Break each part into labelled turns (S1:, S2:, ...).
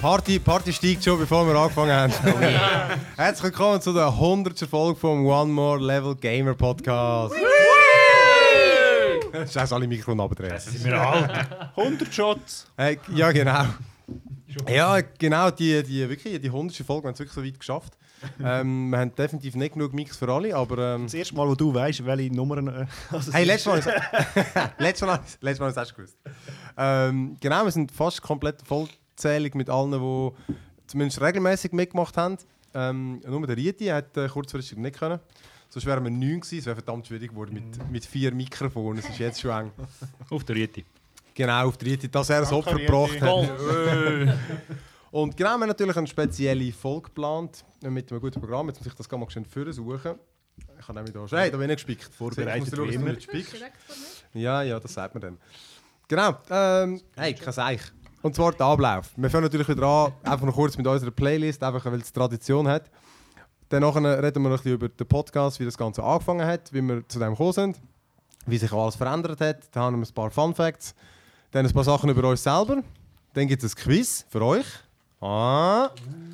S1: Party, Party steigt schon, bevor wir angefangen haben. Herzlich willkommen zu der 100. Folge vom One More Level Gamer Podcast. Scheiße, alle Mikros abdrehen.
S2: Sind wir alt? 100 Shots.
S1: Äh, ja, genau. Ja, genau, die, die, wirklich, die 100. Folge, wir haben es wirklich so weit geschafft. Ähm, wir haben definitiv nicht genug Mix für alle, aber... Ähm,
S2: Das erste Mal, wo du weißt, welche Nummern. Äh, also
S1: Hey, letztes Mal, letztes Mal, letztes Mal hast du es gewusst. Ähm, genau, wir sind fast komplett vollzählig mit allen, die zumindest regelmäßig mitgemacht haben. Ähm, nur der Rieti hat äh, kurzfristig nicht können. Sonst wären wir neun gewesen. Es wäre verdammt schwierig geworden
S2: Mhm.
S1: mit, mit vier Mikrofonen. Es ist jetzt schon eng.
S3: Auf der Rieti.
S1: Genau, auf der Rieti, dass er das Opfer
S2: Rieti.
S1: gebracht hat. Und genau, wir haben natürlich eine spezielle Folge geplant äh, mit einem guten Programm. Jetzt muss ich das gar mal schön vorne suchen. Ich habe nämlich da schon... Hey, da bin ich gespickt.
S2: Vorbereitet
S1: Ich muss schauen,
S2: wie
S1: dass du
S2: immer.
S1: nicht spickst. Ja, ja, das sagt man dann. Genau, ähm, hey, kein Seich. Und zwar der Ablauf. Wir fangen natürlich wieder an, einfach noch kurz mit unserer Playlist, einfach weil es Tradition hat. Dann nachher reden wir noch ein bisschen über den Podcast, wie das Ganze angefangen hat, wie wir zu dem gekommen sind, wie sich alles verändert hat. Dann haben wir ein paar Fun Facts, dann ein paar Sachen über uns selber. Dann gibt es ein Quiz für euch. Ah.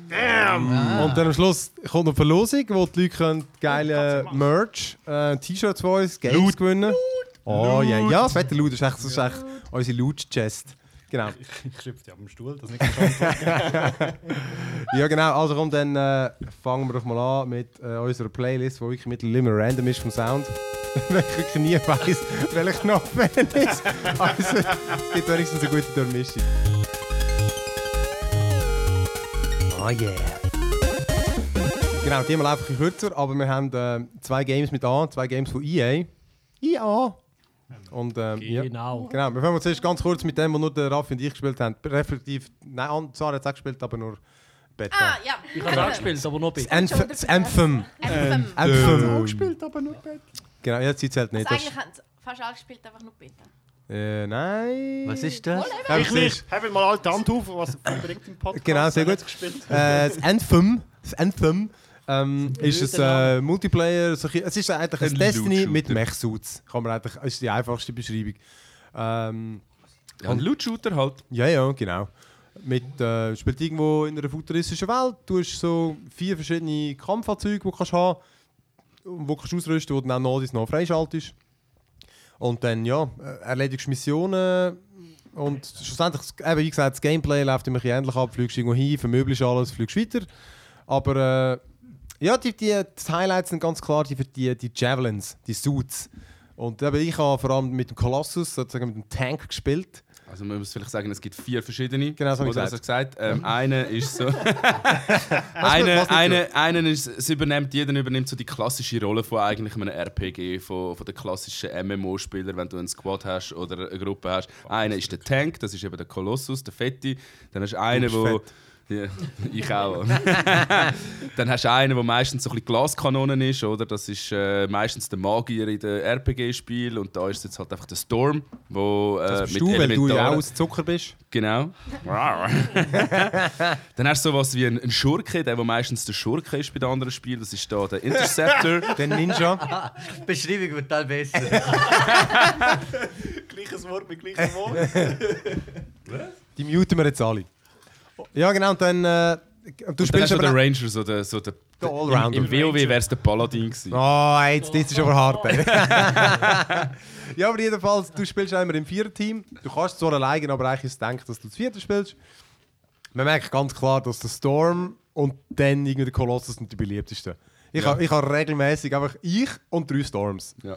S1: Damn! Und dann am Schluss kommt noch die Verlosung, wo die Leute können geile Merch, äh, T-Shirts von uns, Games gewinnen. Oh ja, ja, das fette Loot ist echt, das ist echt oh, unsere Loot-Chest. Genau.
S2: Ich schöpfe dich am Stuhl, das nicht
S1: Ja, genau. Also komm, dann äh, fangen wir doch mal an mit äh, unserer Playlist, die wirklich mittlerweile immer random ist vom Sound. Weil ich wirklich nie weiss, welcher Knopf welcher ist. Also, es gibt wenigstens eine gute Durchmischung. Oh yeah. Genau, die mal einfach ein bisschen kürzer, aber wir haben äh, zwei Games mit an, zwei Games E von EA. EA! Und, ähm, ja.
S4: Äh,
S5: Genau.
S1: Genau, wir fangen zuerst ganz kurz mit dem, was nur der Raffi und ich gespielt haben. Reflektiv, nein, An- Sarah hat es auch gespielt, aber nur Beta.
S6: Ah, ja.
S5: Ich habe auch gespielt, aber noch
S1: das,
S5: bitte.
S1: Anf das Anthem.
S6: Ähm,
S1: Anthem.
S2: gespielt, aber nur Bett.
S1: Genau, ja, sie zählt nicht.
S6: also
S1: Das
S6: eigentlich
S1: ist,
S6: haben sie fast alle gespielt, einfach nur Beta.
S1: äh, nein.
S3: Was ist das?
S1: Ja,
S2: Ich
S1: das
S2: nicht. Haben wir mal alle die Hand auf, was bringt im Podcast?
S1: Genau, sehr
S2: Wer
S1: gut.
S2: hat's Gespielt.
S1: Äh, das Anthem, das Anthem ähm, ist ein äh, Multiplayer. So, ein bisschen- es ist eigentlich ein, Destiny mit Mech-Suits. Kann man eigentlich, ist die einfachste Beschreibung. Ähm,
S3: Ja, ein Loot-Shooter halt.
S1: Ja, ja, nou. genau. Mit, äh, spielt irgendwo in einer futuristischen Welt. Du hast so vier verschiedene Kampffahrzeuge, die du kannst haben und wo kannst. Du ausrüsten, wo du dann auch noch, noch freischaltest. Und dann, ja, äh, erledigst Missionen. Und schlussendlich, eben, wie gesagt, das Gameplay läuft immer ein bisschen ähnlich ab. Fliegst irgendwo hin, vermöbelst alles, fliegst weiter. Aber äh, ja, die, die, die Highlights sind ganz klar die, die, die Javelins, die Suits. Und eben, ich habe vor allem mit dem Colossus, sozusagen mit dem Tank gespielt.
S3: Also man muss vielleicht sagen, es gibt vier verschiedene.
S1: Genau, das habe ich
S3: Oder hast du gesagt. Ähm, eine ist so. eine, eine, einen ist, es übernimmt, jeder übernimmt so die klassische Rolle von eigentlich einem RPG, von, von den klassischen MMO-Spielern, wenn du einen Squad hast oder eine Gruppe hast. Einer ist der Tank, das ist eben der Kolossus, der Fette. Dann hast du einen,
S1: bist
S3: der. Ja, ich auch. Dann hast du einen, der meistens so ein bisschen Glaskanonen ist, oder? Das ist äh, meistens der Magier in den RPG-Spielen und da ist jetzt halt einfach der Storm, wo äh,
S1: Das
S3: mit
S1: bist du, weil du ja auch
S3: Elementaren-
S1: ein Zucker bist.
S3: Genau. Dann hast du sowas wie einen, einen Schurke, der, der meistens der Schurke ist bei den anderen Spielen. Das ist da der Interceptor.
S1: Den Ninja.
S7: Die Beschreibung wird dann besser.
S2: Gleiches Wort mit gleichem Wort.
S1: Die muten wir jetzt alle. Ja, genau. Und dann. Äh, du
S3: Dann hast
S1: spielst
S3: du den
S1: aber.
S3: Ranger, so der, so der,
S1: Der Allrounder.
S3: Im, im WoW wäre es der Paladin gewesen.
S1: Oh, ey, jetzt, das ist aber hart. ey. ja, aber jedenfalls, du spielst auch immer im Viererteam. Du kannst zwar alleine, aber eigentlich ist es denkt, dass du das Vierte spielst. Man merkt ganz klar, dass der Storm und dann irgendwie der Kolossus sind die beliebtesten. Ich
S3: Ja.
S1: habe ich habe regelmäßig einfach ich und drei Storms.
S3: Ja.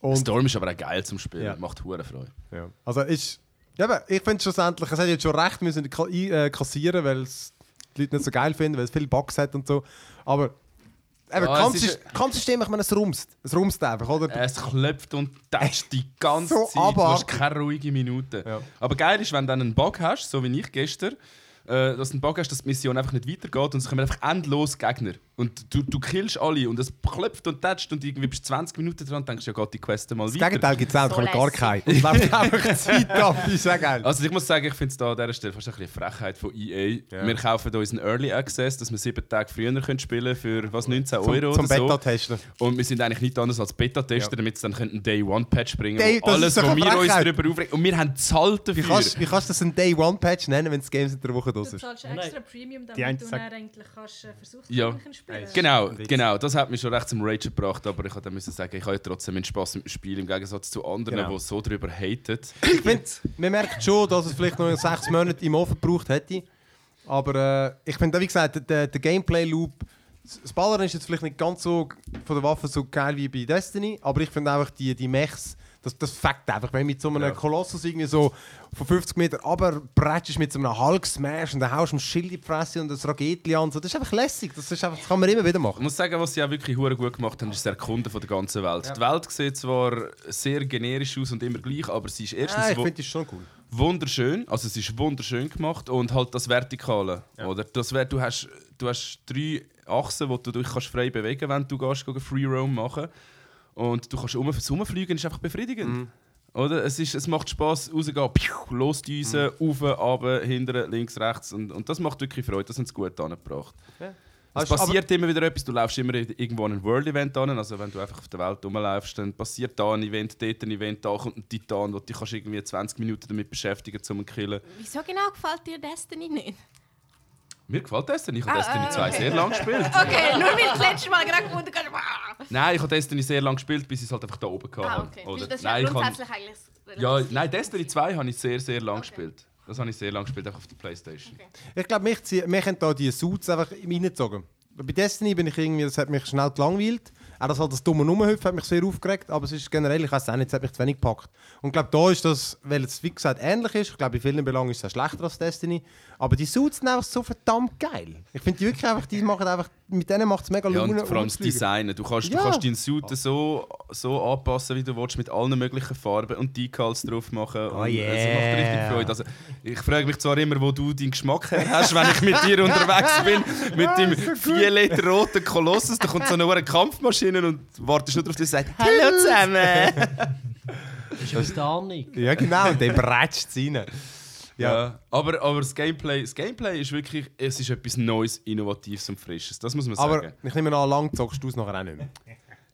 S1: Und
S3: Storm ist aber auch geil zum Spielen.
S1: Ja.
S3: Macht hure Freude.
S1: Ja. Also ist, ja, aber ich finde schlussendlich, es hat jetzt schon recht müssen ka- i- äh, kassieren, weil es die Leute nicht so geil finden, weil es viele Bugs hat und so. Aber eben,
S3: Ja, es
S1: Kampfsys-
S3: ist-
S1: Kampfsystem, ich meine, es rumst. Es rumst einfach, oder?
S3: Äh, Es klopft und tätscht die ganze
S1: So
S3: Zeit. Du hast
S1: abartig.
S3: keine ruhige Minute.
S1: Ja.
S3: Aber geil ist, wenn du dann einen Bug hast, so wie ich gestern, äh, dass du einen Bug hast, dass die Mission einfach nicht weitergeht und es kommen einfach endlos Gegner. Und du, du killst alle und es klopft und tätscht und irgendwie bist du 20 Minuten dran und denkst, ja geht die Quest mal
S1: das
S3: weiter.
S1: Gegenteil gibt es auch, da
S6: So
S1: kommen gar
S6: lässig.
S1: keine. Es läuft einfach Zeit ab, ist ja geil.
S3: Also ich muss sagen, ich finde es da an dieser Stelle fast ein bisschen eine Frechheit von EA. Wir kaufen uns einen Early Access, dass wir sieben Tage früher können spielen für was 19
S1: Zum,
S3: Euro
S1: zum
S3: oder so.
S1: Beta-Testen.
S3: Und wir sind eigentlich nicht anders als Beta-Tester,
S1: Ja.
S3: damit sie dann können einen Day-One-Patch bringen
S1: Day-
S3: wo
S1: das ist
S3: alles,
S1: doch
S3: was
S1: eine
S3: wir uns
S1: Frechheit.
S3: darüber aufregen. Und wir haben zahlt dafür.
S1: Wie kannst, wie kannst du das ein Day-One-Patch nennen, wenn das Game seit einer Woche das
S5: Du
S1: ist.
S5: zahlst
S2: Nein.
S5: extra Premium, damit
S2: einen
S5: du
S2: sagt-
S5: dann eigentlich kannst äh, versuchen
S3: Ja.
S5: kannst, spielen.
S3: Genau,
S1: Witz.
S3: genau, das hat mich schon recht zum Rage gebracht, aber ich musste dann müssen sagen, ich habe ja trotzdem meinen Spass mit dem Spiel, im Gegensatz zu anderen,
S1: Genau.
S3: die so darüber haten.
S1: Ich finde, man merkt schon, dass es vielleicht noch sechs Monate im Ofen gebraucht hätte. Aber äh, ich finde, wie gesagt, der, der Gameplay-Loop. Das Ballern ist jetzt vielleicht nicht ganz so von der Waffe so geil wie bei Destiny, aber ich finde einfach die, die Mechs, das, das fängt einfach. Wenn du mit so einem
S2: Ja.
S1: Kolossus irgendwie so von 50 Meter aber bretschst mit so einem Hulk-Smash und dann haust du ihm Schild in die Fresse und das Raketli an, und so, das ist einfach lässig. Das, ist einfach, das kann man immer wieder
S3: Ich
S1: machen.
S3: muss sagen, was sie auch wirklich hure gut gemacht haben, ist das Erkunden von der ganzen Welt. Die Welt sieht zwar sehr generisch aus und immer gleich, aber sie ist erstens
S1: Ja, Ah, ich
S3: wo-
S1: finde das schon cool.
S3: wunderschön, also es ist wunderschön gemacht und halt das Vertikale, oder? Das wär, du, hast, du hast drei Achsen, wo du dich kannst frei bewegen kannst, wenn du gehst, gehen Free Roam machen und du kannst um, das Rumfliegen ist einfach befriedigend.
S1: Mhm.
S3: Oder? Es, ist, es macht Spass, rausgehen, piu, losdüsen,
S1: Mhm.
S3: rauf, runter, hinten, links, rechts. Und, und das macht wirklich Freude, das haben sie gut angebracht. Es
S1: Hast du- aber-
S3: passiert immer wieder etwas, du läufst immer irgendwo an ein World-Event an, also wenn du einfach auf der Welt rumläufst, dann passiert da ein Event, dort ein Event, da kommt ein Titan, wo du dich kannst irgendwie 20 Minuten damit beschäftigen um ihn zu killen.
S6: Wieso genau gefällt dir Destiny nicht?
S3: Mir gefällt Destiny, ich habe
S6: Ah,
S3: Destiny
S6: äh,
S3: 2
S6: okay.
S3: sehr lang gespielt.
S6: Okay, nur weil das letzte Mal gerade gefunden hast.
S3: Nein, ich habe Destiny sehr lang gespielt, bis ich es halt einfach da oben hatte.
S6: Ah, okay.
S3: Oder,
S6: Weil das ist
S3: nein,
S6: ja
S3: ich habe-
S6: grundsätzlich eigentlich relativ
S3: ja,
S6: viel.
S3: nein, Destiny 2 habe ich sehr, sehr lang
S6: Okay.
S3: gespielt. Das habe ich sehr lang gespielt, einfach auf der Playstation.
S1: Ich glaube, mich, zieh- mich haben da die Suits einfach reingezogen. Bei Destiny bin ich irgendwie, das hat mich schnell gelangweilt. Auch das halt das dumme Nummerhüpfen hat mich sehr aufgeregt, aber es ist generell, ich weiß auch nicht, es hat mich zu wenig gepackt. Und ich glaube, da ist das, weil es wie gesagt ähnlich ist, ich glaube, in vielen Belangen ist es auch schlechter als Destiny, aber die Suits sind einfach so verdammt geil. Ich finde die wirklich einfach, die machen einfach, mit denen macht es mega
S3: Ja,
S1: Laune.
S3: und vor allem das
S1: rumzufliegen.
S3: Design. Du kannst,
S1: Ja.
S3: du kannst deinen Suit so, so anpassen, wie du willst, mit allen möglichen Farben und Decals drauf machen.
S1: Oh
S3: und Es macht richtig
S1: yeah.
S3: Freude. Also, ich frage mich zwar immer, wo du deinen Geschmack her hast, wenn ich mit dir unterwegs bin, mit dem violettroten Kolossus. Da kommt so eine verdammte Kampfmaschine und wartest nur darauf, dass sie sagt, «Hallo zusammen!»
S4: Das ist da nicht.
S1: Ja, genau, und der bretscht es rein.
S3: ja.
S1: Ja.
S3: Aber, aber das, Gameplay, das Gameplay ist wirklich, es ist etwas Neues, Innovatives und Frisches. Das muss man sagen.
S1: Aber ich nehme an, lang zockst du es nachher auch nicht mehr.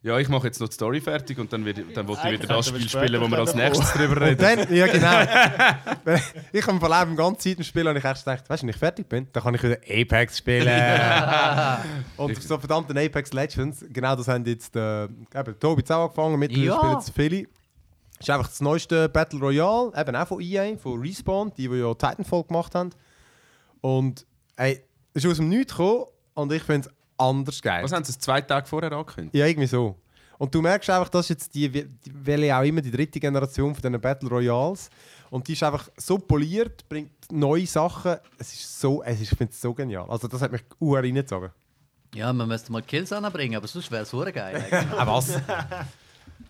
S3: ja, ich mache jetzt noch die Story fertig und dann, wird, dann will ich
S2: Eigentlich
S3: wieder das
S2: hätten wir
S3: Spiel
S2: später
S3: spielen, wo wir als
S2: können
S3: nächstes drüber reden.
S1: Und dann, ja nou. genau. ich habe vor allem die ganze Zeit im Spiel und ich erst gedacht, weißt du, wenn ich fertig bin, dann kann ich wieder Apex spielen. und so verdammten Apex Legends, genau das haben jetzt äh, eben, Tobi hat auch angefangen, mittlerweile
S4: Ja.
S1: spielen es viele. Das ist einfach das neueste Battle Royale, eben auch von EA, von Respawn, die, die ja Titanfall gemacht haben. Und ey, es ist aus dem Nichts gekommen und ich finde es anders geil.
S3: Was haben sie es zwei Tage vorher angekündigt?
S1: Ja, irgendwie so. Und du merkst einfach, dass jetzt die, die- welche auch immer die dritte Generation von diesen Battle Royals und die ist einfach so poliert, bringt neue Sachen. Es ist so, es ist, ich finde es so genial. Also das hat mich uhr reingezogen.
S7: Ja, man müsste mal die Kills anbringen, aber sonst wäre es geil. eigentlich.
S1: Ah, was?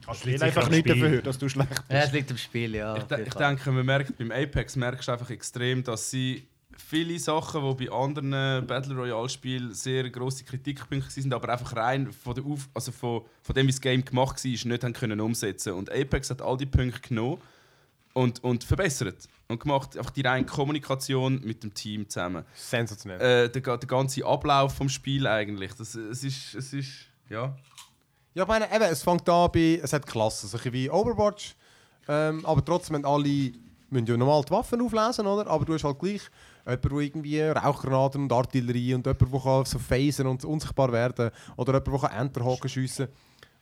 S2: Kannst du einfach nicht dafür, dass du schlecht
S7: ja, es liegt am Spiel, ja.
S3: Ich, de ich denke, man merkt beim Apex merkst du einfach extrem, dass sie viele Sachen, die bei anderen Battle Royale Spielen sehr große Kritikpunkte waren, sind, aber einfach rein von, der Auf also von, von dem, wie das Game gemacht war, nicht haben können umsetzen. Und Apex hat all die Punkte genommen und, und verbessert und gemacht einfach die reine Kommunikation mit dem Team zusammen.
S1: Sensationell.
S3: Äh, der, ga- der ganze Ablauf vom Spiel eigentlich. Das, es ist, es ist, ja.
S1: Ja, ich meine, eben, es fängt an bei, es hat Klassen, so ein bisschen wie Overwatch. Ähm, aber trotzdem haben alle, müssen ja normal die Waffen auflesen, oder? Aber du hast halt gleich jemanden, der irgendwie Rauchgranaten und Artillerie und jemand, der kann so phasen und unsichtbar werden Oder jemand, der kann Enterhaken schiessen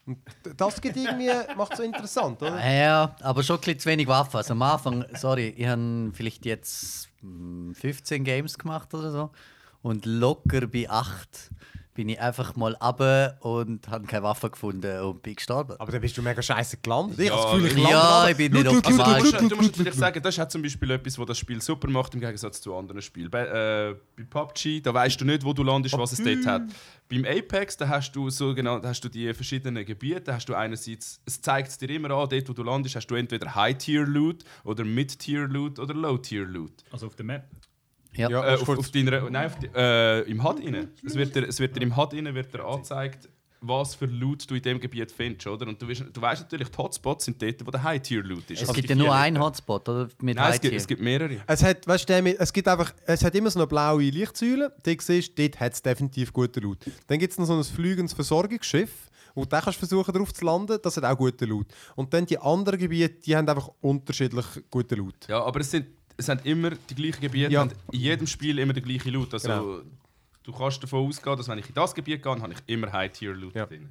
S1: Und d- das gibt irgendwie, macht so interessant, oder?
S7: Ja, aber schon ein bisschen zu wenig Waffen. Also am Anfang, sorry, ich habe vielleicht jetzt mm, 15 Games gemacht oder so. Und locker bei 8 bin ich einfach mal runter und habe keine Waffe gefunden und bin gestorben.
S1: Aber dann bist du mega scheiße gelandet. Ich habe das
S3: Ja,
S1: Gefühl, ich
S7: ja,
S1: lande
S7: ich bin
S1: runter.
S7: nicht
S1: Lutsch, lutsch,
S7: optimal.
S1: lutsch,
S3: Du
S1: lutsch,
S3: musst, du musst natürlich sagen, das ist auch zum Beispiel etwas, was das Spiel super macht, im Gegensatz zu anderen Spielen. Bei, äh, bei PUBG, da weißt du nicht, wo du landest, was es dort hat. Beim Apex, da hast du so genau, da hast du die verschiedenen Gebiete. Da hast du einerseits, es zeigt es dir immer an, dort wo du landest, hast du entweder High-Tier-Loot oder Mid-Tier-Loot oder Low-Tier-Loot.
S2: Also auf der Map.
S7: Ja.
S1: Ja,
S3: Äh,
S1: ist
S3: auf,
S1: kurz.
S3: auf deiner, nein, auf die, äh, im HUD inne. Es wird dir, es wird dir im HUD inne wird dir angezeigt, was für Loot du in dem Gebiet findest, oder? Und du, weißt, du weißt natürlich, die Hotspots sind dort, wo der High-Tier-Loot ist.
S7: Es
S3: Also
S7: gibt ja
S3: die
S7: nur
S3: vier-
S7: einen Hotspot, oder? Mit
S3: Nein, es
S7: High-Tier.
S3: gibt, es gibt mehrere.
S1: Es hat, weißt du, der mit- es gibt einfach, es hat immer so eine blaue Lichtsäule. Die siehst, dort hat es definitiv guten Loot. Dann gibt es noch so ein fliegendes Versorgungsschiff, wo du dann kannst versuchen drauf zu landen, das hat auch guten Loot. Und dann die anderen Gebiete, die haben einfach unterschiedlich guten Loot.
S3: Ja, aber es sind, es sind immer die gleichen Gebiete
S1: Ja.
S3: und in jedem Spiel immer der gleiche Loot. Also,
S1: Genau.
S3: Du kannst davon ausgehen, dass wenn ich in das Gebiet gehe, dann habe ich immer High-Tier-Loot
S1: Ja.
S3: drin.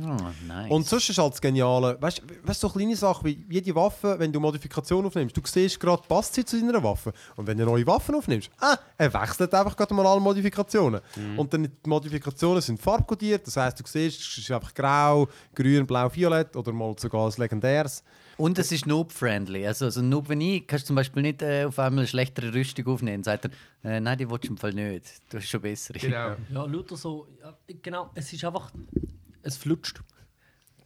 S7: Oh, nice.
S1: Und sonst ist halt das Geniale, weißt du, so kleine Sachen wie jede Waffe, wenn du Modifikationen aufnimmst, du siehst gerade, passt sie zu deiner Waffe. Und wenn du neue Waffen aufnimmst, ah, er wechselt einfach gerade mal alle Modifikationen.
S7: Mhm.
S1: Und dann die Modifikationen sind farbkodiert, das heisst, du siehst, es ist einfach grau, grün, blau, violett oder mal sogar ein legendäres.
S7: Und es ist Noob-friendly. Also, also Noob wie ich kannst du zum Beispiel nicht äh, auf einmal eine schlechtere Rüstung aufnehmen. Sagt er, äh, nein, die willst du im Fall nicht. Du hast schon bessere.
S3: Genau.
S4: Ja, Luther so. Ja, genau, es ist einfach. Es flutscht.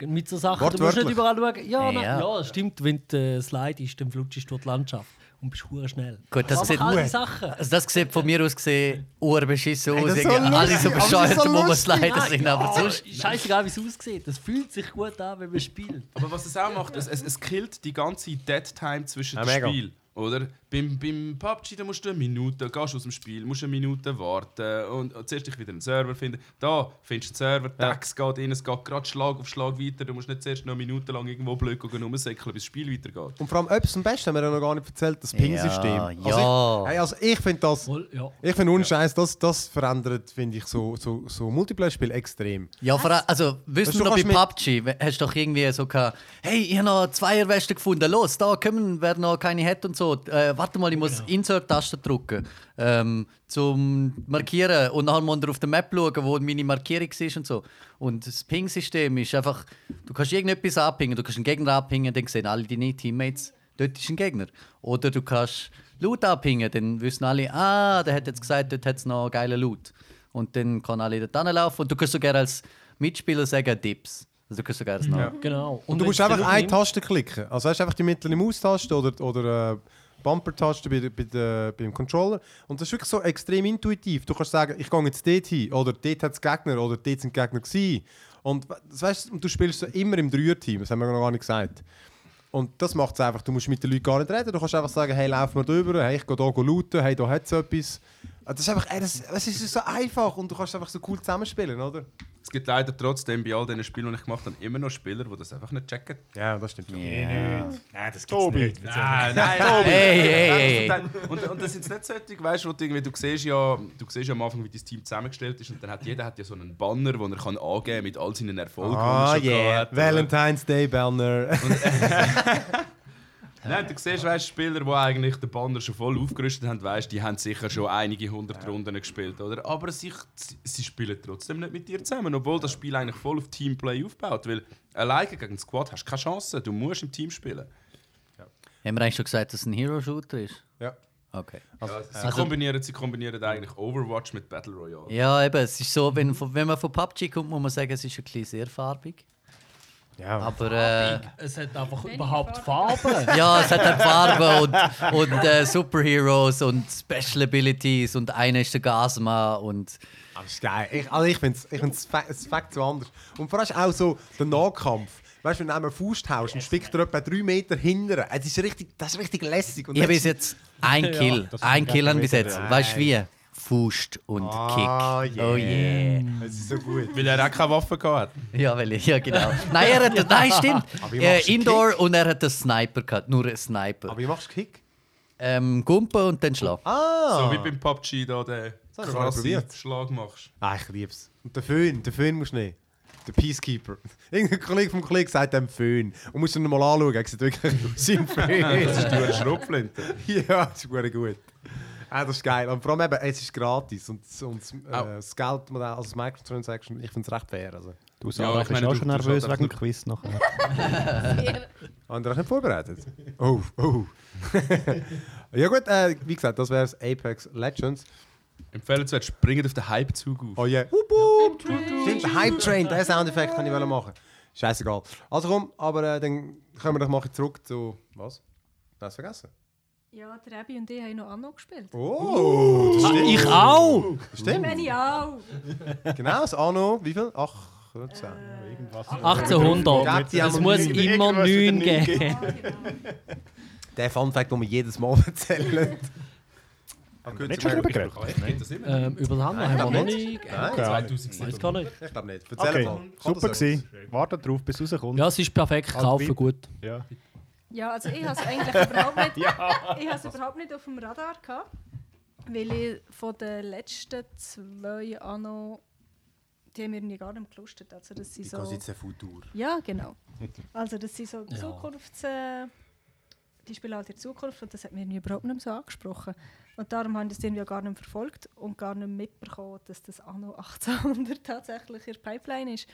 S4: Mit so Sachen. Du musst
S1: Wortwörtlich.
S4: nicht überall schauen. Ja,
S7: Ja.
S4: nein, ja. es stimmt. Wenn du äh, Slide ist, dann flutschst du durch die Landschaft. Und bist hure schnell.
S7: Gut, das
S4: Aber
S7: sieht-
S4: alle Sachen.
S7: Also das sieht von mir aus gesehen urbeschissen aus.
S1: das ist
S7: Irgendwie
S1: so
S7: alle
S1: lustig,
S7: so
S1: aber das ist
S7: bescheuert,
S1: so
S7: wo wir
S1: lustig.
S7: Slider sind. Aber sonst...
S4: Scheißegal, wie es aussieht. Es fühlt sich gut an, wenn man spielt.
S3: Aber was es auch macht, es, es, es killt die ganze Dead-Time zwischen
S1: Ja,
S3: dem
S1: mega.
S3: Spiel. Oder? Beim, beim PUBG da musst du eine Minute, gehst aus dem Spiel, musst eine Minute warten und, und zuerst dich wieder einen Server finden. Da findest du einen Server,
S1: Ja.
S3: Text geht rein, es geht gerade Schlag auf Schlag weiter. Du musst nicht zuerst noch eine Minute lang irgendwo blöd gehen, rumsäckeln, bis das Spiel weitergeht.
S1: Und vor allem etwas am besten haben wir ja noch gar nicht erzählt, das Ping-System.
S7: Ja,
S1: Also
S7: ja.
S1: ich, hey, also ich finde das,
S4: Voll, ja.
S1: ich finde unscheiß, das, das verändert, finde ich, so, so, so Multiplayer-Spiele extrem.
S7: Ja, vor allem, also,
S1: Weißt
S7: wissen
S1: du,
S7: wir noch bei
S1: kannst mit-
S7: PUBG, we- hast du doch irgendwie so gehabt, hey, ich habe noch Zweierweste gefunden, los, da kommen, wer noch keine hat und so. Äh, warte mal, ich muss
S1: Genau.
S7: Insert-Taste drücken, ähm, zum Markieren und nachher muss ich auf der Map schauen, wo meine Markierung ist und so. Und das Ping-System ist einfach, du kannst irgendetwas abpingen, du kannst einen Gegner abpingen, dann sehen alle deine Teammates, dort ist ein Gegner. Oder du kannst Loot abpingen, dann wissen alle, ah, der hat jetzt gesagt, dort hat es noch geilen Loot. Und dann kann alle dort hinlaufen und du kannst sogar als Mitspieler sagen Dips. Also du kannst sogar als Namen.
S4: Genau. Und,
S1: Und du
S4: wenn
S1: musst
S4: es dann
S1: einfach eine
S4: aufnimmt-
S1: Taste klicken. Also hast du einfach die mittlere Maustaste oder, oder äh, Bumper-Taste bei, der- bei, der- beim Controller. Und das ist wirklich so extrem intuitiv. Du kannst sagen, ich gehe jetzt dort hin oder dort hat es Gegner oder dort sind Gegner gewesen. Und we- das weißt, du, und du spielst so immer im Dreier-Team, das haben wir noch gar nicht gesagt. Und das macht es einfach. Du musst mit den Leuten gar nicht reden. Du kannst einfach sagen, hey, lauf mal drüber, hey, ich gehe hier looten, hey, da hat es etwas. Das ist einfach, ey, das, das ist so dus einfach und du kannst einfach so cool zusammenspielen, oder?
S3: Es gibt leider trotzdem bei all diesen Spielen, die ich gemacht habe, immer noch Spieler, die das einfach nicht checken.
S1: Ja, das stimmt.
S2: Nein, das gibt's nicht.
S3: Ah, Nein, Also, nein,
S7: Hey, hey, hey.
S3: Nein, das- Und, und das sind nicht solche, weißt du, wo du, irgendwie- du siehst ja, du siehst ja am Anfang, wie dein Team zusammengestellt ist und dann hat jeder hat ja so einen Banner, den er kann angeben kann mit all seinen Erfolgen. die er
S1: Ah,
S3: schon
S1: yeah.
S3: gehabt hat.
S1: Valentine's Day Banner.
S3: Nein, du siehst, weißt du, Spieler, die eigentlich den Banner schon voll aufgerüstet haben, weißt, die haben sicher schon einige hundert Runden gespielt, oder? Aber sie, sie spielen trotzdem nicht mit dir zusammen, obwohl das Spiel eigentlich voll auf Teamplay aufbaut, weil alleine gegen den Squad hast du keine Chance, du musst im Team spielen.
S7: Haben wir eigentlich schon gesagt, dass es ein Hero-Shooter ist?
S1: ja.
S7: Okay. Also,
S3: Ja, sie, kombinieren, sie kombinieren eigentlich Overwatch mit Battle Royale.
S7: Ja, eben, es ist so, wenn, von- wenn man von PUBG kommt, muss man sagen, es ist ein bisschen sehr farbig.
S1: Ja.
S7: Aber äh,
S4: Es hat einfach überhaupt Farben.
S7: ja, es hat halt Farben und, und äh, Superheroes und Special Abilities und einer ist der Gasma und
S1: Aber es ist Ah, geil. Ich, also ich finde ich find's fa- es fängt so anders. Und vor allem auch so der Nahkampf. Weißt du, wenn du einen Faust haust und steckt er etwa drei Meter hinten. Es ist richtig, das ist richtig lässig. Und
S7: ich habe
S1: das-
S7: bis jetzt ein Kill, ein Kill an bis jetzt. Weißt du wie? Faust und
S1: Ah,
S7: Kick.
S1: yeah.
S7: Oh yeah.
S1: Es ist so gut.
S3: Weil er auch keine Waffe hatte.
S7: Ja, weil ich, ja genau. Nein, er hat, nein, stimmt.
S1: wie
S7: Äh,
S1: machst du einen
S7: Indoor und er hat einen Sniper gehabt, nur einen Sniper.
S1: Aber wie machst du Kick?
S7: Ähm, Gumpen und dann Schlag.
S1: Ah!
S3: So wie beim PUBG da den
S1: hab ich noch nicht
S3: krassen
S1: probiert.
S3: Schlag machst.
S1: ah ich lieb's. Und der Föhn, der Föhn musst du nehmen. Der Peacekeeper. Irgendein Kollege vom Kollegen sagt dem Föhn. Und musst du ihn noch mal anschauen. Er sieht wirklich aus wie ein Föhn.
S3: Das ist nur eine Schrotflinte.
S1: ja, das ist verdammt gut. Ah, das ist geil. Und vor allem eben, es ist gratis. Und, und äh,
S3: Au.
S1: das Geldmodell, also das Microtransaction, ich finde es recht fair. Also.
S2: Du
S3: Sarah, Ja, ich bist meine, auch
S2: auch
S3: du- schon
S2: schon
S3: du nervös
S2: nervös
S3: schaust wegen
S2: wegen
S3: dem
S2: dem Quiz nachher.
S1: Haben ihr euch nicht vorbereitet? Oh, oh. ja gut, äh, wie gesagt, das wäre es Apex Legends.
S3: Empfehlenswert, springt auf den Hype-Zug auf.
S1: Oh yeah. Wup, wup. Stimmt, Hype Train, diesen Soundeffekt kann ich wollen machen. Scheißegal. Also komm, aber äh, dann können wir doch mal zurück zu... Was? Das vergessen.
S5: Ja, der Abby und ich haben noch Anno gespielt.
S1: Oh, das stimmt.
S4: ich auch!
S5: Wenn
S1: stimmt.
S5: ich auch!
S1: Genau, das Anno, wie viel? 18.
S2: Ah,
S4: 1800.
S1: Die haben
S4: Es
S1: wir
S4: muss
S1: nie-
S4: immer 9 geben.
S1: Der Funfact, den wir jedes Mal erzählen.
S2: Nicht schon drüber geredet.
S3: Ich kenne Oh, das immer.
S4: Ähm, über das haben wir noch nicht.
S1: Nein,
S2: Ja.
S3: 2007.
S4: Weiß gar nicht.
S1: ich glaube nicht. Erzähl
S2: Okay,
S1: mal. Kann das
S2: super
S1: etwas?
S2: gewesen. Wartet drauf, bis es rauskommt.
S4: Ja, es ist perfekt. Kaufen
S2: Alt-
S4: gut.
S2: Ja.
S5: Ja, also ich habe es eigentlich überhaupt nicht,
S2: Ja.
S5: ich habe es überhaupt nicht auf dem Radar gehabt, weil ich von den letzten zwei Anno, die haben mir nie gar nicht gelustet. Also das sind so...
S1: eine Futur.
S5: Ja, genau. Also das sind so Zukunfts... Äh, die spielen halt in der Zukunft und das hat mir nie überhaupt nicht so angesprochen. Und darum habe ich das irgendwie auch gar nicht verfolgt und gar nicht mitbekommen, dass das Anno 1800 tatsächlich in der Pipeline ist.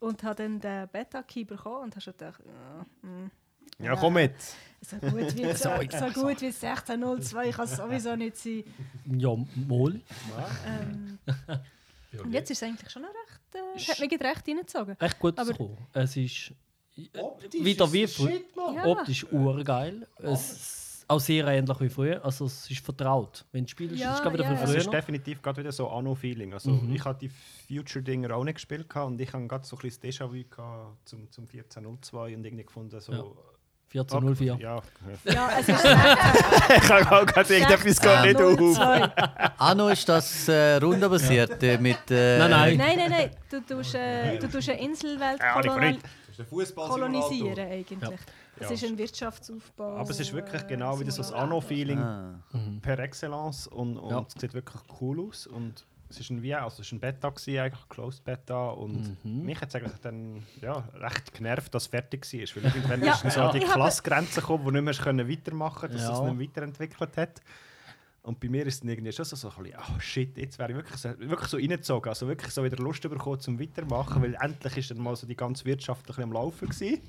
S5: Und habe dann den Beta-Key bekommen und habe schon gedacht, ja, mm,
S2: Ja, komm mit.
S5: so gut wie, so, so gut wie 1602 kann es sowieso nicht sein.
S4: Ja, mal.
S5: Ähm, und jetzt ist es eigentlich schon noch recht, äh, hat mich gerade recht reingezogen.
S4: Echt gut
S5: Aber-
S4: gekommen. Es ist äh, wieder wie früher.
S5: Ja.
S4: Optisch urgeil. Es auch sehr ähnlich wie früher. Also es ist vertraut. Wenn du spielst,
S5: Ja,
S4: ist es gerade wieder
S5: ja,
S4: von
S2: Also Es
S5: ja.
S2: ist
S4: früher. Mhm.
S2: definitiv gerade wieder so Anno-Feeling. Also ich habe die Future-Dinger auch nicht gespielt gehabt und ich habe gerade so ein bisschen das Déjà-vu gehabt zum, zum 14.02 und irgendwie gefunden so...
S4: Ja. 1404.
S2: Ja.
S5: Ja, es ist
S2: Ich habe auch gerade irgendetwas gar
S1: Ähm,
S2: nicht auf.
S5: 1602.
S7: Anno Ah, ist das äh, rundenbasierte mit. Äh,
S4: Nein, nein.
S5: Nein, nein, nein. Du tust, äh, du tust eine Inselwelt
S2: Ja, die
S5: kolonal
S1: Das ist Fußball
S5: kolonisieren eigentlich. Es
S2: Ja.
S5: ist ein Wirtschaftsaufbau.
S2: Aber es ist wirklich
S5: äh,
S2: genau wieder so das
S5: Simulator.
S2: Anno-Feeling
S7: Ah.
S2: per Excellence und, und
S4: Ja.
S2: es sieht wirklich cool aus. Und es ist ein VR, also es ist ein Beta gewesen, eigentlich Closed Beta und
S4: Mhm.
S2: mich hat es eigentlich dann ja, recht genervt, dass es fertig war. Weil irgendwann
S5: Ja,
S2: ist dann so an die
S5: ich habe-
S2: Klassgrenze gekommen, wo nicht mehr hast können weitermachen konnte, dass
S4: Ja.
S2: es nicht mehr weiterentwickelt hat. Und bei mir ist es dann irgendwie schon so, so ein bisschen, ah shit, jetzt wäre ich wirklich so, wirklich so reingezogen, also wirklich so wieder Lust bekommen zum Weitermachen, weil endlich ist dann mal so die ganze Wirtschaft ein bisschen am Laufen gewesen.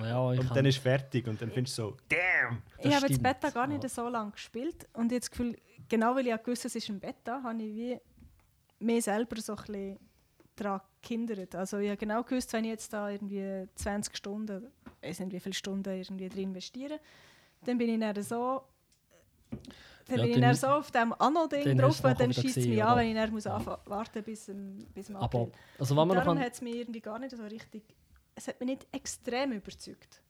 S4: Ja, ich
S2: Und dann ist fertig und dann findest du so, damn!
S5: Ich habe das
S4: stimmt.
S5: Beta gar nicht so lange gespielt. Und jetzt Gefühl, genau weil ich auch gewusst es ist ein Beta, habe ich wie mir selber so ein bisschen daran gehindert. Also ich habe genau gewusst, wenn ich jetzt da irgendwie 20 Stunden, ich weiß nicht wie viele Stunden irgendwie drin investiere, dann bin ich dann so... Dann
S4: Ja,
S5: bin ich
S4: dann-
S5: dann so auf dem Anno-Ding
S4: dann hast
S5: drauf
S4: du es
S5: und dann
S4: nachher wieder
S5: schießt es
S4: gesehen,
S5: mich an,
S4: oder?
S5: wenn ich dann muss anfangen, warten bis im, bis im April.
S4: aber also wenn
S5: Und
S4: man noch
S5: darum
S4: an,
S5: hat es mich irgendwie gar nicht so richtig. Es hat mich nicht extrem überzeugt.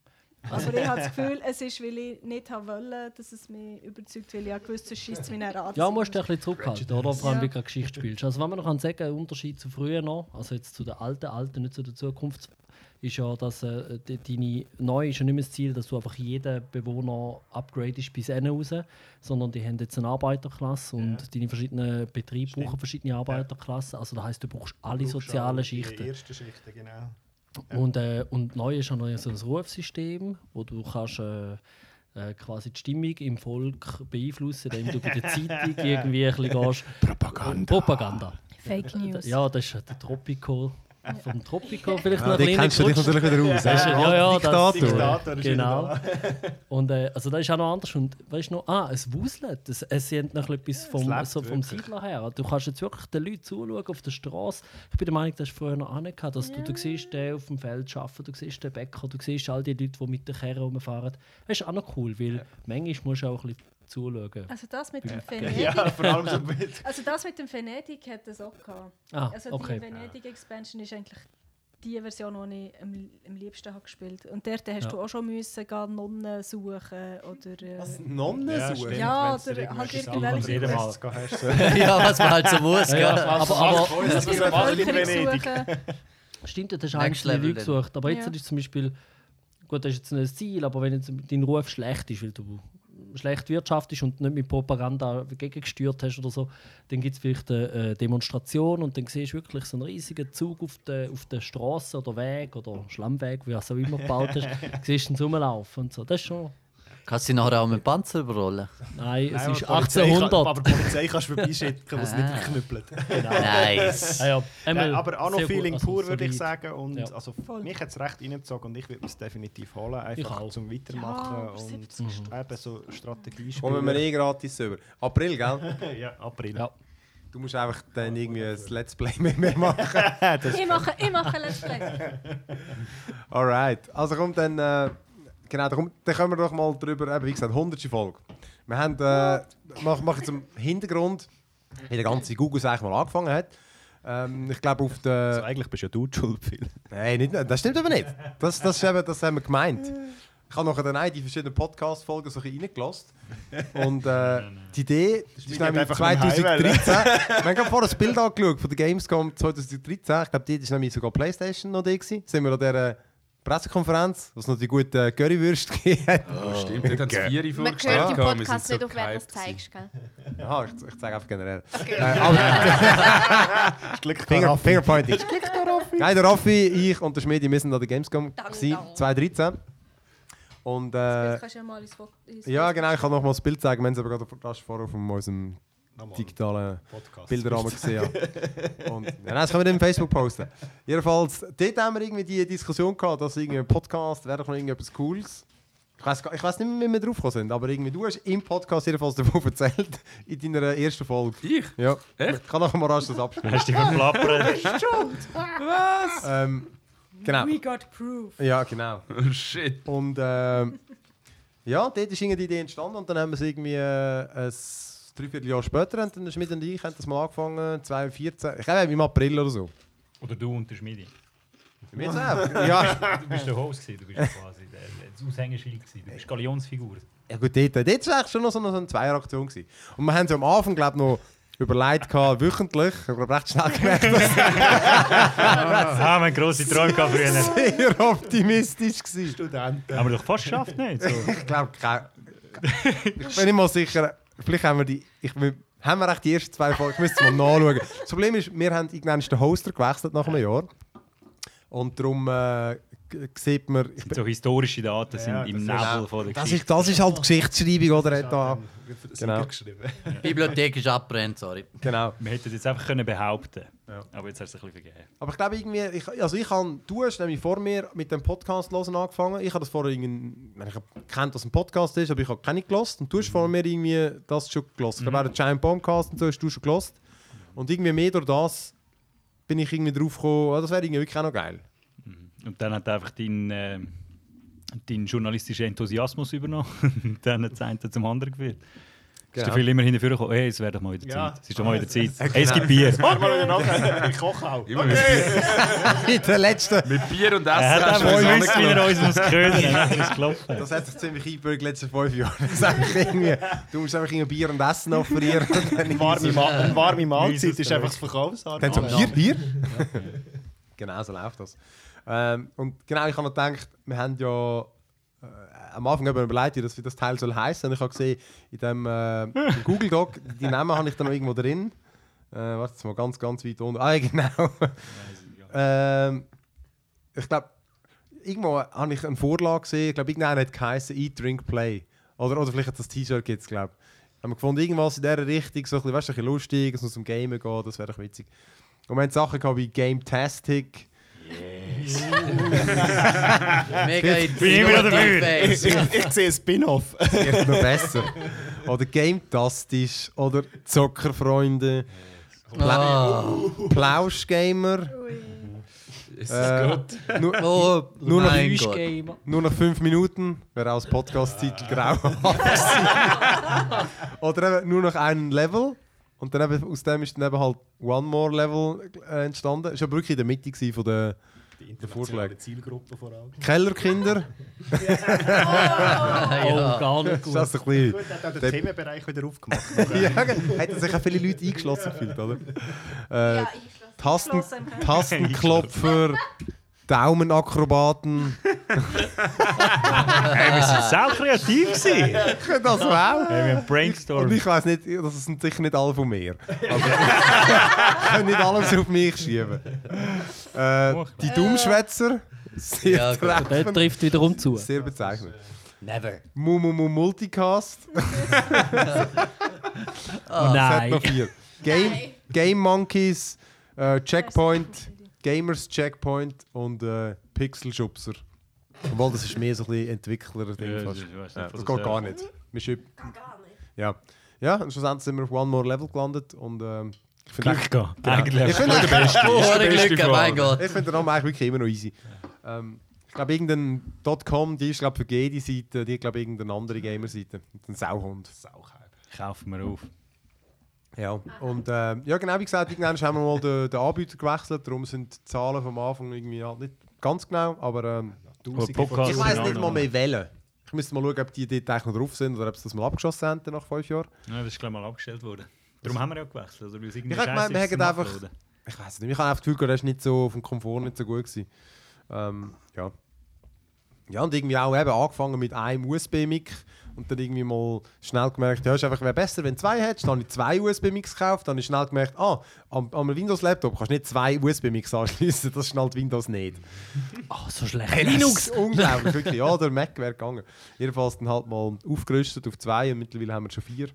S5: Aber ich habe das Gefühl, es ist, weil ich nicht habe wollen, dass es mich überzeugt, weil ich auch gewusst habe, schießt es mich dann an.
S4: ja, musst du ein bisschen zurückhalten, oder? Vor allem,
S5: Ja.
S4: wenn du gerade Geschichte spielst. Also, wenn man noch kann sagen kann, Unterschied zu früher noch, also jetzt zu der alten, alten, nicht zu der Zukunft, ist ja, dass äh, de- deine neu ist ja nicht mehr das Ziel, dass du einfach jeden Bewohner upgradest bis innen raus, sondern die haben jetzt eine Arbeiterklasse und deine verschiedenen Betriebe brauchen verschiedene Arbeiterklassen. Also, das heisst, du brauchst alle sozialen
S2: Die
S4: Schichten.
S2: ersten Schichten, genau.
S4: Und, äh, und neu ist auch noch so ein Rufsystem, wo du kannst, äh, äh, quasi die Stimmung im Volk beeinflussen, indem du bei der Zeitung irgendwie ein bisschen gehst. Propaganda. Propaganda.
S5: Fake News.
S4: Ja, das ist äh, der Tropico. Vom Tropico vielleicht
S1: Ja,
S4: noch
S1: die
S4: ein
S1: kennst du dich
S4: bisschen
S1: natürlich wieder aus.
S4: Ja, ja, ja, das-
S1: Diktator.
S2: Diktator ist
S4: Genau.
S2: wieder
S4: Und äh, also das ist auch noch anders. Und weißt du noch, ah, es wuselt. Es, es sind noch etwas vom,
S2: lebt
S4: so vom
S2: wirklich.
S4: Siedler her. Du kannst jetzt wirklich den Leuten zuschauen auf der Straße. Ich bin der Meinung, das hast du früher noch auch nicht gehabt, dass du, du siehst den auf dem Feld arbeiten, du siehst den Bäcker, du siehst all die Leute, die mit der Kerre rumfahren. Das ist auch noch cool, weil manchmal musst du auch ein bisschen zuschauen.
S5: Also das mit dem
S2: da.
S5: Venedig.
S2: Ja, vor allem so mit.
S5: Also das mit dem Venedig hat es auch gehabt.
S4: Ah,
S5: Also die
S4: okay.
S5: Venedig-Expansion ist eigentlich die Version, die ich am, am liebsten habe gespielt habe. Und dort hast
S4: Ja.
S5: du auch schon müssen, gehen, Nonnen suchen oder... Äh,
S1: Nonnen suchen?
S5: Ja,
S2: wenn's dir
S5: oder halt
S2: irgendwelche
S5: irgendwelche-
S2: Sachen
S4: Jedem
S2: am Fest gehabt hast, so.
S7: ja, was man halt so muss.
S4: Ja,
S7: gell?
S4: ja, aber,
S5: die
S4: aber,
S5: Bevölkerung suchen.
S4: Stimmt, das hast du
S7: Next
S4: eigentlich die
S7: Level
S4: Leute
S7: dann.
S4: gesucht. Aber jetzt
S5: Ja.
S4: ist zum Beispiel, gut, das ist jetzt nicht das Ziel, aber wenn jetzt dein Ruf schlecht ist, weil du schlecht wirtschaftest und nicht mit Propaganda gegengesteuert hast oder so, dann gibt es vielleicht eine, eine Demonstration und dann siehst du wirklich so einen riesigen Zug auf der, auf der Straße oder Weg oder Schlammweg, wie es auch immer gebaut hast, siehst du ihn rumlaufen und so. Das ist schon...
S7: Kannst du sie nachher auch mit Panzer überrollen?
S4: Nein, es
S2: Nein,
S4: ist
S2: aber Polizei kann-
S4: 1800.
S2: Aber die Polizei kannst du vorbeischicken, was nicht verknüppelt.
S7: Nice.
S4: Ah ja, einmal
S2: Nein, aber auch noch
S4: sehr gut,
S2: Feeling
S4: also
S2: pur, würde ich
S4: solid.
S2: sagen. Und
S4: Ja.
S2: also, mich hat es recht reingezogen und ich würde es definitiv holen,
S4: Ich
S2: einfach
S4: auch.
S2: zum Weitermachen
S5: Ja, aber
S2: und
S5: 70
S2: eben so Strategie
S1: Kommen wir eh gratis über. April, gell?
S2: Ja, April.
S4: Ja.
S1: Du musst einfach dann irgendwie ein Let's Play mit mir machen.
S5: Ich mache, ich mache Let's Play.
S1: Alright. Also kommt dann... Äh, genau, dann, dann können wir doch mal drüber... Eben, wie gesagt, 100. Folge. Wir haben... Äh, machen mach zum Hintergrund, wie der ganze Google eigentlich mal angefangen hat. Ähm, ich glaube auf
S2: Also,
S1: der...
S2: eigentlich bist ja du die schuld, Phil.
S1: Nein, nicht, das stimmt aber nicht. Das, das, ist eben, das haben wir gemeint. Ich habe nachher dann auch die verschiedenen Podcast-Folgen so ein bisschen reingelassen. Und äh, die Idee das ist
S2: Schmied hat
S1: nämlich
S2: einfach einen
S1: 2013. Wir haben gerade vorher das Bild angeschaut von der Gamescom 2013. Ich glaube, die war nämlich sogar Playstation noch da. Gewesen. Sind wir an dieser Pressekonferenz, eh, was noch die eh, gute Currywürste gegeben hat.
S3: Oh, stimmt, dort haben es vier
S6: Man
S3: vorgestellt.
S6: hört im
S3: gehabt, wir
S6: Podcast
S3: sind
S6: nicht,
S3: so
S6: auf wer du es
S3: gehypt gewesen.
S6: zeigst. Gell?
S1: Aha, ich, ich zeige einfach generell.
S6: Okay.
S2: Glück
S1: Eh, oh, Finger,
S2: Raffi.
S1: Fingerpointing. Nein, der Raffi, ich und der Schmidi, wir sind an der Gamescom
S6: Dank,
S1: gewesen,
S6: dank.
S1: 2013. Und äh,
S5: Jetzt kannst du ja mal ins Foto. ins
S1: ja,
S5: Foto-
S1: genau, ich kann nochmal das Bild zeigen, wir haben es aber gerade rasch vorher auf unserem
S2: Nochmal,
S1: digitalen
S2: Podcast.
S1: Bilderrahmen gesehen. ja. Und, ja, nein, das können wir dann auf Facebook posten. Jedenfalls, dort haben wir irgendwie die Diskussion gehabt, dass irgendwie ein Podcast wäre doch noch irgendetwas Cooles. Ich weiß ich weiss nicht mehr, wie wir drauf gekommen sind, aber irgendwie, du hast im Podcast jedenfalls davon erzählt, in deiner ersten Folge.
S3: Ich?
S1: Ja.
S3: Echt?
S1: Ich kann nachher mal rasch das abspielen.
S2: Hast du dich verplappert?
S1: ähm, genau.
S5: We got proof.
S1: Ja, genau.
S3: Oh, shit.
S1: Und ähm, ja, dort ist irgendwie die Idee entstanden und dann haben wir es irgendwie äh, ein Dreivierteljahr später, und dann Schmidt und ich haben das mal angefangen, 2014, ich glaube im April oder so.
S2: Oder du und der Schmidi.
S1: Mir jetzt auch. ja.
S2: Du bist der Host, gewesen, du bist quasi der, das Aushängeschild, gewesen, du bist Galionsfigur.
S1: ja gut, dort, dort war es eigentlich schon noch so eine, so eine Zweieraktion. Gewesen. Und wir haben so am Anfang, glaube ich, noch überlegt, gehabt, wöchentlich, ich habe recht schnell gemerkt, dass
S2: Ah, mein grosser Träume gehabt früher.
S1: es sehr optimistisch war.
S2: Aber doch fast geschafft, nicht? So.
S1: Ich glaube, kein- ich bin nicht mal sicher, vielleicht haben wir die, ich, wir, haben wir echt die ersten zwei Folgen, ich müsste es mal nachschauen. Das Problem ist, wir haben irgendwann den Hoster gewechselt nach einem Jahr. Und darum äh, g- sieht man... Ich,
S2: so historische Daten sind im Nebel von der
S1: das,
S2: Geschichte.
S1: ist, das ist halt Geschichtsschreibung, oder? Etwa. Genau.
S3: geschrieben.
S7: Die Bibliothek ist abbrennt, sorry.
S1: genau.
S2: Wir hätten es jetzt einfach können behaupten Aber jetzt hast du es ein bisschen vergeben.
S1: Aber ich glaube irgendwie, ich, also ich kann, du hast nämlich vor mir mit dem Podcast hören angefangen. Ich habe das vorher irgendwie, ich meine, ich habe gekannt, dass ein Podcast ist, aber ich habe keine gelost. Und du hast vor mir irgendwie das schon gelost. Ich glaube auch den Giant Bombcast und so hast du schon gelost. Und irgendwie mehr durch das bin ich irgendwie drauf gekommen, oh, das wäre irgendwie wirklich auch noch geil.
S2: Und dann hat einfach dein, äh, dein journalistischer Enthusiasmus übernommen. Und dann hat das eine zum anderen geführt. Ist der
S1: Genau.
S2: viel immer hinterher gekommen, hey, es wäre doch mal wieder
S8: Ja.
S2: Zeit. Es ist doch mal wieder Zeit. Hey, es gibt Bier.
S8: Ich koche auch.
S3: Immer mit,
S1: In der letzten.
S3: mit Bier und Essen
S2: Er hat
S3: hast du
S2: einfach gewusst,
S3: uns
S1: Genau.
S2: wie
S3: angenommen.
S2: er uns muss krönen muss. ist gelaufen.
S1: Das hat sich ziemlich eingebürgert in den letzten fünf Jahren. Das ist einfach irgendwie, du musst einfach irgendwie Bier und Essen offerieren. Und dann
S8: Warme, Ma eine warme Mahlzeit
S2: Jesus
S8: ist einfach das Verkaufsargument.
S1: Dann so, Bier, Bier? genau, so läuft das. Ähm, und genau, ich habe noch gedacht, wir haben ja äh, am Anfang haben wir überlegt, wie das, wie das Teil soll heißen. Und ich habe gesehen, in dem äh, im Google Doc, die Namen habe ich da noch irgendwo drin. Äh, warte jetzt mal ganz, ganz weit unten. Ah, ja, genau. ähm, ich glaube, irgendwo habe ich eine Vorlage gesehen. Ich glaube, irgendeiner hat geheißen Eat, Drink, Play. Oder, oder vielleicht hat das T-Shirt gibt es, glaube ich. Haben wir gefunden, irgendwas in dieser Richtung, so ein bisschen, weißt, du, ein bisschen lustig, es muss um Gamen gehen, das wäre doch witzig. Und wir haben Sachen gehabt wie Game-Tastic.
S7: Mega
S2: Bin ich wieder dabei.
S8: Ich, ich sehe ein Spin-off.
S1: Wird noch besser. Oder Game-Tastisch. Oder Zockerfreunde. Pla
S7: Ah.
S1: Plauschgamer.
S3: Jesus
S1: Äh,
S3: Gott.
S1: Nur,
S7: Oh,
S1: Nur noch
S7: mein
S4: Wüst
S7: Gott.
S4: Gamer.
S1: nur nach fünf Minuten wäre auch das Podcast-Titel grau. Oder eben nur noch ein Level. Und dann eben, aus dem ist dann eben halt One More Level äh, entstanden. Ist aber wirklich in der Mitte gewesen von der
S8: Die
S1: Vorschläge.
S8: Zielgruppe vor allem.
S1: Kellerkinder.
S4: Oh, gar nicht
S1: Ist
S4: gut.
S1: das ein bisschen...
S8: Gut, hat auch den
S1: Der-
S8: Themenbereich wieder aufgemacht.
S1: ja, genau. Hätten sich auch viele Leute eingeschlossen gefühlt, oder? Äh,
S6: Ja, ich schloss.
S1: Tasten,
S5: Schloss einfach.
S1: Tastenklopfer, Daumenakrobaten.
S2: Hey, wir sind selbst kreativ gewesen. Hey,
S1: Das
S2: wir
S1: war
S2: haben
S1: Und
S2: brainstormt.
S1: ich weiß nicht, das sind sicher nicht alle von mir. Also, können nicht alles auf mich schieben. Äh, die Dummschwätzer, sehr
S7: Ja, gut.
S4: Der
S1: treffend,
S4: trifft wiederum
S2: Ah,
S4: zu.
S1: sehr bezeichnend.
S7: Never.
S1: Mumumu Multicast, das hat
S4: Nein.
S1: noch vier. Game,
S6: Nein.
S1: Game Monkeys, äh, Checkpoint, Gamers Checkpoint und äh, Pixelschubser. Obwohl, das ist mehr so ein bisschen Entwickler-Ding.
S2: Ja, das
S1: fast.
S2: ist- ich weiß nicht,
S1: Ja, das
S2: was das
S1: geht
S2: ist.
S1: gar nicht. Wir schieben-
S6: Gar nicht.
S1: Ja. ja, und schlussendlich sind wir auf One More Level gelandet und ähm, ich finde
S2: Glück gehabt. Eigentlich.
S1: Ich finde
S7: Oh,
S3: der beste
S7: Glück, oh mein
S3: Fall.
S7: Gott.
S1: ich find den Namen eigentlich wirklich immer noch easy. Ähm, ich glaube, irgendein .com, die ist glaub, für jede Seite, die hat, glaube irgendeine andere eh, Gamer-Seite. Und ein Sauhund.
S2: Kaufen wir auf.
S1: Ja. Und ähm, ja, genau wie gesagt, irgendwann haben wir mal den, den Anbieter gewechselt, darum sind die Zahlen vom Anfang irgendwie halt nicht ganz genau, aber ähm,
S2: Tausende von Podcasts.
S1: ich
S2: Tausende
S1: weiß nicht mal
S2: anderen.
S1: mehr wählen. Ich müsste mal schauen, ob die dort eigentlich noch drauf sind oder ob sie das mal abgeschossen haben nach fünf Jahren.
S2: Ja, das ist gleich mal abgestellt worden. Darum haben wir ja gewechselt. Oder? Weil es irgendwie
S1: Ich hab
S2: scheiße
S1: gemeint, wir
S2: ist,
S1: hätten
S2: zum
S1: einfach-
S2: Uploaden.
S1: Ich weiß nicht, ich habe einfach das Gefühl, gehabt, der ist nicht so vom Komfort nicht so gut gewesen. Ähm, ja. Ja, und irgendwie auch eben angefangen mit einem USB-Mic und dann irgendwie mal schnell gemerkt, ja, ist einfach wäre besser, wenn du zwei hättest. Dann habe ich zwei USB-Mics gekauft, dann habe ich schnell gemerkt, ah, am, am Windows-Laptop kannst du nicht zwei USB-Mics anschließen, das schnallt Windows nicht.
S4: Ah, so schlecht. Linux!
S1: Unglaublich, wirklich. Ja, der Mac wäre gegangen. Jedenfalls dann halt mal aufgerüstet auf zwei und mittlerweile haben wir schon vier.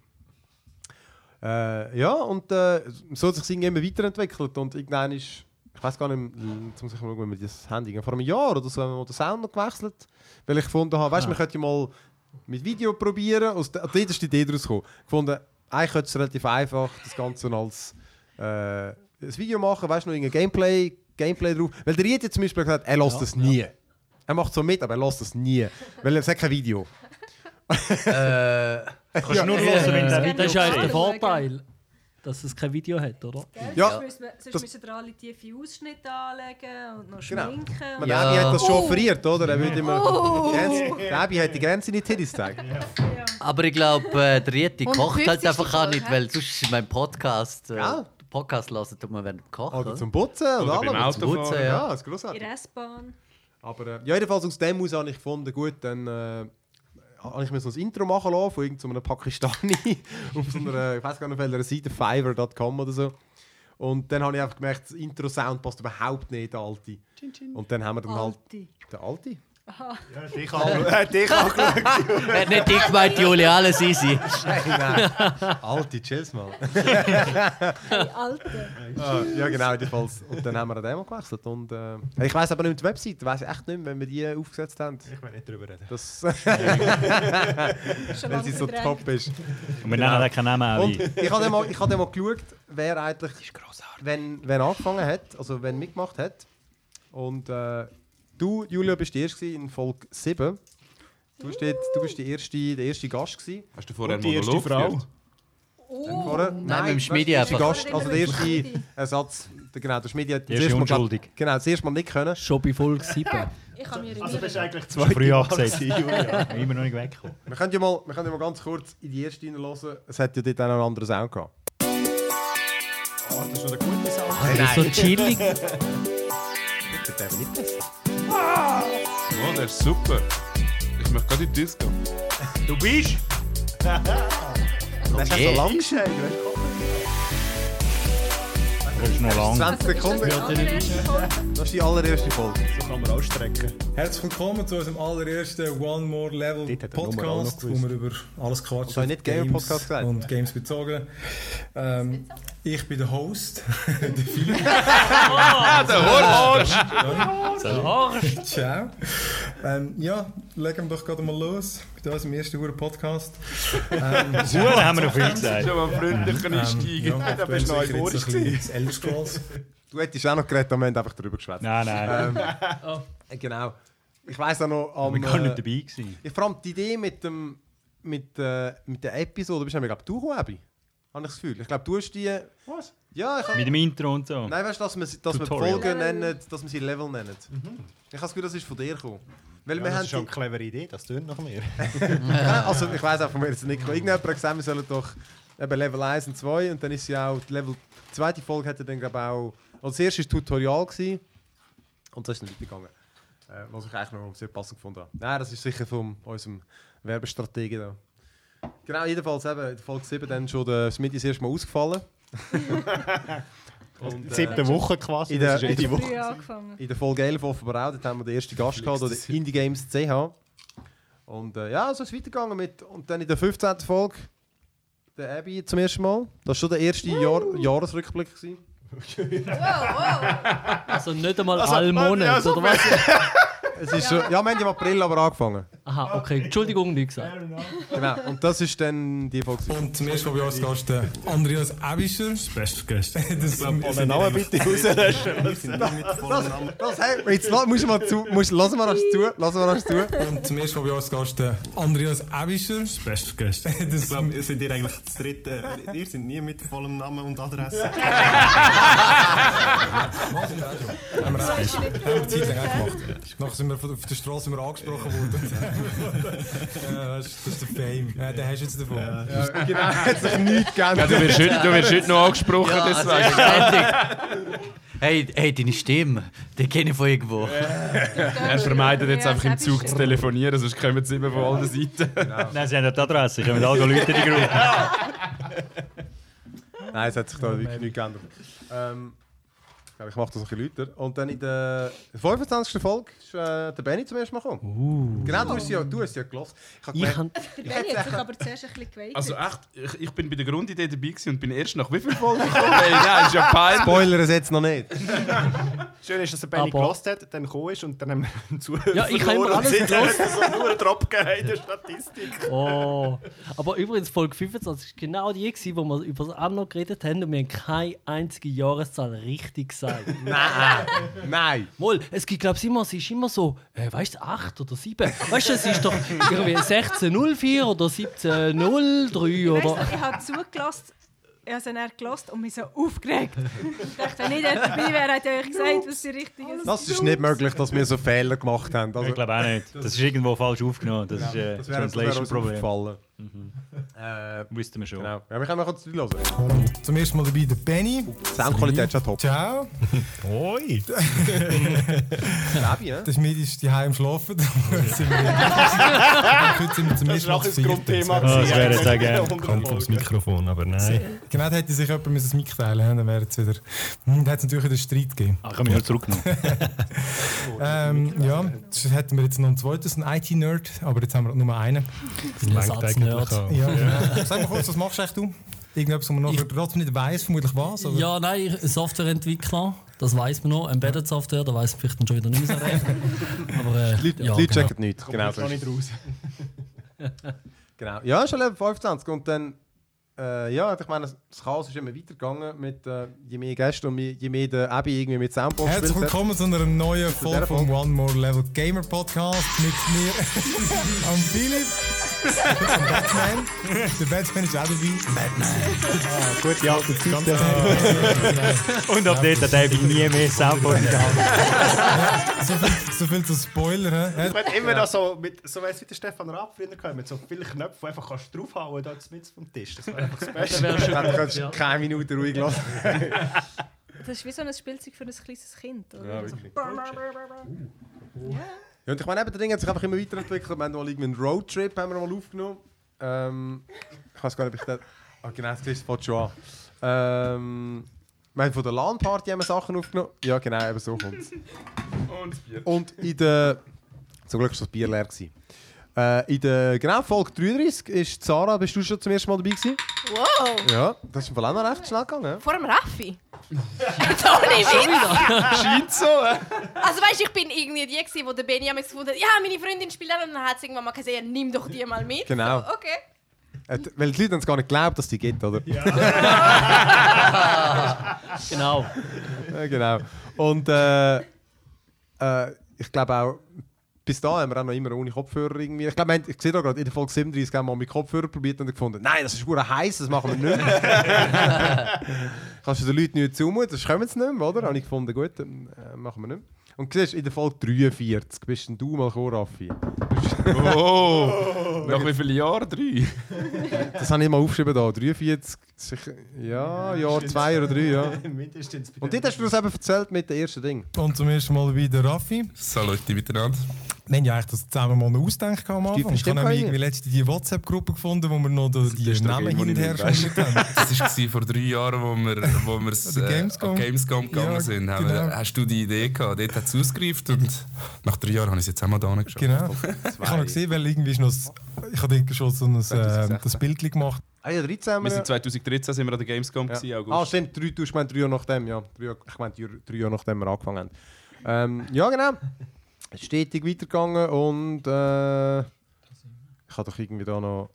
S1: Äh, ja, und äh, so hat sich das Ding immer weiterentwickelt und irgendwann ist, ich weiß gar nicht, jetzt muss ich mal schauen, wenn wir das Handy, vor einem Jahr oder so haben wir mal den Sound noch gewechselt, weil ich gefunden habe, weißt du, wir könnten ja mal mit Video probieren, aus der, dort ist die Idee daraus gekommen. gefunden, eigentlich könnte es relativ einfach das Ganze noch als äh, ein Video machen, weißt du, noch irgendein Gameplay, Gameplay drauf, weil der Riet zum Beispiel hat gesagt, er lässt das nie. Er macht so mit, aber er lässt das nie, weil er sagt kein Video.
S2: Kannst du nur hören, wenn der
S4: Äh,
S2: Video
S4: das ist eigentlich
S5: gesehen.
S4: der Vorteil, dass es kein Video hat, oder?
S1: Ja,
S5: sonst müssen wir, sonst
S1: das-
S5: müssen wir alle tiefe Ausschnitte anlegen und noch
S1: Genau.
S5: schminken.
S1: Man,
S5: Und
S7: Ja.
S1: Abi hat das schon
S6: Oh.
S1: offeriert, oder? Er würde immer die Grenze, der Abi hat die Grenze in die Tiddies gezeigt.
S7: Aber ich glaube, äh, der Rieti
S6: Und
S7: kocht halt
S6: 50
S7: einfach auch
S6: Dollar,
S7: nicht,
S6: hä?
S7: weil sonst in meinem Podcast. Äh,
S1: Ja.
S7: Podcast lassen tut man während dem Kochen.
S1: Oder
S7: Oder
S1: zum Putzen und
S3: Oder beim
S1: allem.
S3: Autofahren.
S7: Putzen, ja.
S1: Ja, das ist
S5: In
S1: grossartig.
S5: der S-Bahn.
S1: Aber äh, ja, jedenfalls aus dem aus habe ich gefunden, gut, dann äh, habe ich mir so ein Intro machen lassen von irgendeinem Pakistani auf so einer, ich weiß gar nicht welcher Seite, fiverr.com oder so. Und dann habe ich einfach gemerkt, das Intro-Sound passt überhaupt nicht, der alte. Und dann haben wir dann halt...
S5: Alte.
S1: Der alte?
S8: Dich angeschaut. Dich angeschaut.
S7: Er hat nicht ich gemeint, Juli, alles easy.
S1: Nein, nein. alte, chill's mal.
S5: Die Alte.
S1: Ah, ja, genau, jedenfalls. Und dann haben wir an dem mal gewechselt. Und, äh, ich weiß aber nicht mehr die Website, weiß ich echt nicht mehr, wenn wir die äh, aufgesetzt haben.
S2: Ich will nicht drüber reden.
S1: Das,
S5: Schon
S1: weil
S5: lange
S1: sie so
S5: verdrängt.
S1: top ist.
S9: Und wir nennen den keinen Namen auch
S1: Genau. Und
S9: ein.
S1: ich habe dann mal, ich habe dann mal geschaut, wer eigentlich wenn, wenn angefangen hat, also wenn mitgemacht hat. Und äh, du, Julia, bist die erste gewesen in Folge 7. Du, bist dort, du bist die erste, der erste Gast. Gewesen.
S3: Hast du vorher
S2: Und die erste Frau?
S3: geführt?
S5: Oh,
S1: Vorher-
S7: Nein, mit dem Schmidi
S1: weißt du, der erste
S7: einfach.
S1: Gast, also der erste Ersatz. Genau, der Schmidi hat
S9: Der ist
S1: das erste Mal-
S9: unschuldig.
S1: Genau, das erste Mal nicht können.
S4: Schon bei Folge 7.
S5: ich kann mich
S2: Also das ist
S5: erinnern.
S2: eigentlich
S9: Das war
S2: zwei
S9: früh angesagt. Immer noch nicht weggekommen.
S1: Wir können ja mal, wir können ja mal ganz kurz in die erste reinlassen. Es hat ja dort auch noch einen anderen Sound gehabt.
S2: Das ist schon eine gute Sache.
S4: Das ist so chillig.
S3: Oh, der ist super. Ich möchte gerade in die Disco.
S2: Du bist...
S1: Das ist
S7: Okay.
S1: so lang gescheit.
S9: Das ist noch lang.
S1: 20 Sekunden. Das ist die allererste Folge.
S2: So kann man auch strecken.
S10: Herzlich willkommen zu unserem allerersten One More Level
S2: Dort hat er die Nummer auch noch
S10: Podcast,
S2: gewusst.
S10: wo wir über alles
S1: Das
S10: quatschen.
S1: habe ich nicht Gamer-Podcast gesagt.
S10: Und Games bezogen. Ähm, ich bin der Host, der Philipp.
S3: Ah, der Horst!
S10: Ciao. Ähm, ja, legen wir doch gerade mal los mit unserem ersten Uhren Podcast. Ehm,
S9: Huren haben wir noch viel gesagt.
S3: Schon mal freundlich
S9: Ähm,
S3: einsteigen.
S10: ja, da
S2: bist du noch euphorisch
S10: Das Elder Scrolls.
S1: Du hättest auch noch geredet, am Ende einfach drüber geschwätzt.
S9: Nein, nein.
S1: Äh, Genau. Ich weiss auch noch,
S10: Ehm,
S1: am,
S9: Ich war gar
S10: eh,
S9: nicht
S1: äh,
S9: dabei. Gewesen.
S1: ich, vor allem die Idee mit, dem, mit, äh, mit der Episode, bist du glaube du gekommen, Ebi? Habe ich das Gefühl. Ich glaube, du hast die...
S2: Was?
S1: Ja, ich hab,
S9: Mit dem Intro und so.
S1: Nein, weißt du, dass wir, sie- dass wir die
S9: Tutorial.
S1: Folgen nennen, dass wir sie Level nennen. Ich habe das Gefühl, das ist von dir gekommen. Weil wir
S2: Mhm. das
S1: haben
S2: ist schon eine
S1: die-
S2: clevere Idee, das tönt nach mir.
S1: Ja, also ich weiß auch von mir jetzt nicht. Irgendjemand hat gesagt, wir sollen doch eben Level 1 und 2 und dann ist sie auch, die Level die zweite Folge hatte dann glaube auch, als erstes Tutorial gewesen und das ist dann weitergegangen. Äh, was ich eigentlich noch sehr passend gefunden habe. Nein, das ist sicher von unserem Werbestrategen da. Genau, jedenfalls eben, in der Folge 7 dann schon der Smith ist erstmal ausgefallen. und, äh,
S2: Siebte Woche quasi.
S1: in
S8: dus
S1: der,
S2: das ist
S1: in,
S2: jede
S1: der,
S2: Woche.
S5: Früh angefangen.
S1: in der Folge 11 offenbar auch, dort haben wir den ersten Gast gehabt, oder Indie Games CH. Und äh, ja, so ist es weitergegangen mit, und dann in der 15. Folge, der Abby zum ersten Mal. Das war schon der erste Jahr, Jahresrückblick. Gewesen.
S4: Also nicht einmal all Monat, oder was?
S1: Es ist schon, ja, wir haben im April aber angefangen.
S4: Aha, okay. Entschuldigung, nicht gesagt.
S1: Genau, und das ist dann die Folge. gewesen.
S10: Und zum ersten Mal bei uns Gast äh, Andreas Ebischer. Das beste Gast. Das
S2: Ohne
S8: nou
S2: Namen bitte rauslöschen.
S1: Das, das, hey, jetzt la- musst du mal zu, musst, lass mal rasch zu, lass mal rasch zu.
S10: Und zum ersten Mal bei uns Gast äh, Andreas Ebischer. Das beste Gast. Das
S8: Ihr seid ihr eigentlich das dritte. Ihr seid nie mit vollem Namen und Adresse.
S10: haben wir auch haben wir eine Zeit lang auch gemacht. Nachher sind wir von- auf der Straße immer angesprochen worden. Eh, ja, das ist das ist der Fame. Ja, den hast du jetzt davon.
S1: Genau, hat sich nichts geändert.
S3: Du wirst heute noch angesprochen,
S7: Ja, also
S3: deswegen.
S7: ständig. Hey, hey, deine Stimme, die kenne ich von irgendwo.
S3: Er vermeidet jetzt einfach im Zug zu telefonieren, sonst kommen sie immer von allen Seiten.
S9: Nein, sie haben ja die Adresse, sie kommen alle Leute in die Gruppe.
S1: Nein, es hat sich da wirklich nichts geändert. Ähm, ich glaube, ich mache das noch ein bisschen lauter. Und dann in der 25. Folge ist äh, der Benny zum ersten Mal gekommen. Genau, du hast ja, du hast ja gelassen. Ich habe gemerkt,
S5: Der Benni hat sich aber zuerst ein bisschen geweitet.
S3: Also echt, ich, ich bin bei der Grundidee dabei gewesen und bin erst nach wie viel Folgen gekommen? Ey, nein, ist ja peinlich.
S1: Spoiler es jetzt noch nicht.
S2: Schön ist, dass der Benny
S4: Aber-
S2: gelost hat, dann gekommen ist und dann haben wir einen Zuhörer
S4: Ja, ich habe
S2: verloren
S4: immer
S2: und
S4: alles
S2: seitdem hat er so nur einen Drop gegeben in der Statistik.
S4: Oh. Aber übrigens, Folge 25 war genau die, gewesen, wo wir über das Anno geredet haben und wir haben keine einzige Jahreszahl richtig gesagt.
S1: Nein, nein.
S4: Mol, es gibt, glaube ich, immer, es ist immer so, äh, weißt du, 8 oder 7. Weißt du, es ist doch irgendwie 1604 oder 1703
S5: Ich weiss
S4: oder.
S5: noch, ich habe zugelassen, ich habe es dann gelassen und mich so aufgeregt. ich dachte, wenn ich dort dabei wäre, hätte ich euch gesagt, was die richtige ist.
S1: Das ist nicht möglich, dass wir so Fehler gemacht haben. Also,
S9: Ich glaube auch nicht. Das ist irgendwo falsch aufgenommen. Das ist äh,
S1: das
S9: das
S1: wäre das wäre uns
S9: Translation-Problem.
S1: aufgefallen.
S9: Wussten wir schon.
S1: Genau. Ja, wir können mal kurz hören.
S10: Zum ersten Mal dabei der Benny.
S1: Soundqualität ist ja top.
S10: Ciao.
S9: Hoi!
S1: Fabi, ja?
S10: Das ist mir ist die Heim schlafen. Heute sind wir zum ersten Mal zu viert.
S9: Oh, das wäre jetzt auch gerne.
S8: Kommt ums Mikrofon, aber nein.
S10: Genau, da hätte sich jemand müssen das Mic teilen müssen, dann wäre es wieder. Hm, Da hätte es natürlich wieder Streit gegeben.
S9: Ach, ich habe mich halt zurückgenommen.
S10: Ähm, ja, das hätten wir jetzt noch einen zweiten, einen IT-Nerd, aber jetzt haben wir nur einen.
S8: Das lenkt
S4: Satz
S8: eigentlich
S4: Nerd.
S8: an.
S10: Ja. Sag mal kurz, was machst du eigentlich du? Irgendetwas, wo man noch trotzdem nicht weiss, vermutlich was. Aber
S11: Ja, nein, ich- Softwareentwickler, das weiß man noch. Embedded Software, da weiß man vielleicht dann schon wieder nicht mehr so recht. Aber äh,
S1: Die Leute,
S11: ja,
S1: die Leute
S11: genau.
S1: checken nichts. Genau,
S2: Kommt noch nicht raus.
S1: genau. Nou, Ja, schon Level 25. Und dann, äh, ja, ich meine, das Chaos ist immer weitergegangen. Mit, äh, je mehr Gäste und je je mehr der Abby irgendwie mit Soundbox
S10: Herzlich
S1: gespielt hat.
S10: willkommen zu einer neuen Folge
S1: dieser
S10: vom One More Level Gamer Podcast mit mir am Philipp. Und Batman. Der Batman ist auch dabei.
S2: Gute alte Zeit.
S10: Ganz klar.
S9: Und ab dort hat David nie mehr Soundboard gehabt.
S10: so, viel, so viel zu Spoilern. hä?
S2: Ich meine, immer noch so, mit, so weiss wie der Stefan Raab früher gehabt, mit so vielen Knöpfen, die einfach kannst du draufhauen da mit vom Tisch. Das wäre einfach das Beste.
S1: Du kannst keine Minute ruhig lassen.
S5: Das ist wie so ein Spielzeug für ein kleines Kind. Oder?
S1: Ja,
S5: so,
S1: wirklich.
S5: brr, brr, brr, brr.
S1: Ja, und ich meine, eben, der Ding hat sich einfach immer weiterentwickelt. Wir haben mal irgendwie einen Roadtrip haben wir mal aufgenommen. Ähm, ich weiß gar nicht, ob ich das... Ah, genau, das ist es schon an. Ähm, wir haben von der LAN-Party haben wir Sachen aufgenommen. Ja, nou, genau, eben so kommt
S3: Und das Bier.
S1: Und in der... Zum Glück war das Bier leer. Gewesen. Äh, in der genau Folge 33 ist Sarah, bist du schon zum ersten Mal dabei gewesen?
S6: Wow!
S1: Ja, das ist im Fall auch noch recht schnell gegangen.
S6: Vor dem Raffi? Toni, Witz!
S3: Scheint so, äh?
S6: Also weißt du, ich bin irgendwie die, gewesen, wo der Benjamin gefunden hat, ja, meine Freundin spielt auch, und dann hat sie irgendwann mal gesagt, ja, nimm doch die mal mit.
S1: Genau.
S6: So, okay.
S1: Äh, d- weil die Leute haben es gar nicht geglaubt, dass die gibt, oder?
S4: Genau.
S1: Ja, genau. Und äh, äh, ich glaube auch, bis da haben wir auch noch immer ohne Kopfhörer irgendwie. Ich glaube, wir haben- ich sehe da gerade, in der Folge 37 haben wir mal mit Kopfhörer probiert und gefunden, nein, das ist gut heiß, das machen wir nicht. Kannst du den Leuten nicht zumuten, das kommen sie nicht mehr, oder? Habe ich gefunden, gut, dann äh, machen wir nicht mehr. Und siehst du, in der Folge 43 bist denn du mal gekommen, Raffi.
S3: Oh! Nach wie vielen Jahren? Drei?
S1: Das habe ich mal aufgeschrieben da, 43, sicher, ja, Jahr 2 oder 3, ja.
S2: Mindestens bei
S1: Und
S2: den-
S1: dort hast du das eben erzählt mit dem ersten Ding.
S10: Und zum ersten Mal wieder Raffi.
S8: Salut miteinander.
S10: Nein, ja, ich das zusammen mal ausdenken am Anfang.
S1: Stimmt,
S10: Ich habe
S1: stimmt,
S10: nämlich
S1: kann
S10: irgendwie letzte die WhatsApp-Gruppe gefunden, wo wir noch die, die
S3: ist doch
S10: Namen
S3: irgendwo
S10: hin und her
S3: nicht mehr
S10: geschmuggelt haben.
S8: Das war vor drei Jahren, wo wir, wo wir s-
S10: An der
S8: äh,
S10: Gamescom.
S8: an Gamescom gegangen
S10: Ja,
S8: sind. Haben
S10: genau.
S8: wir, hast du die Idee gehabt? Dort hat es ausgereift und nach drei Jahren habe ich es jetzt auch mal da geschafft.
S10: Genau. Ich habe noch gesehen, weil irgendwie ist noch. das- Ich habe dort schon so ein, äh, das Bild gemacht.
S1: Ah ja, 13 haben
S3: Wir
S1: wir ja.
S3: sind 2013 sind wir an der Gamescom gewesen,
S1: Ja. Ah,
S3: August.
S1: stimmt, drei, du, ich meine drei Jahre nachdem, ja. Drei, Jahre- ich meine drei- drei Jahre nachdem wir angefangen haben. Ähm, ja, genau. Stetig weitergegangen und äh, ich habe doch irgendwie da noch.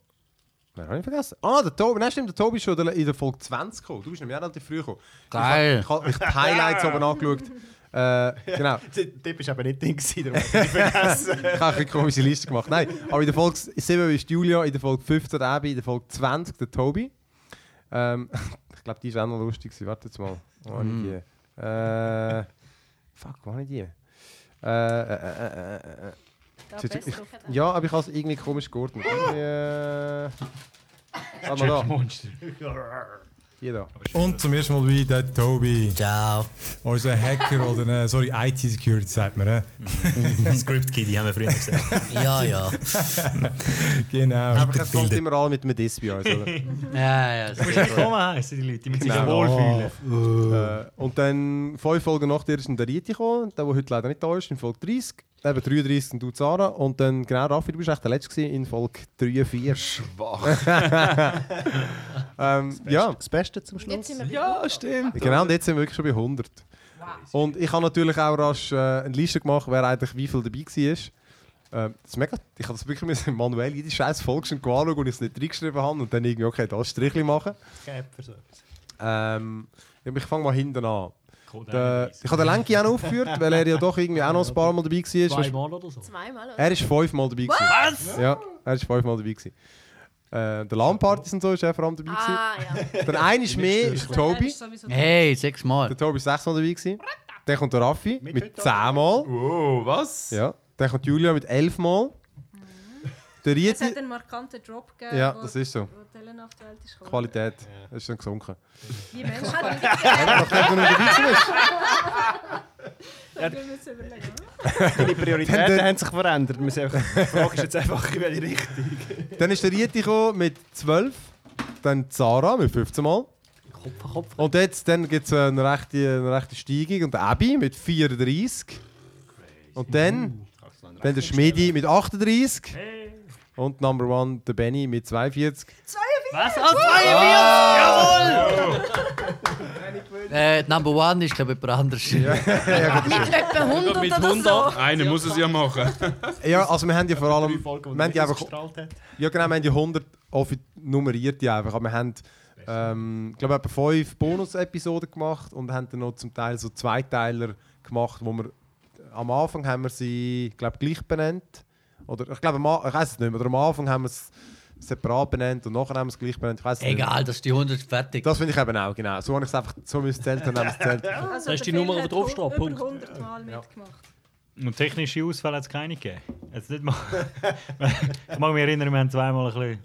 S1: Nein, habe ich vergessen. Ah, der Tobi, nein, stimmt, der Tobi ist schon in der- in der Folge 20 gekommen. Du bist nämlich auch relativ früh gekommen.
S7: Geil.
S1: Ich habe ich hab die Highlights oben angeschaut. Äh, genau.
S2: Der Tipp war aber nicht drin, gewesen, darum habe ich vergessen.
S1: Ich habe eine komische Liste gemacht. Nein, aber in der Folge 7 ist Julia, in der Folge 15 der Abby, in der Folge 20 der Tobi. Ähm, ich glaube, die war auch noch lustig. gewesen. Warte jetzt mal. Wo habe ich die? Äh, fuck, wo habe ich die? Äh, äh, äh, äh, äh.
S5: Da
S1: Tut-
S5: besser.
S1: Ja, aber ich habe es irgendwie eh, komisch geordnet. Irgendwie, äh, Warte mal da. Die da.
S10: Und zum ersten Mal wieder der Tobi.
S7: Ciao.
S10: Unser Hacker oder, äh, sorry, IT-Security sagt man, äh.
S9: Script Kiddy haben wir früher gesagt.
S7: Ja, ja.
S10: genau.
S1: Aber es kommt immer alle mit einem Diss bei uns, oder?
S7: ja, ja.
S9: Du musst echt kommen heissen, ah, die Leute, damit sie sich
S1: Genau.
S9: wohlfühlen.
S1: Äh, und dann fünf Folgen nach dir ist dann der Rieti gekommen, der, der heute leider nicht da ist, in Folge 30. Eben 33 und du Zara. Und dann, genau, Raffi, du bist echt der Letzte gewesen in Folge
S3: Ah,
S1: 43.
S3: Schwach.
S1: ähm, ja.
S2: Das Beste zum Schluss.
S6: Ja,
S2: stimmt.
S1: Genau, und jetzt sind wir wirklich schon bei 100. Und ich habe natürlich auch rasch äh, eine Liste gemacht, wer eigentlich wie viel dabei war. Äh, das ist mega, ich habe das wirklich müssen manuell jede scheiß Folge schon anschauen und ich es nicht reingeschrieben habe und dann irgendwie, okay, das Strichli machen.
S2: Gäbe für so etwas.
S1: Ähm, ja, ich fange mal hinten an.
S9: Code
S1: Der, ich habe den Lenki auch noch aufgeführt, weil er ja doch irgendwie auch noch ein paar Mal dabei war.
S4: Zweimal oder so.
S6: Zweimal, oder?
S1: Er ist fünfmal dabei. Was? Ja, er ist fünfmal dabei. Gewesen. Äh, der Lampart und so ist er vor allem dabei. gewesen.
S6: Ah, ja.
S1: Der eine ist
S3: dus.
S1: mehr, ist
S6: Er
S1: Tobi.
S6: ist sowieso-
S7: Hey, sechsmal.
S1: Der Tobi ist sechsmal dabei. Gewesen. Dann kommt der Raffi mit zehnmal.
S3: Wow, was?
S1: Ja. Dann kommt Julia mit elfmal. Der
S5: Es hat
S1: Rieti.
S5: einen markanten Drop gegeben,
S1: Ja,
S5: wo,
S1: das ist so.
S5: wo die Elena auf die Welt ist gekommen.
S1: Qualität. Das ist dann gesunken.
S5: Wie Menschen haben
S1: Nachdem du nicht dabei bist.
S5: wir müssen überlegen.
S2: Die Prioritäten haben sich verändert. Wir sind einfach- Die Frage ist jetzt einfach, in welche Richtung.
S1: Dann ist der Rieti gekommen mit 12. Dann Zara mit 15 Mal.
S4: Kopf an Kopf.
S1: Und jetzt dann gibt es eine rechte, eine rechte Steigung. Und der Abi mit 34. Und dann, dann der Schmidi mit 38. Und Number One, der Benny mit 42.
S4: Was? Ah, zwei!
S7: Äh, die Number One ist, glaube ich, jemand anders.
S6: Mit etwa 100
S3: Mit
S6: oder so.
S3: 100? Einer muss es ja machen.
S1: Ja, also wir haben ja vor allem.
S2: Drei Folgen, die
S1: wir haben ja
S2: nicht
S1: einfach
S2: ausgestrahlt hat.
S1: Ja, genau, wir haben die 100 offi- nummerierte einfach. Aber wir haben, ähm, glaube ich, etwa fünf Bonus-Episoden gemacht und haben dann noch zum Teil so Zweiteiler gemacht, wo wir am Anfang haben wir sie, glaube gleich benannt. Oder ich glaube, am A- ich weiß es nicht mehr. Oder am Anfang haben wir es separat benannt und nachher haben wir es gleich benannt. Ich weiss es nicht. mehr.
S7: Egal, das ist die 100 fertig.
S1: Das finde ich eben auch, genau. So habe ich es einfach, so müsst ihr zählen, dann haben wir es zählt.
S5: Also,
S4: Da ist die
S5: der Film
S4: Nummer, die
S5: hat
S4: draufsteht,
S5: Über
S4: Punkt.
S5: 100 Mal mitgemacht.
S9: Und technische Ausfälle hat es keine gegeben. Jetzt nicht mal. ich mag mich erinnern, wir haben zweimal ein bisschen, ein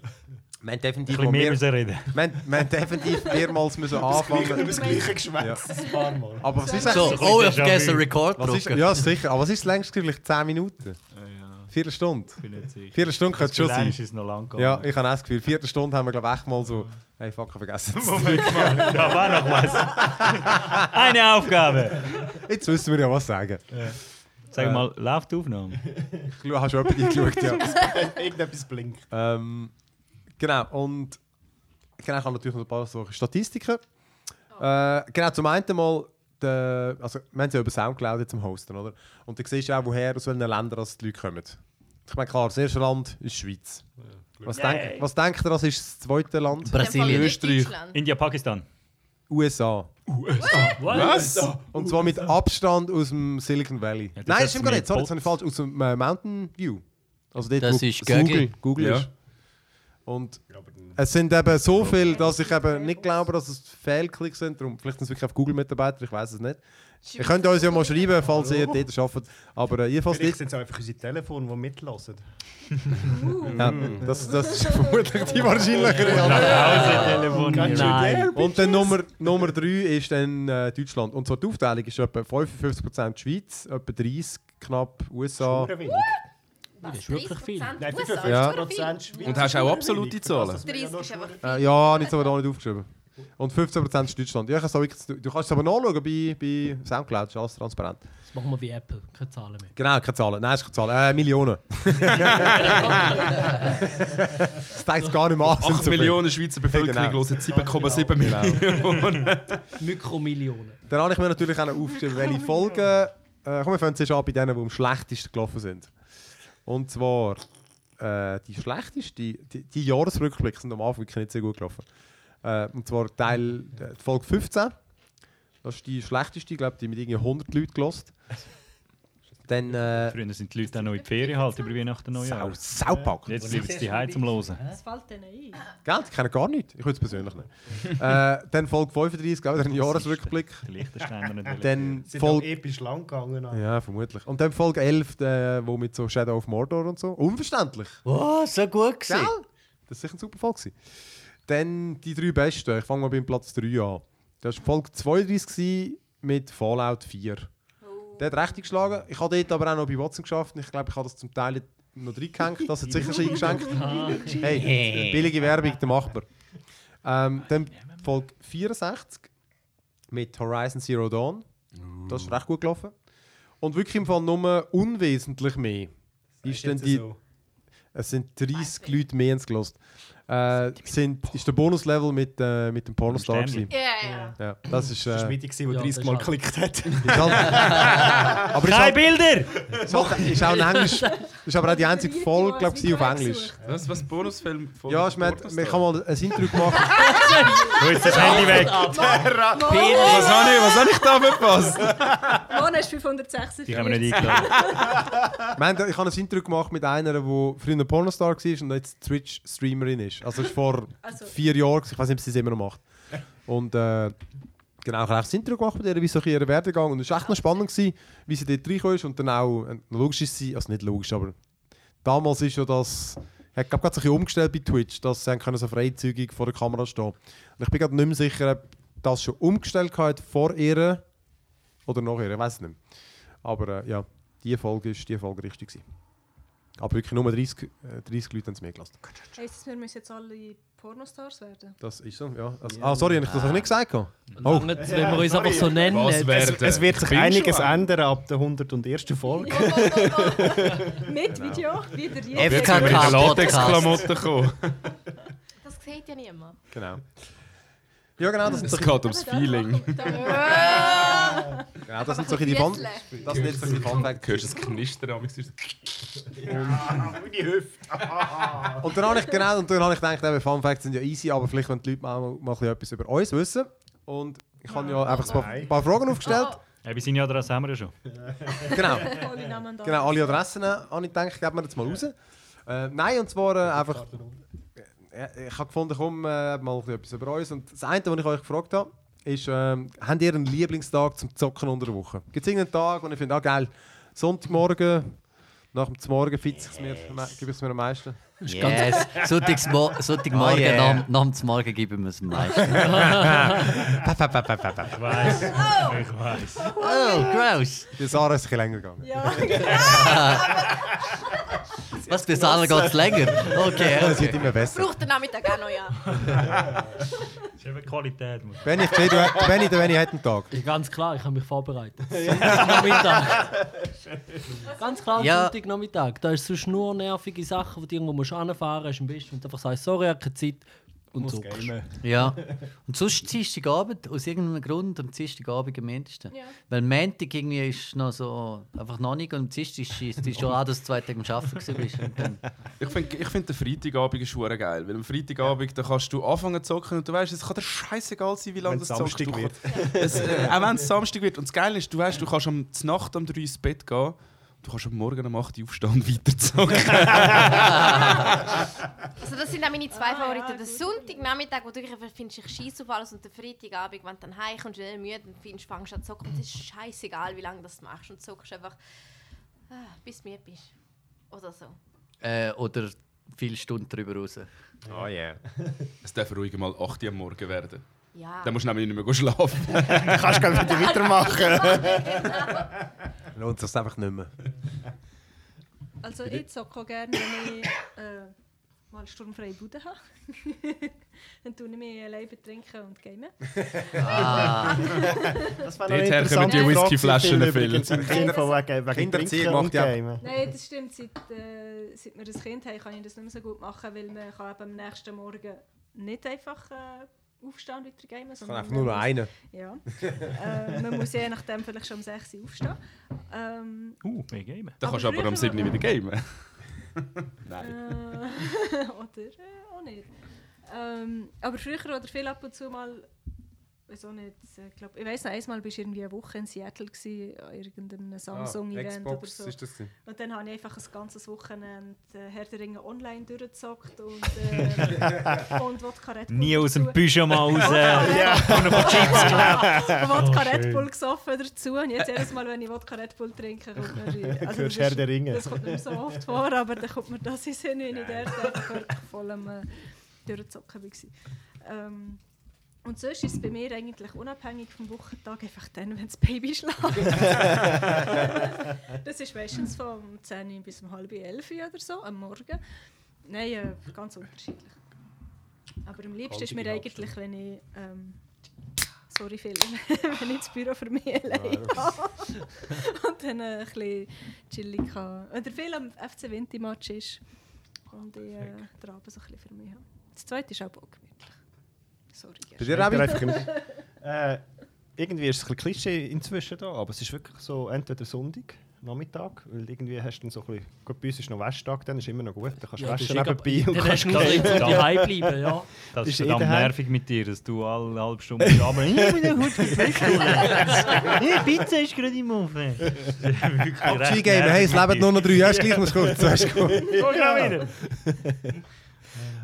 S1: Wir haben definitiv,
S9: bisschen
S1: mal
S9: mehr
S1: mehr,
S9: müssen reden.
S1: wir, haben, wir haben definitiv mehrmals müssen
S2: Über
S1: anfangen.
S2: das gleiche geschwätzt. Ein paar Mal.
S1: Aber was ist eigentlich
S7: So,
S9: ein bisschen
S7: oh, ich
S9: Déjà-vu.
S7: vergesse Rekord
S1: Was ist,
S7: drücken.
S1: ja, sicher. Aber was ist das längste? Vielleicht 10 Minuten? Viertelstunde?
S9: Ich bin nicht sicher.
S1: Viertelstunde könnte es schon
S9: Vielleicht
S1: sein.
S9: ist es noch lang gegangen.
S1: Ja, ich habe auch das Gefühl, Viertelstunde haben wir, glaube ich, echt mal so. Hey, fuck, ich habe vergessen.
S9: Da war noch was. Eine Aufgabe.
S1: Jetzt wissen wir ja, was sagen.
S9: Sag mal, läuft die Aufnahme?
S1: Ich glaub, hast du jemanden eingeschaut, ja.
S2: Irgendetwas blinkt.
S1: ähm, genau, und genau, ich habe natürlich noch ein paar solche Statistiken. Äh, genau, zum einen mal, der, also, wir haben es ja über Soundcloud jetzt am Hosten, oder? Und dann siehst du auch, woher, aus welchen Ländern das die Leute kommen. Ich meine, klar, das erste Land ist die Schweiz. was, denk, was denkt ihr, das ist das zweite Land?
S7: Brasilien.
S6: Österreich.
S9: India, Pakistan.
S1: USA.
S3: Was?
S1: Und zwar mit Abstand aus dem Silicon Valley.
S9: das
S1: Nein,
S9: hat's
S1: stimmt gar
S9: mir
S1: nicht. Sorry, das habe ich falsch.
S9: geputzt.
S1: Aus dem äh, Mountain View. Also dort,
S7: Das
S1: wo
S7: ist
S1: Google.
S7: Google.
S1: Google
S3: Ja.
S1: ist. Und es sind eben so viele, dass ich eben nicht glaube, dass es Fehlklicks sind. Darum, vielleicht sind es wirklich auf Google-Mitarbeiter, ich weiß es nicht. Ihr könnt uns ja mal schreiben, falls ihr dort arbeitet. Aber äh, jedenfalls
S2: Vielleicht
S1: nicht.
S2: sind es auch einfach unsere Telefone, die mitlassen.
S1: Ja, das, das ist vermutlich die wahrscheinlichere Antwort. Oh
S9: Pause-Telefon. Nein.
S1: Und dann Nummer, Nummer 3 ist dann äh, Deutschland. Und zwar die Aufteilung ist etwa 55% Schweiz, etwa 30 knapp USA.
S2: Hure wenig.
S6: Das
S4: ist wirklich viel.
S2: Nein,
S6: Nein,
S2: 55%
S1: Ja.
S2: Schweiz.
S3: Und hast du auch absolute Zahlen?
S6: 30 ist einfach viel.
S1: Äh, ja, nicht, aber da nicht aufgeschrieben. Und 15% ist Deutschland. Ja, ich hab's auch wirklich, du, du kannst es aber nachschauen bei, bei Soundcloud, ist alles transparent.
S4: Das machen wir wie Apple, keine Zahlen mehr.
S1: Genau, keine Zahlen. Nein, es ist keine Zahlen. Äh, Millionen. das zeigt es gar nicht mehr an. sind so
S3: 8
S1: viel.
S3: Millionen Schweizer Bevölkerung
S1: Genau.
S3: hören 7,7 Millionen.
S4: Mikromillionen.
S1: Dann habe ich mir natürlich auch noch aufgeschrieben, welche Folgen. Äh, komm, wir fangen zuerst an bei denen, die am schlechtesten gelaufen sind. Und zwar äh, die schlechteste, die, die, die Jahresrückblicke sind am Anfang wirklich nicht sehr gut gelaufen. Äh, und zwar Teil äh, Folge 15. Das ist die schlechteste, ich glaube, die mit irgendwie 100 Leuten gelost. Dann äh,
S9: Früher sind die Leute dann noch in die Ferien halt, über Weihnachten
S1: Sau,
S9: Neujahr.
S1: Saupack.
S9: Jetzt bleiben sie die Heim zum Losen.
S5: Das fällt denen ein.
S1: Gell? Die kennen gar nicht. Ich würde es persönlich nicht. äh, dann Folge 35, auch wieder ein Jahresrückblick.
S9: Der Lichtensteiner nicht.
S1: Dann
S2: Sind auch
S1: Folge
S2: episch lang gegangen. aber-
S1: Ja, vermutlich. Und dann Folge 11, äh, wo mit so Shadow of Mordor und so. Unverständlich. Genau.
S7: Oh, so gut gewesen.
S1: Das ist sicher ein super Folge. gewesen. Dann die drei besten. Ich fange mal beim Platz 3 an. Das war Folge 32 gewesen mit Fallout 4. Der hat recht geschlagen. Ich habe dort aber auch noch bei Watson geschafft. und Ich glaube, ich habe das zum Teil noch reingehängt. Das hat sicher schon eingeschenkt. hey, billige Werbung, der macht man. Ähm, dann Folge 64 mit Horizon Zero Dawn. Das ist recht gut gelaufen. Und wirklich im Fall nur unwesentlich mehr. Ist denn
S2: jetzt
S1: die,
S2: so.
S1: Es sind 30 Leute mehr ins gelost. Äh, sind, ist der Bonuslevel mit, äh, mit dem Pornostar
S2: Sternli.
S1: gewesen.
S2: Ja, ja.
S1: Das ist. Äh,
S2: Das ist mit, die, wo
S1: Ja,
S2: 30
S1: das
S2: Mal
S1: ist halt-
S2: geklickt hat.
S1: Ist halt- aber ist
S2: Keine
S1: halt-
S2: Bilder!
S1: Ist, halt, ist auch in Englisch. Ist aber auch die einzige Folge, glaube ich, auf Englisch.
S3: Was, was Bonusfilm von
S1: Ja, ich meine, wir haben mal ein Intro gemacht.
S3: Du, jetzt ist das Handy weg.
S1: Der Ra-
S5: Mann. Peter, was hab ich- was hab ich
S1: da verpasst?
S5: Mona ist 546.
S1: Die haben wir nicht eingeladen. Ich, meine, ich habe ein Intro gemacht mit einer, die früher Pornostar war und jetzt Twitch-Streamerin ist. Also ist vor
S5: Also-
S1: vier Jahren, gewesen. ich weiß nicht, ob sie es immer noch macht. Und äh, genau, ich habe echt ein Intro gemacht mit ihr, wie so ein ihren Werdegang. Und es war echt noch spannend, gewesen, wie sie dort reingekommen ist. Und dann auch, äh, logisch ist sie, also nicht logisch, aber damals ist ja das, hat glaube gerade so ein bisschen umgestellt bei Twitch, dass sie haben können so freizügig vor der Kamera stehen Und ich bin gerade nicht mehr sicher, ob das schon umgestellt hat vor ihr oder nach ihr, ich weiß es nicht mehr. Aber äh, ja, die Folge ist die Folge richtig gewesen. Aber wirklich nur 30, äh, 30 Leute haben es mir gelassen.
S5: Heisst es, wir müssen jetzt alle Pornostars werden?
S1: Das ist so, ja. Also, ah, sorry, habe ich das noch nicht gesagt? Oh.
S4: Lange, wenn wir uns aber so nennen.
S2: Es, es wird sich
S1: Findest du
S2: einiges
S1: einen?
S2: ändern ab der 101. Folge.
S5: Mit
S1: Genau.
S5: Video, wieder
S2: Jetzt
S5: jeder.
S2: sind wir in der
S3: Latex-Klamotten gekommen.
S6: Das sieht ja niemand.
S1: Oh. Genau. Ja, genau, das sind
S3: Es geht ums Feeling.
S6: Äh.
S1: Ja, das sind so ein bisschen Also, die Fun- das sind jetzt so ein bisschen die Fun-Facts.
S3: Hörst du das Knistern? am Ende?
S2: Die Hüfte.
S1: Und dann habe ich genau, und dann habe ich gedacht, eben, Fun Facts sind ja easy, aber vielleicht wollen die Leute mal, mal ein bisschen etwas über uns wissen. Und ich habe ja einfach ein paar,
S9: Nein.
S1: ein paar Fragen aufgestellt.
S9: Ja, bei seiner Adresse haben wir ja schon.
S1: Genau.
S5: Alle Namen da.
S1: Genau, alle Adressen äh, habe ich gedacht, geben wir jetzt mal raus. Äh, nein, und zwar äh, einfach. Äh, ich habe gefunden, komm, äh, mal ein bisschen etwas über uns. Und das eine, was ich euch gefragt habe, ist, ähm, habt ihr einen Lieblingstag zum Zocken unter der Woche? Gibt es irgendeinen Tag, wo ich finde, ah geil, Sonntagmorgen, nach dem Morgen fitze ich es mir, gebe ich es mir am meisten?
S7: Yes. Sonntagmo- Sonntagmorgen,
S1: Ah, yeah.
S7: nach, nach dem Morgen geben wir es am meisten. Pa, pa, pa, pa, pa, pa.
S9: Ich weiß. Ich weiß.
S7: Oh, gross.
S1: Die Sarah ist ein bisschen länger gegangen.
S5: Ja.
S7: Was, bis Sarah geht es länger? Okay,
S1: Es
S7: okay.
S1: wird immer besser.
S6: Braucht der Nachmittag auch noch, ja.
S9: Das ist eben Qualität. Mann.
S1: Benny, ich sehe, du- Benny, der Benny hat einen Tag.
S4: Ja, ganz klar, ich habe mich vorbereitet. Sonntagnachmittag. ganz klar,
S1: Ja.
S4: Sonntagnachmittag. Da ist sonst nur nervige Sachen, wo du irgendwo musst anfahren musst. Ist am besten, wenn du einfach sagst, sorry, ich habe keine Zeit. Und
S7: Muss
S4: so.
S2: ne?
S7: Ja. Und sonst Dienstagabend, aus irgendeinem Grund, am Dienstagabend am mindesten.
S4: Ja.
S7: Weil Montag irgendwie ist noch so, einfach noch nicht und am Dienstag schießt dich schon an, dass du zwei Tage am Arbeiten warst. Und dann-
S3: Ich finde ich find den Freitagabend ist hure geil, weil am Freitagabend da kannst du anfangen zu zocken und du weißt, es kann dir scheißegal sein, wie lange
S2: Wenn's
S3: das Zocken
S2: Samstag
S3: dauert.
S2: wird.
S3: Es, äh, auch wenn es Samstag wird. Und das Geile ist, du weißt, du kannst am zur Nacht um 3 ins Bett gehen und du kannst am Morgen um 8 Uhr aufstehen und weiter zocken.
S6: Also das sind auch meine
S5: Ah,
S6: zwei Favoriten. der Sonntagnachmittag, wo du dich einfach findest, ich scheiße auf alles und der Freitagabend, wenn du dann heimkommst, schnell müde und findest, fangst an zu zocken. Und es ist scheißegal, wie lange das du machst und zockst einfach, ah, bis du müde bist. Oder so.
S7: äh, oder viele Stunden drüber raus.
S1: Oh yeah.
S3: es darf ruhig mal 8 Uhr am Morgen werden.
S6: Ja.
S3: Dann musst du nämlich nicht mehr schlafen.
S2: Dann kannst du gleich wieder
S6: weitermachen.
S1: Lohnt sich das einfach nicht mehr.
S5: Also ich zocke auch gerne, wenn ich äh, mal eine sturmfreie Bude habe. Dann tue ich mich allein betrinken und gamen.
S2: Ah.
S5: das
S3: war noch Dorthin kommen interessant. die Whiskyflaschen, Phil.
S2: Kinder, wegen, wegen
S1: Kindererziehung
S2: Trinken
S1: macht
S2: und
S1: ja-
S2: Gamen.
S5: Nein, das stimmt. Seit, äh, seit wir ein Kind haben, kann ich das nicht mehr so gut machen, weil man kann eben am nächsten Morgen nicht einfach äh, aufstehen und weiter gamen. sondern
S1: einfach nur
S5: man
S1: noch
S5: muss-
S1: einen.
S5: Ja. äh, man muss je nachdem vielleicht schon um 6 Uhr aufstehen. Ähm,
S9: Uh, mehr gamen.
S3: Dann kannst du aber am
S5: früher-
S3: 7 Uhr wieder gamen. Nein.
S5: Äh, oder äh, auch nicht. Ähm, aber früher oder viel ab und zu mal, wieso nicht, äh, glaub, ich weiß noch, einmal bist du irgendwie eine Woche in Seattle gewesen, an irgendeinem Samsung-Event oder
S1: Ah, Xbox
S5: so.
S1: ist das gewesen.
S5: und dann habe ich einfach ein ganzes Wochenende äh, Herr der Ringe online durchgezockt und, äh, und Wodka Red Bull
S9: Nie aus dem äh,
S5: dazu.
S9: Pyjama raus.
S5: Ja.
S9: Und noch ein Chips geklebt.
S5: Und Wodka
S9: Oh,
S5: Red
S9: schön.
S5: Bull gesoffen dazu. Und jetzt jedes Mal, wenn ich Wodka Red Bull trinke, kommt mir...
S2: Hörst
S5: Also das,
S2: Herr
S5: ist-
S2: der Ringe.
S5: das kommt mir so oft vor, aber dann kommt mir das in den Sinn, wenn ich dort einfach wirklich voll am... äh, durchzocken war. Ähm, und sonst ist es bei mir eigentlich unabhängig vom Wochentag einfach dann, wenn das Baby schläft. das ist meistens von 10 Uhr bis um halb 11 Uhr oder so am Morgen. Nein, äh, ganz unterschiedlich. Aber am liebsten ist mir
S2: Halbe
S5: eigentlich, wenn ich. Ähm, sorry, Phil, wenn ich das Büro für mich allein habe. Und dann äh, ein bisschen chillig kann. Oder viel am FC Wintermatch ist. Und ich äh, den Abend so ein bisschen für mich habe. Das zweite ist auch gemütlich. Sorry.
S1: Bei dir, Rebi?
S2: Einfach im- äh, irgendwie ist es ein bisschen Klischee inzwischen da, aber es ist wirklich so entweder Sonntag, Nachmittag, weil irgendwie hast du dann so ein bisschen, gut, bei uns ist noch Wäschtag, dann ist immer noch gut, dann kannst du
S4: Ja,
S2: waschen
S4: das ist eh
S2: nebenbei
S4: grad-
S2: und
S4: dann
S2: kannst
S4: hast du gerade
S2: gehen.
S4: irgendwie daheim bleiben, ja.
S9: Das ist
S2: eh
S9: verdammt
S2: daheim.
S9: nervig mit dir, dass du alle halbe Stunde aber ich bin ja gut fürs Festival. Hey, Pizza ist gerade im Ofen.
S1: G-Game, hey, es leben nur noch drei Jahre, ist gleich noch kurz. Weißt du, gut.
S9: Komm schnell wieder.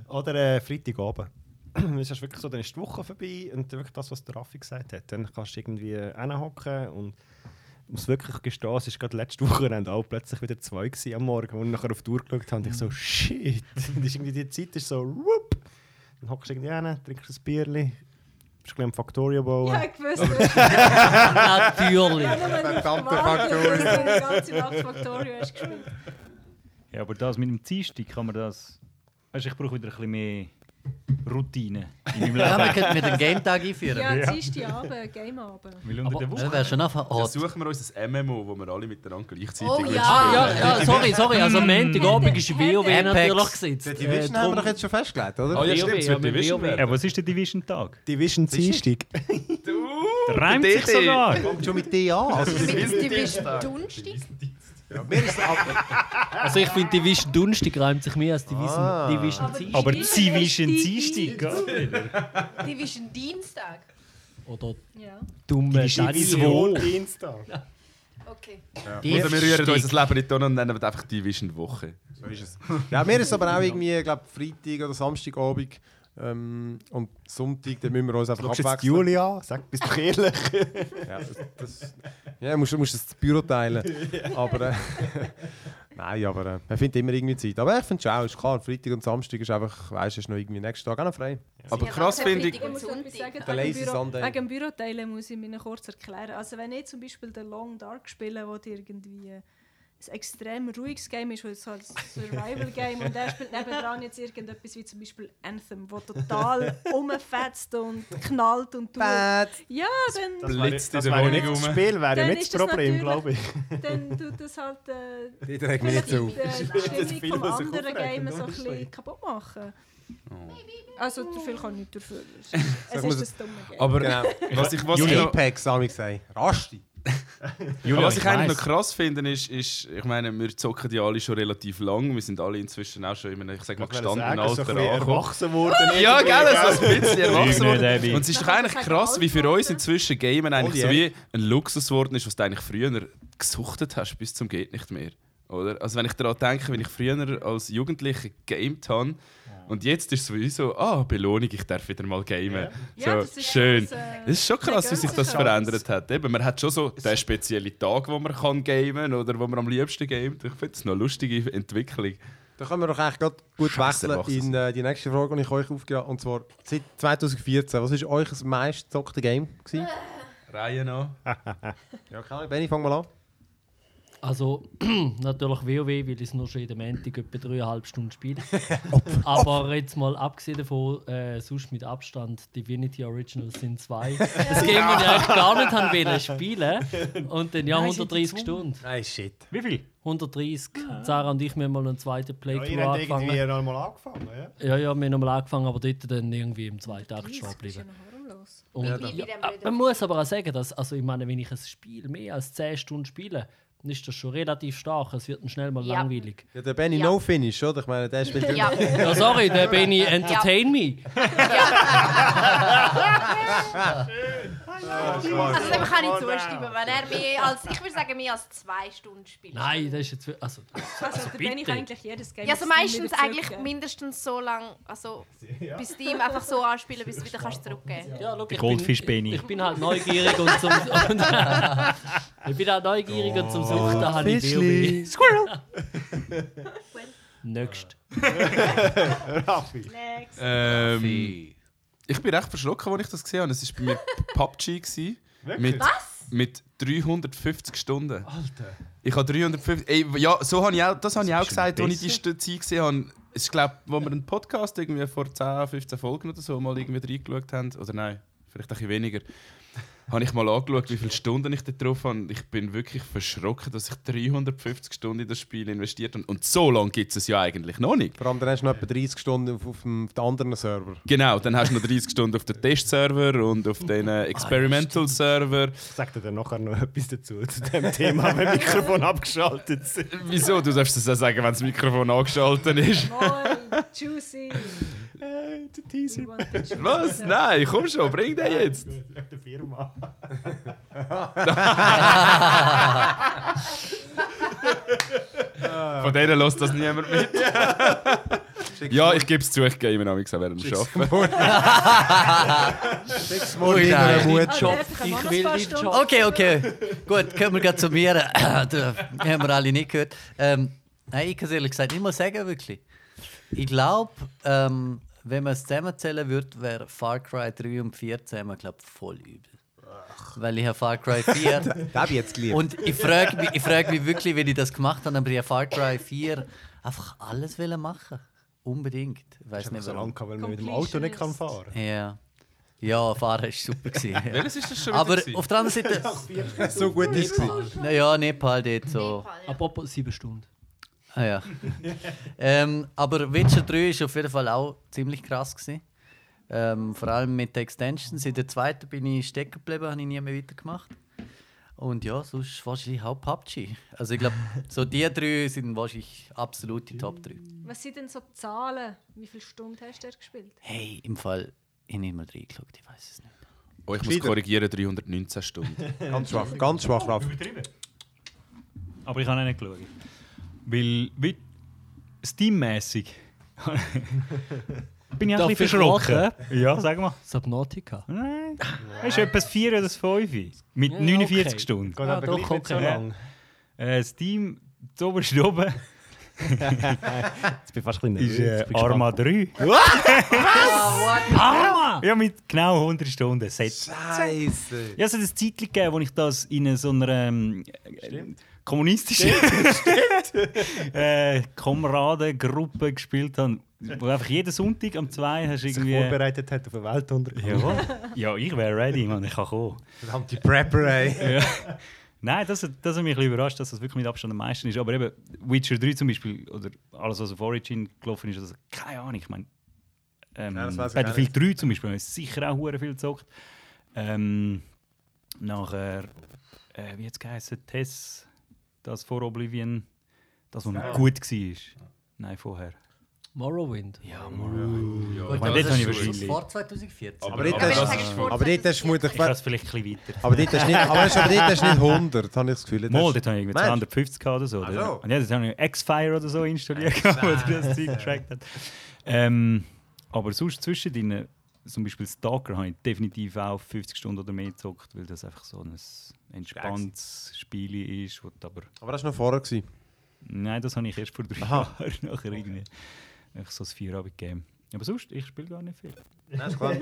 S2: Oder äh, Freitagabend. Es ist wirklich so, dann ist die Woche vorbei und wirklich das, was der Raffi gesagt hat. Dann kannst du irgendwie äh, hinhocken und muss wirklich gestehen, es ist gerade letzte Wochenende auch plötzlich wieder zwei gewesen am Morgen, wo ich nachher auf die Uhr geschaut habe und ich so, shit. Und ist irgendwie die Zeit ist so, wupp. Dann hockst du irgendwie hin, trinkst ein Bierli, bist ein bisschen am Factorio bauen.
S5: Ja, ich wusste
S4: Natürlich.
S1: Verdammter
S5: Die ganze Nacht Factorio hast gespielt.
S9: Ja, aber das mit dem Dienstag kann man das. Weißt, du, ich brauche wieder ein bisschen mehr Routine in meinem Leben.
S7: Ja, man könnte mit dem Game-Tag einführen.
S5: Ja,
S9: Ja.
S5: Dienstagabend, Gameabend.
S9: Weil unter der
S7: Das
S9: Woche.
S7: wäre schon einfach
S3: Dann
S7: hart.
S3: suchen wir uns ein MMO, wo wir alle miteinander gleichzeitig
S6: Oh
S3: spielen.
S6: ja.
S4: Ja, ja, sorry, sorry. Also am Montagabend ist WoW
S7: Mm. Apex.
S4: natürlich gesetzt. Äh,
S1: Die Division haben wir doch jetzt schon festgelegt, oder?
S3: Oh ja, stimmt,
S4: WoW,
S3: es
S4: ja,
S3: wird
S4: mit
S3: Division
S4: WoW.
S3: werden.
S9: Ja, was ist der Division-Tag?
S2: Division Dienstag.
S9: Der reimt sich
S3: DD.
S9: sogar.
S1: Kommt schon mit dir an. Also,
S6: Mit Division Dunstig?
S1: mir ist es ab.
S4: Also ich finde, Division Dunstig reimt sich mehr als Division,
S1: Ah.
S4: Division Dienstag.
S5: Oh,
S9: Aber Division Dienstag, gell?
S6: Division Dienstag?
S4: Oder
S6: Ja.
S4: dumme Dani.
S2: Division Dienstag.
S6: Okay.
S3: Oder wir rühren unser Leben nicht an und nennen wir einfach Division Woche.
S1: So ist es. Ja, mir ist es aber auch irgendwie, ich glaube, Freitag oder Samstagabend. Ähm, und Sonntag, dann müssen wir uns einfach
S2: Schaust du jetzt die
S1: abwechseln.
S2: Juli an? Sag, bist du ehrlich?
S1: Ja, das, das, ja musst, musst das Büro teilen. Aber. Äh, Nein, aber äh, man findet immer irgendwie Zeit. Aber ich finde es auch, ist klar, Freitag und Samstag ist einfach, weißt du, ist noch irgendwie nächsten Tag auch noch frei.
S3: Aber krass finde ich,
S5: Ich muss etwas sagen,
S1: Der
S5: wegen
S1: Lazy
S5: dem Büro,
S1: Sunday.
S5: wegen dem Büroteilen muss ich mir kurz erklären. Also wenn ich zum Beispiel den Long Dark spiele, wo die irgendwie äh, ein extrem ruhiges Game ist, weil es halt ein Survival-Game und der spielt nebendran jetzt irgendetwas wie zum Beispiel Anthem, wo total rumfetzt und knallt und tut. Ja, dann,
S3: blitzt in
S2: Das
S3: der
S2: wäre
S3: Wohnung
S2: nicht das
S3: rum.
S2: Spiel, wäre ja
S5: Dann
S2: nicht
S5: ist
S2: das
S5: das
S2: Problem,
S5: natürlich-
S2: glaube ich.
S5: dann tut das halt äh,
S1: Ich reg mich
S5: vielleicht
S1: jetzt
S5: die,
S1: auf.
S5: äh, die
S2: viel,
S5: Stimmung vom
S2: was sich
S5: anderen
S2: aufregt
S5: Game
S2: und
S5: so ein
S2: umschlägt.
S5: bisschen kaputt machen. Also dafür kann ich nicht dafür. Es
S1: Sag
S5: ist-
S1: mal,
S5: Es ist das dumme Game.
S3: Aber was ich, was ich noch,
S1: Genau. Apex, habe ich gesagt. Rasti.
S3: Aber was ich eigentlich noch krass finde, ist, ist, ich meine, wir zocken die alle schon relativ lang. Wir sind alle inzwischen auch schon in einem, ich sag mal, gestandenen
S2: so ein
S3: Alter
S2: bisschen
S3: angekommen.
S2: erwachsen worden.
S3: Ja, gell, so ein bisschen erwachsen
S9: Lüg nicht,
S3: worden.
S9: Abby.
S3: Und es ist doch eigentlich krass, wie für uns inzwischen Gamen eigentlich
S1: Oh,
S3: so
S1: yeah.
S3: wie ein Luxus geworden ist, was du eigentlich früher gesuchtet hast, bis zum geht nicht mehr. Oder? Also wenn ich daran denke, wenn ich früher als Jugendlicher gegamed habe, und jetzt ist es sowieso, ah, Belohnung, ich darf wieder mal gamen. So,
S5: Ja, das ist
S3: schön.
S5: das, äh,
S3: Es ist schon krass, wie sich
S5: Gönnt
S3: das
S5: sich alles.
S3: verändert hat. Eben, man hat schon so den speziellen Tag, wo man kann gamen oder wo man am liebsten gamet. Ich finde das noch eine lustige Entwicklung.
S1: Da können wir doch eigentlich gerade gut
S3: Scheiße,
S1: wechseln
S3: erwachsen
S1: in äh, die nächste Frage, die ich euch aufgegeben habe. Und zwar seit 2014. Was war euch das meistzockte Game? Gewesen?
S2: Äh.
S3: Reihe noch.
S1: Ja, keine Ahnung. Benni, fang mal an.
S4: Also natürlich WoW, weil ich es nur schon jeden Montag etwa dreieinhalb Stunden spiele. Aber jetzt mal abgesehen davon, äh, sonst mit Abstand Divinity Original sind zwei. Das Game, das ich eigentlich gar nicht haben wollen spielen. Und dann ja, 130 Stunden.
S1: Nein, shit.
S9: Wie viel?
S4: 130. Zara und ich, wir haben mal einen zweiten Playthrough
S2: Ihr habt
S4: angefangen.
S2: irgendwie noch mal angefangen, ja?
S4: Ja, ja, wir haben nochmal angefangen, aber dort dann irgendwie im zweiten Akt stehen
S5: Das ist ja
S4: geblieben.
S5: noch harmlos.
S4: Und
S6: Wie
S4: ja,
S6: bei dem
S4: aber man muss aber auch sagen, dass, also ich meine, wenn ich ein Spiel mehr als 10 Stunden spiele, dann ist das schon relativ stark. Es wird dann schnell mal
S6: Ja.
S4: langweilig.
S1: Ja, der Benni
S6: Ja.
S1: No Finish, oder? Ich meine, der spielt
S6: Ja.
S4: Ja, sorry, der bin ich entertain me.
S6: Also dem kann ich zustimmen, wenn er mehr als, ich würde sagen, mehr als zwei Stunden spielt.
S4: Nein, das ist jetzt. wir- Also,
S5: Also, der Benny
S4: bitte.
S5: kann eigentlich jedes Game.
S6: Ja, also
S5: auf Steam
S6: meistens
S5: wieder
S6: eigentlich
S5: zurückgeben.
S6: mindestens so lange, also bis Steam einfach so anspielen, bis du wieder kannst zurückgeben kannst.
S4: ja, schau, ich,
S9: Goldfisch bin ich.
S4: ich bin halt neugierig und zum. Und, ich bin halt neugierig und zum Suchen habe ich WoW.
S1: Squirrel!
S4: Next.
S2: Raffi.
S6: Next.
S3: Ähm, ich bin recht verschrocken, als ich das gesehen habe. Es war bei mir PUBG. Gewesen,
S2: Wirklich?
S3: mit,
S6: Was?
S3: Mit 350 Stunden.
S2: Alter.
S3: Ich habe 350. Ey, ja, so habe ich auch, das habe ich auch
S2: bist du ein
S3: gesagt, als ich die
S2: Besser.
S3: St- Zeit gesehen habe. Ich glaube, wo wir einen Podcast irgendwie vor 10, 15 Folgen oder so mal irgendwie reingeschaut haben, oder nein, vielleicht ein bisschen weniger, habe ich mal angeschaut, wie viele Stunden ich da drauf habe. Ich bin wirklich verschrocken, dass ich 350 Stunden in das Spiel investiert habe. Und so lange gibt es es ja eigentlich noch nicht.
S1: Vor allem, dann hast du noch etwa 30 Stunden auf, auf, dem, auf den anderen Server.
S3: Genau, dann hast du noch 30 Stunden auf den Testserver und auf den äh, Experimental-Server.
S2: Ich sag dir dann nachher noch etwas dazu, zu dem Thema, wenn Mikrofon abgeschaltet sind.
S3: Wieso? Du darfst das auch sagen, wenn das Mikrofon angeschaltet ist.
S5: Moin, juicy.
S2: Äh, der Teaser.
S3: Was? Nein, komm schon, bring den jetzt.
S2: Wegen der Firma.
S3: Von denen lässt das niemand mit. Ja, ich gebe es zu, ich gehe immer noch nichts während dem
S1: Sechs
S7: Ui, nein.
S5: Job. Ich will einen Job.
S7: Okay, okay. Gut, können wir gerade zu mir. da haben wir alle nicht gehört. Ähm, nein, ich kann es ehrlich gesagt nicht mal sagen, wirklich. Ich glaube, ähm, wenn man es zusammenzählen würde, wäre Far Cry 3 und 4 zusammen, glaube voll übel. Weil ich habe Far Cry 4.
S1: Den habe ich jetzt geliebt.
S7: und ich frage mich, ich frag mich wirklich, wenn ich das gemacht habe, aber ich habe Far Cry 4 einfach alles wollen machen. Unbedingt. Ich weiß nicht
S2: So
S7: warum.
S2: lange, weil man mit dem Auto nicht kann fahren kann.
S7: Ja. Ja, fahren ist super gewesen. ja.
S3: Welches ist das schon wieder?
S7: Aber
S3: gewesen?
S7: auf der anderen Seite.
S1: so gut ist es.
S7: Naja, Nepal dort so.
S4: Apropos 7 Stunden.
S7: Ah, ja. ähm, aber Witcher 3 ist auf jeden Fall auch ziemlich krass. Gewesen. Ähm, vor allem mit den Extensions. In der zweiten bin ich stecken geblieben, habe ich nie mehr weitergemacht. Und ja, sonst wahrscheinlich auch PUBG. Also ich glaube, so die drei sind wahrscheinlich absolut die Top 3.
S5: Was sind denn so die Zahlen? Wie viele Stunden hast du dort gespielt?
S7: Hey, im Fall, ich habe nicht mal reingeschaut, ich weiß es nicht.
S3: Oh, ich muss korrigieren, 319 Stunden.
S1: Ganz schwach, ganz schwach, Raff.
S9: Übertrieben. Aber ich habe auch nicht geschaut. Weil, wie Steam-mässig bin ich auch
S4: Darf
S9: ein bisschen
S4: ich
S9: verschrocken. Ja, sag mal.
S4: Subnautica.
S9: Nein. Das ist etwas 4 oder 5. Mit
S4: Ja,
S9: 49
S4: okay.
S9: Stunden.
S4: Ah, doch, kommt so
S9: lang.
S4: lang.
S9: Äh, Steam, zu oberst oben,
S2: Jetzt bin ich fast ein
S9: ist
S2: bisschen nervös.
S9: äh,
S2: Ich bin gespannt.
S9: Arma 3.
S7: Arma!
S9: Ja, mit genau 100 Stunden. Set.
S1: Scheiße.
S9: Ja, es hat ein Zeit gegeben, wo ich das in so einer ähm, äh, kommunistischen äh, Kameradengruppe gespielt habe. Wo einfach jeden Sonntag am 2 hast du
S2: Sich
S9: irgendwie.
S2: vorbereitet hat auf einen Weltuntergang.
S9: Jawohl. Ja, ich wäre ready, Mann, ich kann kommen.
S1: Verdammte Prepper, ey.
S9: Ja. Nein, das, hat- das hat mich ein bisschen überrascht, dass das wirklich mit Abstand am meisten ist. Aber eben, Witcher 3 zum Beispiel, oder alles, was auf Origin gelaufen ist, also, keine Ahnung, ich meine, ähm,
S1: Ja, das weiss ich gar
S9: Battlefield 3 zum Beispiel, haben wir sicher auch hure viel gezockt. Ähm, nachher, äh, wie hat es geheißen, Tess, das vor Oblivion, das, was noch gut war. Nein, vorher.
S4: Morrowind.
S7: Ja, Mann. Ja,
S9: meine, das
S7: das
S9: habe ich
S7: ist schon
S9: wahrscheinlich.
S7: vor 2014.
S1: Aber dort hast
S6: sage, es ist vor
S1: aber dort hast du vermutlich.
S9: Ich habe es vielleicht ein bisschen weiter.
S1: Aber dort hast du nicht, aber hast, aber dort hast du nicht 100, habe ich das Gefühl. Dort
S9: Mal,
S1: hast-
S9: dort habe ich irgendwie
S1: Meinst du?
S9: 250 gehabt oder so.
S1: Ach
S9: Oder?
S1: so.
S9: Und ja, dort habe ich X-Fire oder so installiert, gehabt, wo der das Zeug getrackt hat. Ähm, aber sonst zwischen deinen, zum Beispiel Stalker, habe ich definitiv auch 50 Stunden oder mehr gezockt, weil das einfach so ein entspanntes Spiel ist. Wo du aber
S1: Aber das war noch vorher. Gewesen.
S9: nein, das habe ich erst vor drei Jahren nachher irgendwie. Einfach so ein Feierabend-Game. Aber sonst, ich spiele gar nicht viel.
S1: Nein, ist klar.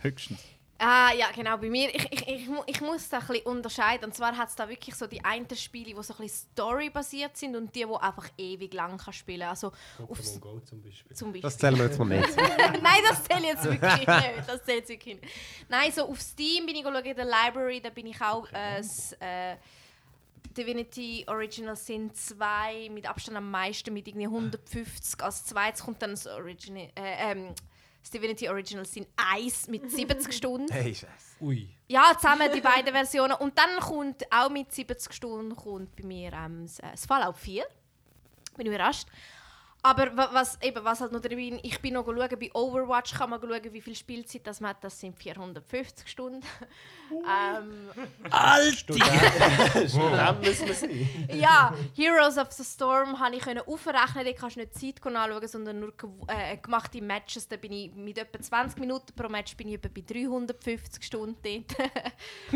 S9: Höchstens.
S6: Ah, ja, genau, bei mir. Ich, ich, ich, mu- ich muss da ein bisschen unterscheiden. Und zwar hat es da wirklich so die einen Spiele, die so ein bisschen storybasiert sind und die, die einfach ewig lang kann spielen kann. Also, aufs,
S2: Go zum Beispiel.
S6: zum Beispiel.
S1: Das zählen wir jetzt mal nicht.
S6: Nein, das zähle ich jetzt wirklich nicht. Das zähle ich wirklich nicht. Nein, so auf Steam bin ich schauen, in der Library, da bin ich auch äh, das, äh, Divinity Original Sin 2 mit Abstand am meisten, mit irgendwie 150. Als zweites kommt dann das, Origina äh, ähm, das Divinity Original Sin 1 mit 70 Stunden.
S1: Hey, Scheiße.
S4: Ui.
S6: Ja, zusammen die beiden Versionen. Und dann kommt auch mit 70 Stunden kommt bei mir ähm, das, äh, das Fallout 4. Bin überrascht. Aber wa- was, eben, was halt noch drin ich bin noch schauen, bei Overwatch kann man schauen, wie viel Spielzeit das man hat. Das sind 450 Stunden. ähm,
S12: Student Student müssen wir sein.
S6: ja, Heroes of the Storm habe ich können aufrechnen, da kannst du nicht die Zeit anschauen, sondern nur gew- äh, gemachte Matches. Da bin ich mit etwa 20 Minuten pro Match bin ich etwa bei 350 Stunden dort.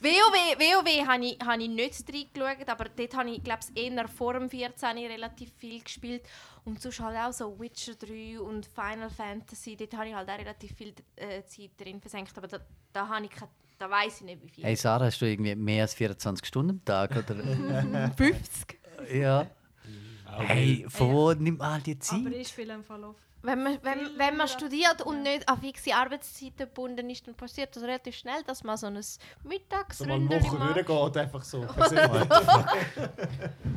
S6: WoW, WoW habe ich, habe ich nicht reingeschaut, aber dort habe ich, glaube ich, eher vor dem 14 relativ viel gespielt. Und sonst halt auch so Witcher 3 und Final Fantasy, dort habe ich halt auch relativ viel äh, Zeit drin versenkt, aber da, da, habe ich keine, da weiss ich nicht, wie viel.
S7: Hey Sarah, hast du irgendwie mehr als 24 Stunden am Tag? Oder?
S6: 50.
S7: ja. Hey, von wo nimmt man all die Zeit?
S5: Aber ich spiele im Fall auf.
S6: Wenn man, wenn, wenn man studiert und nicht an fixe Arbeitszeiten gebunden ist, dann passiert das relativ schnell, dass man so ein
S12: So mal eine
S6: Mittagsründchen
S12: Woche
S6: macht.
S12: durchgeht, einfach so.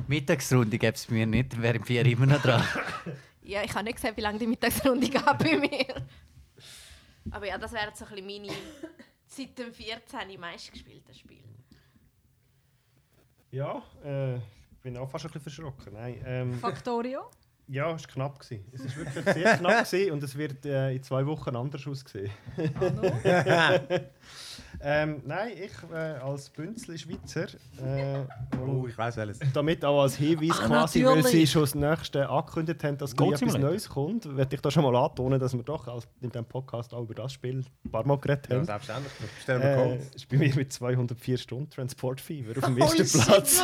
S7: Mittagsrunde gäbe es bei mir nicht, wäre im Vier immer noch dran.
S6: Ja, ich habe nicht gesehen, wie lange die Mittagsrunde gab bei mir. Aber ja, das wären so ein bisschen meine seit dem 14. meist gespielten Spiele.
S2: Ja, äh, ich bin auch fast ein bisschen verschrocken. Nein, ähm,
S5: Factorio?
S2: ja, es war knapp. Gewesen. Es war wirklich sehr knapp gewesen und es wird äh, in zwei Wochen anders aussehen.
S5: Ah,
S2: ähm, nein, ich äh, als Bünzli-Schweizer. Äh,
S1: Oh, ich weiß alles.
S2: damit auch als Hinweis
S7: Ah,
S1: Ach,
S2: quasi, weil sie
S1: natürlich.
S2: schon das nächste angekündigt haben, dass
S1: Goat
S2: gleich etwas
S1: Simulator.
S2: Neues kommt, werde ich da schon mal antonen, dass wir doch als in diesem Podcast auch über das Spiel ein paar Mal geredet
S1: Ja,
S2: haben.
S1: selbstverständlich. Stellen wir Goat.
S2: Es ist bei mir mit 204 Stunden Transport Fever auf dem
S4: Holy
S2: ersten
S4: shit,
S2: Platz.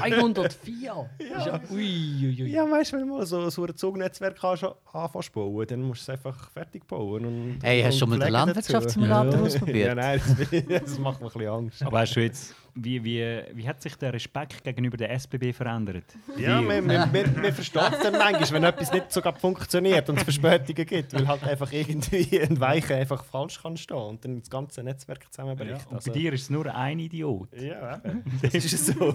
S4: Mann. 204? Ja.
S2: Ja, weißt du, wenn du mal so, so ein Zugnetzwerk kannst, schon anfängst zu bauen, dann musst du es einfach fertig bauen. Und,
S7: Hey, hast du
S2: und
S7: schon mal
S2: pflegen
S7: den
S2: dazu.
S7: Landwirtschaftssimulator ausprobiert?
S2: Ja, nein, das, bin- das macht mir ein bisschen Angst.
S9: Aber hast du jetzt, wie, wie, wie hat sich der Respekt gegenüber der SBB verändert?
S2: Ja,
S9: Wie-
S2: man, man, man, man versteht es dann manchmal, wenn etwas nicht so gerade funktioniert und es Verspätungen gibt, weil halt einfach irgendwie ein Weichen einfach falsch kann stehen und dann das ganze Netzwerk
S9: Ja,
S2: zusammenbricht. Also,
S9: und bei dir ist es nur ein Idiot.
S2: Ja, eben. das ist so.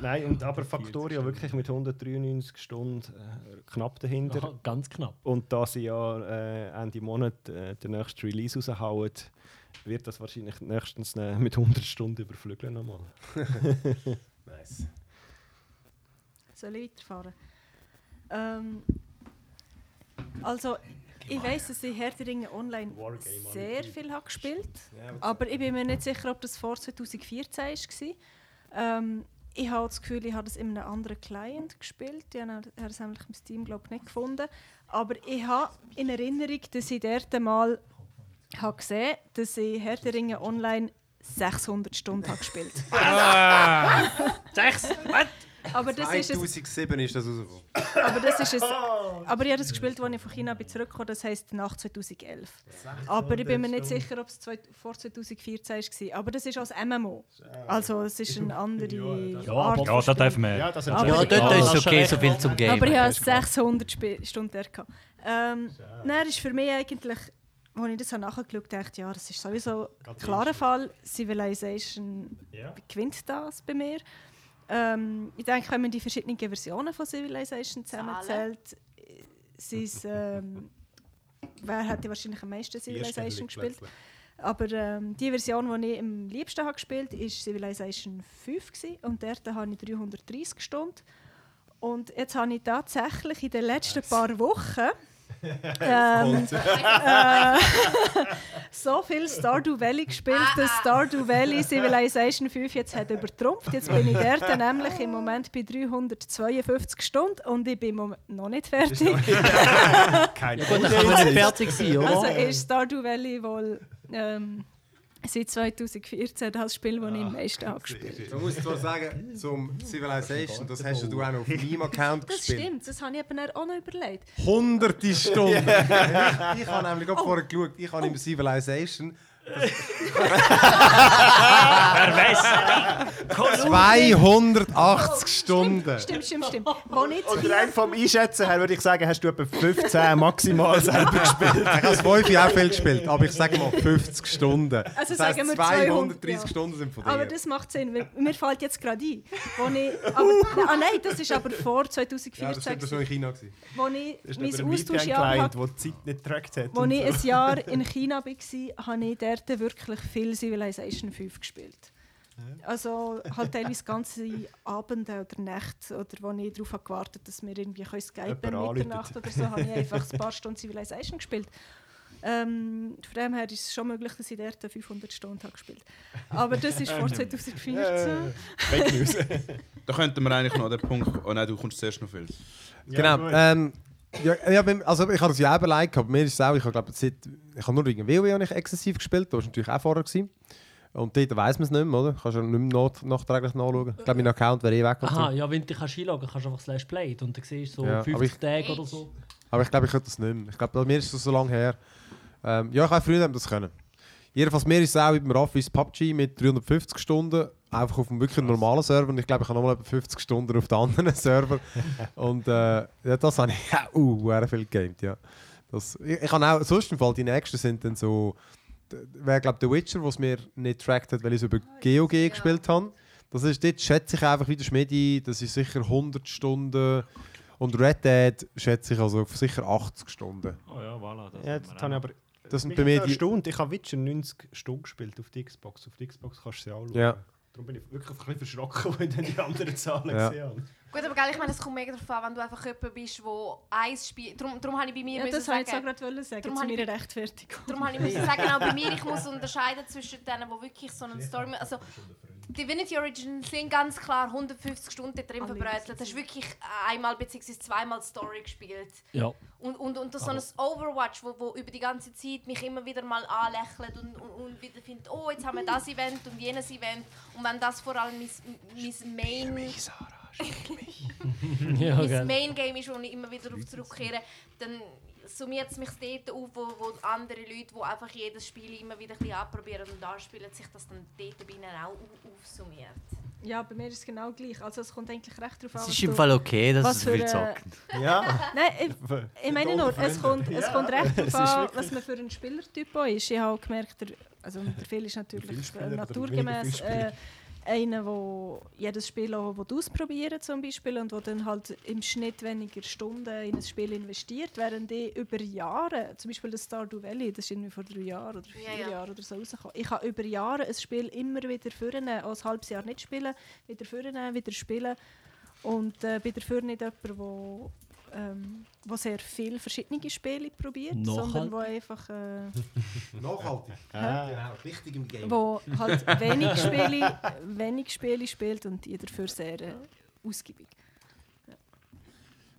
S2: Nein, und aber Factorio wirklich mit 193 Stunden äh, knapp dahinter.
S4: Aha, ganz knapp.
S2: Und da sie ja äh, Ende Monat äh, den nächsten Release raushauen, wird das wahrscheinlich nächstens äh, mit 100 Stunden überflügeln nochmal.
S1: nice.
S5: Soll ich weiterfahren? Ähm, also, ich weiss, dass ich Herr der Ringe online sehr viel habe gespielt
S1: Ja, aber-
S5: aber ich bin mir nicht sicher, ob das vor 2014 war. Ähm, ich habe das Gefühl, ich habe das in einem anderen Client gespielt. Die haben er- haben es nämlich im Steam glaub, ich, nicht gefunden. Aber ich habe in Erinnerung, dass ich dort mal habe gesehen habe, dass ich Herr der Ringe online 600 Stunden habe gespielt
S1: Ah!
S4: Sechs?
S5: Aber das ist ein
S1: 2007 ist das rausgekommen.
S5: aber das ist ein, aber ich habe das gespielt, als ich von China bin zurückgekommen bin, das heisst nach 2011. Aber ich bin mir nicht sicher, ob es zwei- vor 2014 war. Aber das ist als MMO. Also es ist eine andere
S9: Ja,
S5: Art von
S9: aber- Ja, das
S5: Spiel.
S9: darf man. Ja, das ist
S5: Aber-
S9: Ja, dort
S5: Aber-
S9: ist es okay, so viel zum Gamen.
S5: Aber ich
S9: Das
S5: habe
S9: ist klar.
S5: 600 Sp Stunden dort. gehabt. Ähm, Dann ist für mich eigentlich, als ich das habe nachgeschaut habe, dachte ja, das ist sowieso ein
S13: Gerade
S5: klarer Fall. Civilization
S13: Ja.
S5: gewinnt das bei mir. Ähm, ich denke, wenn man die verschiedenen Versionen von Civilization zusammenzählt, äh, sind es, ähm, wer hat die wahrscheinlich am meisten Civilization gespielt? Aber ähm, die Version, die ich am liebsten habe gespielt habe, war Civilization 5 gewesen, und dort habe ich 330 Stunden. Und jetzt habe ich tatsächlich in den letzten paar Wochen ähm,
S13: Kommt.
S5: äh, so viel Stardew Valley gespielt, dass Stardew Valley Civilization 5 jetzt hat übertrumpft. Jetzt bin ich dort nämlich im Moment bei 352 Stunden und ich bin im Moment noch nicht fertig.
S4: Keine Ja gut, dann kann man nicht fertig sein, oder?
S5: Also ist Stardew Valley wohl ähm, seit 2014 das Spiel, das Ah, ich am meisten habe gespielt
S1: Man muss zwar sagen, zum Civilization, das hast du auch noch auf meinem Account
S5: Das
S1: gespielt.
S5: stimmt, das habe ich eben auch noch überlegt.
S1: Hunderte Stunden.
S5: Ja.
S1: Ich, ich habe nämlich gerade
S5: Oh.
S1: vorher geschaut, ich habe im Civilization
S5: Wer
S1: weiß? 280 Stunden.
S5: Oh, Stimmt, stimmt, stimmt. Wo nicht
S2: Und rein vom Einschätzen her würde ich sagen, hast du etwa 15 maximal selber gespielt.
S1: Ich habe das Wolfi auch viel gespielt, aber ich sage mal 50 Stunden.
S5: Also
S1: das heisst,
S5: sagen wir
S1: 230
S5: ja.
S1: Stunden sind von dir.
S5: Aber das macht Sinn, weil mir fällt jetzt gerade ein. Wo ich, aber, ah nein, das ist aber
S1: ja,
S5: vor
S1: das
S5: 2014,
S1: stimmt, das war in China. gewesen.
S5: wo ich
S2: Das ist
S5: mein
S2: ein
S5: Austauschjahr
S2: VPN-Client,
S5: hatte.
S2: der die Zeit nicht getrackt hat.
S5: Als
S2: und
S5: ich ein
S2: so.
S5: Jahr in China war, habe ich dort wirklich viel Civilization 5 gespielt. Also halt teilweise ganze Abende oder Nächte, oder wo ich darauf habe gewartet dass wir irgendwie können skypen
S2: Jemand
S5: können, Mitternacht oder
S2: anruft.
S5: so, habe ich einfach ein paar Stunden Civilization gespielt. Ähm, von dem her ist es schon möglich, dass ich dort 500 Stunden habe gespielt Aber das ist vor 2014.
S3: Fake News. da könnten wir eigentlich noch den Punkt. Oh nein, du kommst zuerst noch viel.
S1: genau. Ähm, ja, ja, beim- also ich habe das ja eben like, aber mir ist es auch, ich habe glaube seit, ich habe nur wegen WoW habe ich exzessiv gespielt, da war es natürlich auch vorher. Gewesen. Und dort weiss man es nicht mehr, oder? Kannst du ja nicht mehr not- nachträglich nachschauen. Ich glaube, mein Account wäre eh weg. und so.
S4: Aha, ja, wenn du dich kannst einloggen kannst, kannst du einfach slash played und dann siehst du so
S1: Ja, aber
S4: 50
S1: ich-
S4: Tage oder so.
S1: Aber ich glaube, ich könnte das nicht mehr. Ich glaube, bei mir ist es so lange her. Ähm, ja, ich habe früher das können. Jedenfalls mir ist es auch beim Raffis PUBG mit 350 Stunden einfach auf einem wirklich normalen Server. Und ich glaube, ich habe nochmal etwa 50 Stunden auf den anderen Server. Und äh, ja, das habe ich auch uh, sehr viel gegamed, ja. Das, ich, ich habe auch, sonst im Fall, die nächsten sind dann so, d- wer glaube The Witcher, was mir nicht getrackt hat, weil ich es über GOG gespielt habe. Das ist, dort schätze ich einfach wieder Schmidi, das ist sicher 100 Stunden. Und Red Dead schätze ich also auf sicher 80 Stunden.
S9: Oh ja, voilà. Das
S2: Ja,
S9: haben
S2: das habe
S9: wir
S2: ich
S9: auch.
S2: aber.
S1: Das sind
S2: mich
S1: bei mir
S2: hat's
S1: die-
S2: erstaunt. Ich habe Witcher 90 Stunden gespielt auf die Xbox. Auf die Xbox kannst du sie anschauen.
S1: Ja.
S2: Darum bin ich wirklich ein bisschen verschrocken, weil ich dann die anderen Zahlen
S1: Ja.
S2: gesehen habe.
S6: Gut, aber gell, ich meine, es kommt mega darauf an, wenn du einfach jemand bist, der ein Spiel... Darum, darum habe ich bei mir
S5: Ja,
S6: müssen
S5: das wollte ich jetzt auch gerade wollen sagen,
S6: Darum
S5: zu
S6: habe ich-
S5: meiner Rechtfertigung.
S6: Darum habe ich müssen sagen, auch bei mir, ich muss unterscheiden zwischen denen, die wirklich so eine Story... Also, Divinity Origin sind ganz klar 150 Stunden drin verbrötelt. Das ist wirklich einmal bzw. zweimal Story gespielt.
S4: Ja.
S6: Und, und, und das so ein Overwatch, wo, wo über die ganze Zeit mich immer wieder mal anlächelt und, und, und wieder findet, oh, jetzt haben wir das Event und jenes Event. Und wenn das vor allem mein, mein Main...
S4: ja,
S6: mein
S4: gell.
S6: Main Game ist, wo ich immer wieder darauf zurückkehre, dann summiert es mich dort auf, wo, wo andere Leute, die einfach jedes Spiel immer wieder ein bisschen anprobieren und anspielen, sich das dann dort bei ihnen auch au- aufsummiert.
S5: Ja, bei mir ist es genau gleich. Also es kommt eigentlich recht darauf an.
S7: Es
S5: was
S7: ist im
S5: du-
S7: Fall okay, dass
S5: was
S7: es
S5: für
S7: viel
S5: äh, eine-
S7: zocken.
S2: Ja.
S5: Nein, ich, ich meine nur, es kommt, es kommt recht darauf an,
S2: wirklich-
S5: was man für ein Spielertyp auch ist. Ich habe auch gemerkt, der, also der Phil ist natürlich
S2: Vielspieler
S5: äh,
S2: oder
S5: naturgemäß
S2: weniger Vielspieler?
S5: äh, einer, der jedes Spiel auch will ausprobieren zum Beispiel und der dann halt im Schnitt weniger Stunden in ein Spiel investiert, während ich über Jahre, zum Beispiel das Stardew Valley, das ist irgendwie vor drei Jahren oder vier
S6: Ja, ja.
S5: Jahren oder so rausgekommen, ich habe über Jahre ein Spiel immer wieder vornehmen, auch ein halbes Jahr nicht spielen, wieder vornehmen, wieder spielen und äh, bin dafür nicht jemand, der ähm, wo sehr viele verschiedene Spiele probiert, sondern
S1: Nachhaltig.
S5: wo einfach äh,
S1: Nachhaltig.
S5: Ah.
S1: Genau, richtig im Game.
S5: wo halt wenig Spiele, wenig Spiele spielt und ich dafür sehr äh, ausgiebig.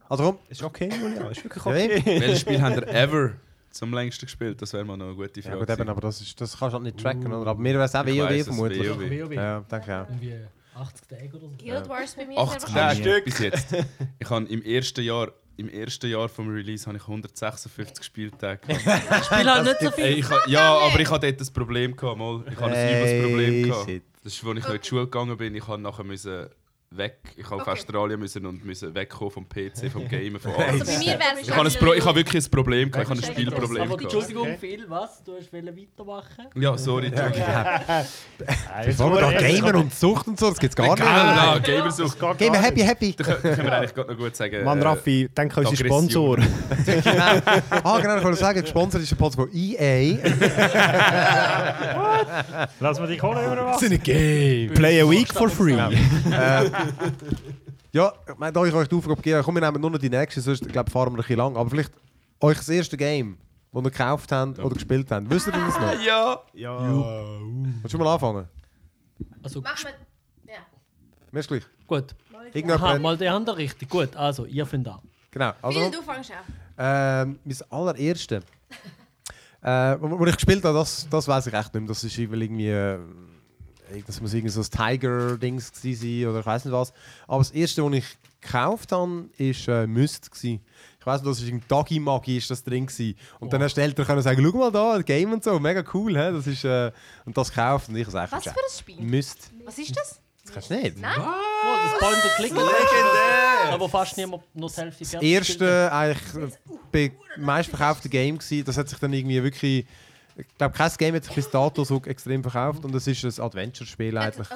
S1: Also komm.
S2: Ist okay, Julia, ist wirklich
S1: Ja,
S2: okay.
S1: eben.
S3: Welches Spiel habt ihr ever zum längsten gespielt? Das wäre mal noch eine gute
S1: Ja nou,
S3: Frage.
S1: gut, eben,
S3: gewesen.
S1: aber das, ist, das kannst du halt nicht tracken, oder? Aber mir wäre es auch
S3: Ich weiss,
S1: WoW
S3: es ist
S1: vermutlich.
S3: WoW.
S1: Ja, denke ich auch.
S4: Irgendwie 80 Tage oder so.
S6: Guild Wars bei mir ist
S3: 80
S6: einfach
S3: Tage bis jetzt. Ich habe im ersten Jahr, im ersten Jahr vom Release habe ich 156 Spieltage. gehabt.
S4: Spiel halt nicht so viel.
S3: Ey, ich ha- ja, aber ich hatte dort ein Problem gehabt, mal. Ich hatte ein
S1: Ey,
S3: übles Problem gehabt.
S1: shit.
S3: Das ist, als ich noch in die Schule gegangen bin, ich habe nachher müssen weg. Ich habe auf Australien müssen und müssen wegkommen vom PC, vom Gamen, von allem.
S6: Also bei mir wär's
S3: ich habe ein Pro- ich habe wirklich ein Problem gehabt. Ich habe ein Spielproblem
S4: Aber
S3: gehabt.
S4: Entschuldigung, Phil, was? Du hast wollen weitermachen?
S3: Ja, sorry, Entschuldigung.
S1: Bevor wir da Gamer und Sucht und so, das gibt es gar nicht.
S3: Egal, nein, Gamer sucht.
S1: Gamer happy, happy.
S3: Da können können wir eigentlich gerade noch gut sagen.
S2: Mann,
S3: äh,
S2: Raffi, denk an unsere
S3: Aggression.
S2: Sponsor.
S1: ah, genau, ich wollte sagen, gesponsert ist ein Podcast von EA.
S9: Lass mal die Kohle über was?
S1: sind ein Game.
S2: Play a week for free.
S1: äh, ja, ich meine, da ich euch die Aufgabe gegeben habe, komm, wir nehmen nur noch die dus nächste, sonst glaub, fahren wir ein bisschen lang. Aber vielleicht euch das erste Game, das ihr gekauft habt oder gespielt habt. Wisst ihr das noch?
S3: Ja.
S1: Ja. Willst du mal anfangen?
S4: Also,
S6: Mach mal... Ja.
S1: Mir ist gleich.
S4: Gut.
S1: Irgendjemand-
S4: Aha, mal die andere richtig. Gut, also, ihr findet an.
S1: Genau.
S6: Phil,
S1: Also,
S6: du fängst an.
S1: ähm, mein allererste, äh, wo wo ich gespielt habe, das, das weiß ich echt nicht mehr. Das ist weil irgendwie, äh, das muss irgendwie so ein Tiger-Dings gewesen sein oder ich weiß nicht was. Aber das erste, was ich gekauft habe, war äh, Myst. Gewesen. Ich weiß nicht, das ist ein Dagi Magi ist das drin gewesen. Und dann hast die Eltern können sagen, schau mal da, ein Game und so, mega cool, he? das ist äh, und das gekauft und ich habe es echt
S6: Was für
S1: gecheckt.
S6: ein Spiel?
S1: Myst.
S6: Was ist das?
S1: Das kannst du nicht.
S6: Nein?
S4: Oh, das Point and Click.
S3: Legendär!
S4: Aber fast niemand noch die Hälfte
S1: das
S4: fertig
S1: erste eigentlich äh, be- meistverkaufte Game gewesen. Das hat sich dann irgendwie wirklich ich glaube, kein Game hat sich bis dato so extrem verkauft und es ist ein Adventure-Spiel eigentlich.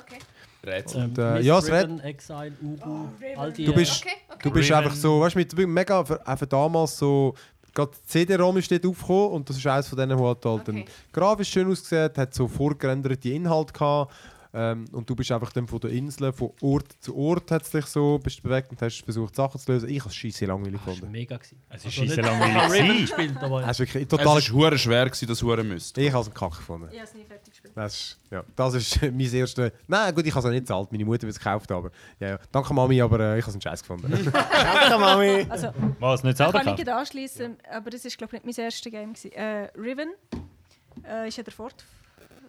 S3: Rätsel.
S1: Und,
S4: Und,
S1: äh, ja, es redet.
S4: Ähm, Exile,
S5: Oh,
S4: Uru, all die.
S1: Du bist,
S6: Okay, okay.
S1: du bist
S4: Riven.
S1: einfach so, weißt du, mit mega, für, auch für damals so, gerade die CD-ROM ist dort aufgekommen und das ist eines von denen, wo halt, halt dann grafisch schön ausgesehen hat, hat so vorgerenderte Inhalte gehabt. Ähm, und du bist einfach dann von der Insel, von Ort zu Ort hat es dich so bist du bewegt und hast versucht, Sachen zu lösen. Ich habe es scheisse langweilig gefunden.
S4: äh, mega gewesen.
S9: Es
S4: ist scheisse langweilig gewesen. gespielt, aber-
S1: Es ist wirklich
S3: Total
S1: total...
S3: es war hure schwer, gewesen, das hure müsst.
S1: Ich habe es einen Kack gefunden.
S5: Ich habe es nie fertig gespielt.
S1: Das ist, ja, eh, das ist mein erstes... Nein, gut, ich habe es auch nicht gezahlt. Meine Mutter hat es gekauft, aber... Ja, ja. Danke, Mami, aber äh, ich habe es einen Scheiß gefunden.
S9: Danke, Mami.
S5: Also,
S9: Was, nicht selber
S5: kann ich
S9: gekauft?
S5: gerade anschließen, aber das ist glaube ich nicht mein erstes Game gewesen. Äh, Riven äh, ist ja der Fort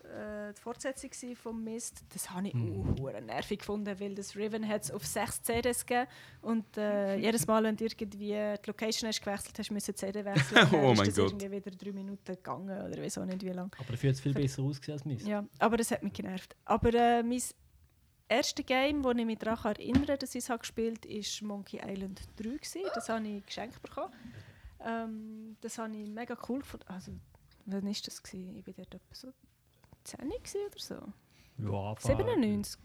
S5: äh, die Fortsetzung gewesen vom Mist. Das habe ich
S4: Mhm.
S3: Hm.
S5: auch hure nervig gefunden, weil das Riven hat es auf sechs CDs gegeben und äh, jedes Mal, wenn du irgendwie die Location hast gewechselt hast, müssen die CD wechseln.
S3: Oh
S5: Dann ist
S3: mein
S5: das
S3: Gott.
S5: irgendwie wieder drei Minuten gegangen oder weiß auch nicht wie lange.
S4: Aber dafür hat es viel besser ausgesehen als meins.
S5: Ja, aber das hat mich genervt. Aber äh, mein erstes Game, das ich mich daran erinnere, dass ich es habe gespielt habe, war Monkey Island 3. Gewesen. Das habe ich geschenkt bekommen. Ähm, das habe ich mega cool gefunden. Also, wann war das? Gewesen? Ich war dort etwa so 10 gewesen oder so.
S4: Ja, aber-
S5: 97.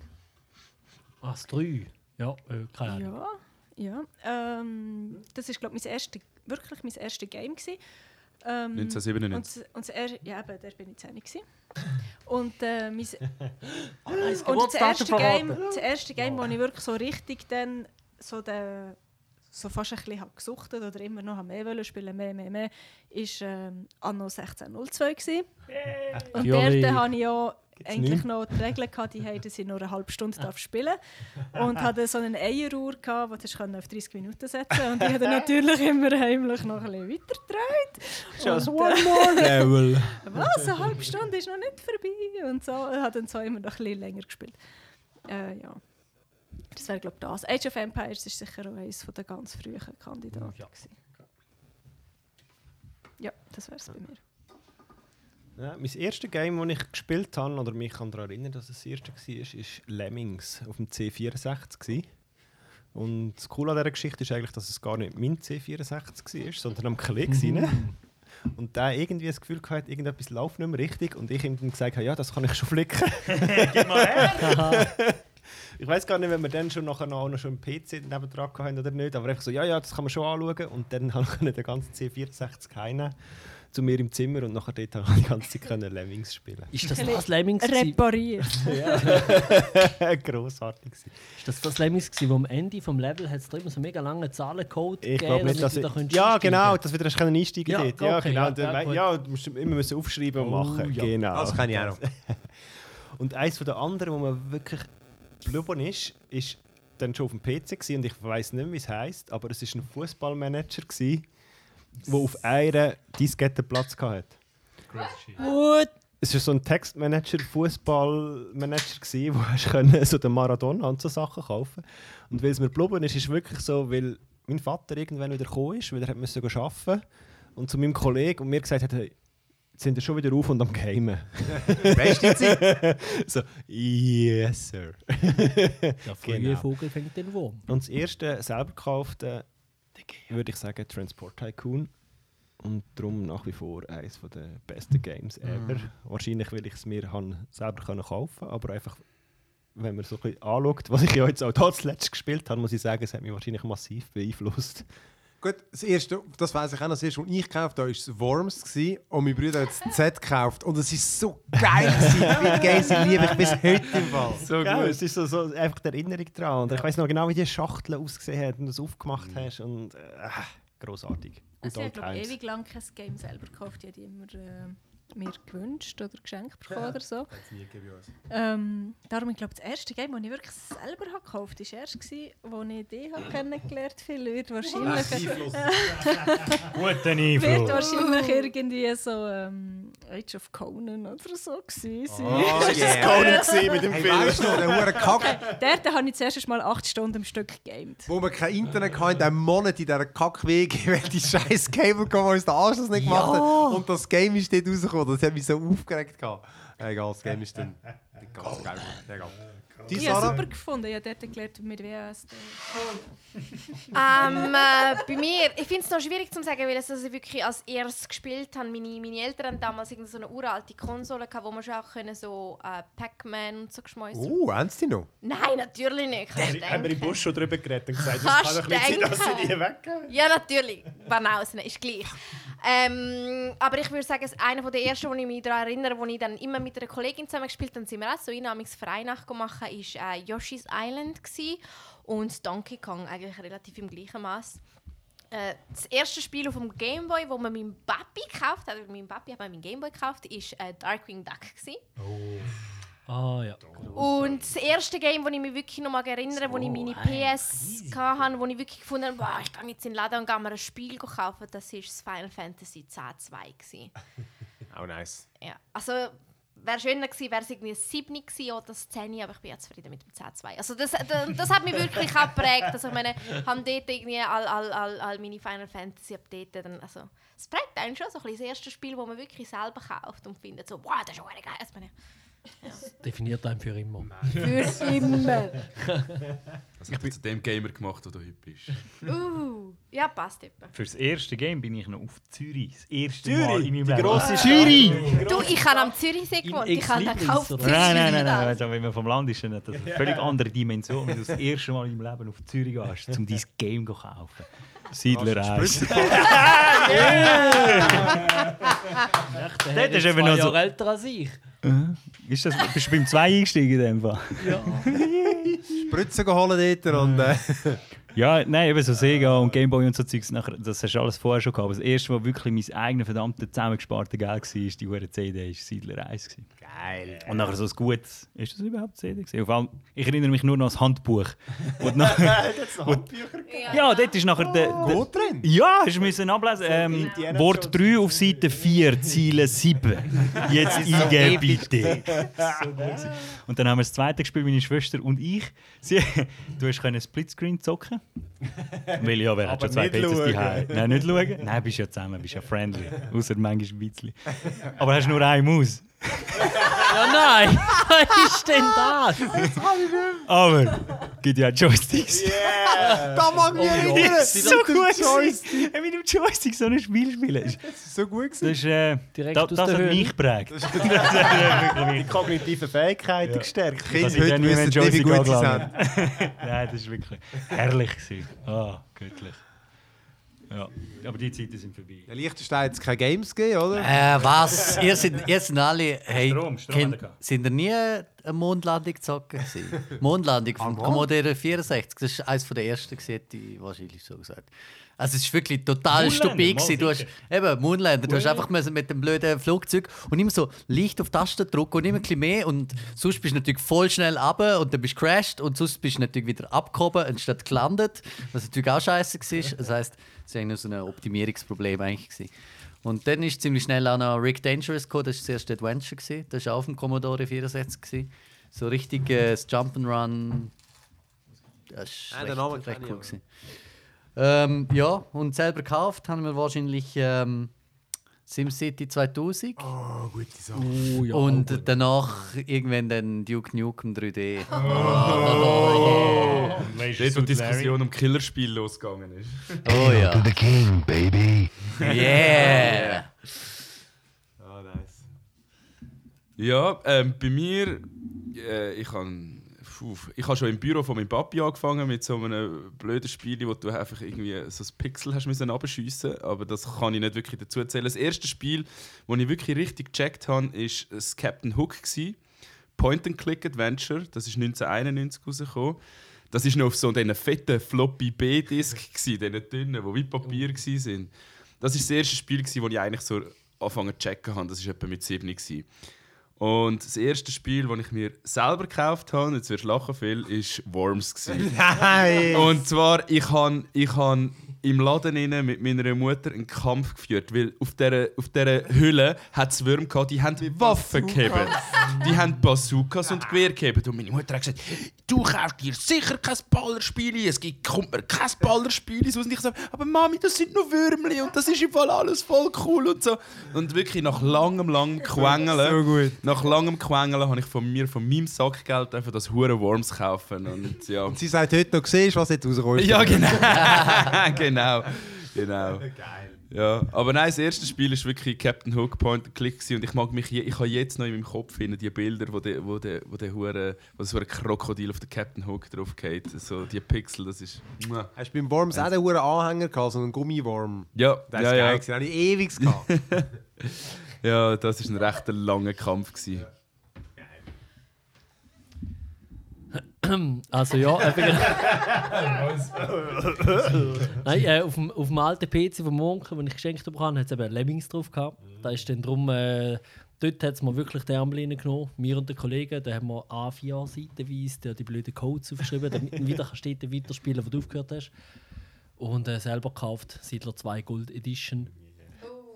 S4: Ah, das 3. Ja, äh, keine Ahnung.
S5: Ah, Ja, ja. Ähm, das war, glaube ich, mein erste, wirklich mein erstes Game. Gewesen. Ähm,
S3: 1997.
S5: Und, und das er, ja, eben, da bin ich 10 gewesen. Und äh, mein
S4: Oh nein, das
S5: und das erste
S4: Geburtsdatum
S5: Game,
S4: verraten.
S5: das erste Game, wo ich wirklich so richtig dann so den so fast ein bisschen hab gesuchtet oder immer noch mehr wollen spielen, mehr, mehr, mehr, ist ähm, Anno 1602 gewesen. Und
S4: Natürlich.
S5: dort hatte ich ja
S4: Gibt's
S5: eigentlich
S4: nicht.
S5: noch die Regel, gehabt, die haben, dass ich nur eine halbe Stunde darf spielen darf. Und hatte so eine Eieruhr, gehabt, die du auf 30 Minuten setzen konnte. Und ich habe dann natürlich immer heimlich noch ein bisschen weitergedreht.
S2: Just
S5: Und,
S2: one
S5: äh,
S2: more level.
S5: Was? Eine halbe Stunde ist noch nicht vorbei. Und so ich habe dann so immer noch ein bisschen länger gespielt. Äh, ja. Das wäre, glaube ich, das. Age of Empires ist sicher auch eines der ganz frühen Kandidaten. Ja, ja das wäre es bei mir.
S2: Ja, mein erstes Game, das ich gespielt habe, oder mich kann daran erinnern, dass es das erste war, ist Lemmings auf dem C64. Gewesen. Und das Coole an dieser Geschichte ist eigentlich, dass es gar nicht mein C64 war, sondern am Kollegen seinen. Und der irgendwie das Gefühl hatte, irgendetwas läuft nicht mehr richtig. Und ich ihm dann gesagt habe, ja, das kann ich schon flicken. Gib mal her! ich weiß gar nicht, wenn wir dann schon nachher auch noch schon einen PC neben dran hatten oder nicht. Aber einfach so, ja, ja, das kann man schon anschauen. Und dann konnte ich den ganzen C64 heimnehmen zu mir im Zimmer und nachher dort konnte ich die ganze Zeit können Lemmings spielen.
S4: Ist das das Lemmings? gewesen?
S5: Repariert.
S2: ja. Grossartig. gewesen.
S4: Ist das das Lemmings, gewesen, wo am Ende vom Level hat es da immer so mega lange Zahlencode
S2: Ich glaube nicht, dass ich, Ja, genau, dass wieder einsteigen einsteigen
S4: Ja,
S2: dort. Ja,
S4: okay,
S2: genau.
S4: ja,
S2: Und dann
S4: ja,
S2: wei-
S4: gut.
S2: ja, du musst immer müssen aufschreiben und
S4: Oh,
S2: machen.
S4: ja.
S2: Genau.
S1: Das kann ich auch noch.
S2: Und eins von den anderen, wo man wirklich blubben ist, ist dann schon auf dem PC gewesen, und ich weiß nicht, wie es heißt, aber es ist ein Fußballmanager gsi, wo auf einer Diskette Platz hatte.
S5: What?
S2: Es war so ein Textmanager, Fußballmanager, gsi, wo hast können, so den Maradona und so Sachen kaufen Und weil es mir blubben ist, ist wirklich so, weil mein Vater irgendwann wieder gekommen ist, weil er hat müssen gehen arbeiten und zu meinem Kollegen und mir gesagt hat, hey, jetzt sind wir schon wieder auf und am Gamen.
S4: Beste Zeit.
S2: so, yes, sir.
S4: Der frühe
S2: Genau.
S4: Vogel fängt den Wurm.
S2: Und das erste selber gekaufte, würde ich sagen, Transport Tycoon. Und darum nach wie vor eines der besten Games ever.
S4: Mhm.
S2: Wahrscheinlich, weil ich es mir han selber können kaufen aber einfach, wenn man so ein bisschen anschaut, was ich ja jetzt auch da zuletzt gespielt habe, muss ich sagen, es hat mich wahrscheinlich massiv beeinflusst.
S1: Gut, das erste, das weiß ich auch noch, das erste, was ich gekauft habe, war das Worms gewesen, und mein Bruder hat das Z Oh, gekauft. Und es war so geil. gewesen. Wie geil sie liebe ich bis heute im Fall.
S2: So gut. Es ist so, so einfach die Erinnerung dran. Und ich weiß noch genau, wie die Schachtel ausgesehen hat und du es aufgemacht hast. Und äh, großartig.
S5: Also, ich habe, glaube ewig lang kein Game selber gekauft. Ich habe die immer äh, mir gewünscht oder geschenkt bekommen oder so.
S1: Hat's nie gegeben bei uns.
S5: Ähm, darum, ich glaube, das erste Game, das ich wirklich selber habe gekauft habe, war erst, gewesen, wo ich dich habe kennengelernt habe. Viel wird
S9: Ach,
S5: wahrscheinlich...
S9: Einfluss.
S5: Guter
S9: Guter Einfluss.
S5: Wird wahrscheinlich irgendwie so ähm, Age of Conan oder so gewesen sein.
S1: Oh, Ist das yeah. Conan gewesen mit dem Hey, Film? weisst du noch, der hure Kack-
S5: Der, der habe Äh, ich zuerst mal 8 Stunden am Stück gegamed.
S1: Wo wir kein Internet hatten, einen Monat in dieser Kackwege, weil die scheiß Cable kam, uns den Anschluss nicht gemacht hat.
S5: Ja.
S1: Und das Game ist dort rausgekommen. Das hat mich so aufgeregt. Gehabt. Egal, das Game ist dann ganz geil. Egal. Die
S5: ich habe
S1: Sarah?
S5: super gefunden. Ich habe dort gelernt mit WS.
S6: Ähm, äh, bei mir, ich finde es noch schwierig zu sagen, weil es, also ich wirklich als erstes gespielt habe. Meine, meine Eltern haben damals irgend so eine uralte Konsole, gehabt, wo man schon auch können, so äh, Pac-Man und so geschmeißen
S1: Oh, haben sie die noch?
S6: Nein, natürlich nicht. Kannst du
S2: Haben wir im
S6: denken.
S2: Bus schon drüber geredet und gesagt, das
S6: Kannst
S2: kann doch nicht sein,
S6: denken.
S2: dass sie die weg
S6: Ja, natürlich. Banausen ist gleich. Ähm, aber ich würde sagen, es ist einer von der ersten, wo ich mich daran erinnere, wo ich dann immer mit einer Kollegin zusammen gespielt habe, dann sind wir auch so einnahmiges Freinacht gemacht, ist äh, Yoshi's Island gewesen und Donkey Kong eigentlich relativ im gleichen Maß. Äh, das erste Spiel auf dem Game Boy, wo man meinem Papi gekauft hat, oder mein Papi hat mir meinen Game Boy gekauft, ist äh, Darkwing Duck gewesen.
S4: Ah, ja.
S6: Und das erste Game, das ich mich wirklich noch mal erinnere, wo ich meine PS hatte, wo ich wirklich gefunden habe, boah, ich gehe jetzt in den Laden und gehe mir ein Spiel kaufen, das war das Final Fantasy X-2. gewesen.
S2: Auch nice.
S6: Ja. Also, wäre schöner gewesen, wäre es irgendwie ein 7 gewesen oh, oder ein 10, aber ich bin ja zufrieden mit dem Z2. Also das, das, das hat mich wirklich auch geprägt. Also ich meine, haben dort irgendwie all, all, all, all meine Final Fantasy Updates dann, also es prägt einen schon so ein bisschen das erste Spiel, wo man wirklich selber kauft und findet so, wow, das ist auch geil. Also, ich meine,
S4: Definiert einen für immer.
S6: Für immer.
S1: Ähm.
S3: Was hat dich zu dem Gamer gemacht, der du heute bist?
S6: uh, ja, passt eben.
S9: Für das erste Game bin ich noch auf Zürich. Das erste Mal in meinem
S2: die
S9: Leben.
S2: grosse
S9: Zürich!
S6: Du, ich habe am Zürichsee gewohnt, ich habe da gekauft.
S9: Nein, nein, nein, nein, also, wenn man vom Land ist, dann hat das eine völlig andere Dimension, wenn du das erste Mal im Leben auf Zürich gehst, um dein Game zu kaufen. Siedler 1.
S4: Der
S9: ist
S4: ist
S9: eben
S4: eben
S2: also
S9: noch so-
S4: Jahre älter als ich.
S9: Ist das, bist du beim 2 eingestiegen in dem Fall?
S1: Spritzen geholt dort und... Äh,
S9: Ja, nein, eben so Sega und Gameboy und so Zeugs, nachher, das hast du alles vorher schon gehabt. Aber das erste, was wirklich mein eigenes verdammtes zusammengesparte Geld war, war die hure CD, ist Siedler 1. Gewesen. Geil. Und nachher so ein gutes, ist das überhaupt CD? Gewesen? Auf allem, ich erinnere mich nur noch an das Handbuch. Und nach, und, ja, dort ist nachher der... der
S10: Gut drin.
S9: ja, hast du müssen ablesen. Ähm, Wort 3 auf Seite 4, Ziele 7. Jetzt eingeben bitte. Und dann haben wir das zweite gespielt, meine Schwester und ich. Sie, du hast können Splitscreen zocken. Weil ja, wer hat
S2: Aber
S9: schon zwei
S2: nicht
S9: PCs
S2: schauen.
S9: daheim? Nein, nicht schauen. Nein, bist ja zusammen, bist ja friendly. Außer manchmal ein bisschen. Aber hast nur eine Maus.
S4: Ja, nein! Was ist denn das?
S9: Aber gibt ja auch Joysticks.
S10: Da mag ich mich erinnern.
S9: Das ist so gut. gewesen. Mit dem Joystick so ein Spiel spielen. Das
S10: ist so gut gewesen.
S9: Das, ist, äh,
S10: Direkt
S9: da,
S10: aus
S9: das
S10: der
S9: hat
S10: Höhle.
S9: mich geprägt.
S10: Das
S9: Das hat wirklich mich
S2: Die kognitive Fähigkeiten gestärkt.
S9: Dass ich dann nicht mehr Joystick angelangt habe. Nein, das war wirklich herrlich. gewesen. Ah, göttlich. Ja, aber die dus Zeiten sind vorbei.
S1: Der Liechtenstein hat es keine Games gegeben, oder?
S7: Äh, was? ihr, seid, ihr seid alle. Hey,
S1: Strom, Strom
S7: kennt-
S1: hat er gehabt.
S7: sind ihr nie eine Mondlandung zocken? gewesen? Mondlandung vom Commodore 64. Das war eines der ersten, gewesen, hätte ich wahrscheinlich so gesagt. Also, es war wirklich total
S11: Moonlander, mal
S7: stupid. gewesen. Du hast,
S11: sicher.
S7: eben, Moonlander, du hast
S11: Ui.
S7: einfach müssen mit dem blöden Flugzeug und immer so leicht auf die Taste drücken und immer ein bisschen mehr. Und sonst bist du natürlich voll schnell runter und dann bist du crashed und sonst bist du natürlich wieder abgehoben anstatt gelandet. Was natürlich auch scheiße war. Das heisst, es war eigentlich nur so ein Optimierungsproblem eigentlich. Gewesen. Und dann ist ziemlich schnell auch noch Rick Dangerous gekommen, das war das erste Adventure. Gewesen. Das war auch auf dem Commodore 64. Gewesen. So richtig äh, das Jump'n'Run. Das ist
S1: Nein,
S7: recht,
S1: den Namen
S7: recht
S1: kenne ich,
S7: cool.
S1: aber-
S7: Gewesen. Ähm, ja, und selber gekauft haben wir wahrscheinlich ähm, SimCity 2000.
S3: Ah,
S7: Oh, gute Sache.
S4: Oh, ja,
S7: und danach irgendwann dann Duke Nukem 3D. Oh,
S3: Dort, wo die Diskussion um Killerspiel losgegangen ist.
S7: Oh ja.
S13: king, baby.
S7: Yeah.
S1: Ah, nice.
S3: Ja, ähm, bei mir, äh, ich habe ich hab schon im Büro von meinem Papi angefangen mit so einem blöden Spiel, wo du einfach irgendwie so ein Pixel hast müssen abschiessen, aber das kann ich nicht wirklich dazu erzählen. Das erste Spiel, das ich wirklich richtig gecheckt habe, ist das Captain Hook gsi. Point-and-Click-Adventure, das ist 1991 rausgekommen. Das ist noch auf so diesen fetten floppy B-Disk, gsi, diesen dünnen, die wie Papier waren. Das war das erste Spiel, das ich eigentlich so angefangen zu checken habe. Das war etwa mit 7 gsi. Und das erste Spiel, das ich mir selber gekauft habe, jetzt wirst du lachen viel, ist Worms. gsi.
S2: Nice.
S3: Und zwar, ich habe ich han im Laden innen mit meiner Mutter einen Kampf geführt, weil auf dieser, auf dieser Hülle hat es Würmer gehabt, die haben Waffen gegeben. Die haben Bazookas und Gewehr gegeben. Und meine Mutter hat gesagt, du kaufst dir sicher kein Ballerspiel, es gibt, kommt mir kein Ballerspiel raus. Und ich so, aber Mami, das sind nur Würmli und das ist im Fall alles voll cool und so. Und wirklich nach langem, langem Quengeln, nach langem Quengeln habe ich von mir, von meinem Sackgeld einfach das hure Worms kaufen. Und ja.
S1: Sie sagt heute noch, siehst du, was jetzt rauskommt.
S3: Ja, genau. genau. genau.
S1: Geil.
S3: Ja, aber nein, das erste Spiel war wirklich Captain Hook Point and Click gewesen und ich mag mich je, ich habe jetzt noch in meinem Kopf finden, die Bilder, wo der wo der wo der hure wo das hure Krokodil auf der Captain Hook drauf geht, so die Pixel, das ist Mua.
S1: Hast du beim Worms auch den hohen Anhänger gehabt, so einen Gummiworm?
S3: Ja,
S1: Das
S3: ja,
S1: ist
S3: ja.
S1: geil gewesen, den habe ich ewig gehabt.
S3: Ja, das ist ein recht langer Kampf gewesen.
S4: Also ja, eben. Nein, äh, auf, dem, auf dem alten PC vom Onkel, den ich geschenkt bekam, hat es eben Lemmings drauf gehabt. Da ist dann drum, äh, dort hat es mir wirklich die Ärmel reingenommen. Wir und der Kollegen, da haben wir A4 seitenweise die, die blöden Codes aufgeschrieben, damit du wieder kannst dort weiterspielen, wo du aufgehört hast. Und äh, selber gekauft, Siedler 2 Gold Edition.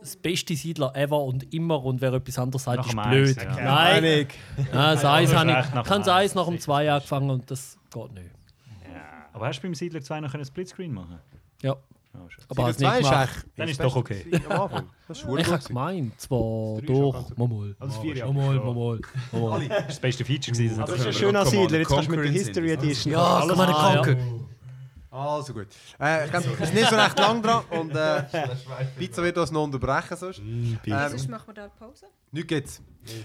S4: Das beste Siedler ever und immer und wer etwas anderes sagt,
S9: Nach
S4: ist
S9: dem
S4: blöd.
S9: Eins, ja.
S4: Nein,
S9: Keine Ahnung.
S4: Nein, das Eis
S9: Ja,
S4: habe
S9: recht
S4: ich.
S9: nach
S4: Ich
S9: dem
S4: habe das Eis nach dem 2 angefangen und das geht nicht.
S9: Aber hast du beim Siedler 2 noch einen Splitscreen machen
S4: Ja.
S9: Oh, scheiße.
S4: Aber
S9: Siedler
S4: hast nicht
S9: 2 ist
S4: gemacht.
S9: echt- Dann ist doch okay.
S4: Ich
S9: Am Anfang. Das ist verdammt
S4: habe
S9: gut
S4: gemeint, zwar doch, mal mal.
S9: Also das Vierer-
S4: mal mal, mal mal, mal mal.
S9: Alle. Das ist das beste Feature gewesen, das
S12: Aber es
S9: hat
S12: ist ein
S9: er
S12: schöner
S9: gemacht.
S12: Siedler, jetzt kannst du mit der
S9: Conquering
S12: History
S9: sind das.
S12: Edition
S9: Ja,
S12: kannst du
S9: Command
S12: alles
S9: and
S12: machen.
S9: Conquer.
S1: Also gut. Äh, ich glaube, es ist nicht so recht lang dran und äh, Pizza wird uns noch unterbrechen sonst.
S3: Mm,
S5: Ähm,
S1: Ähm,
S5: Sonst machen wir da eine Pause.
S1: Nichts geht's.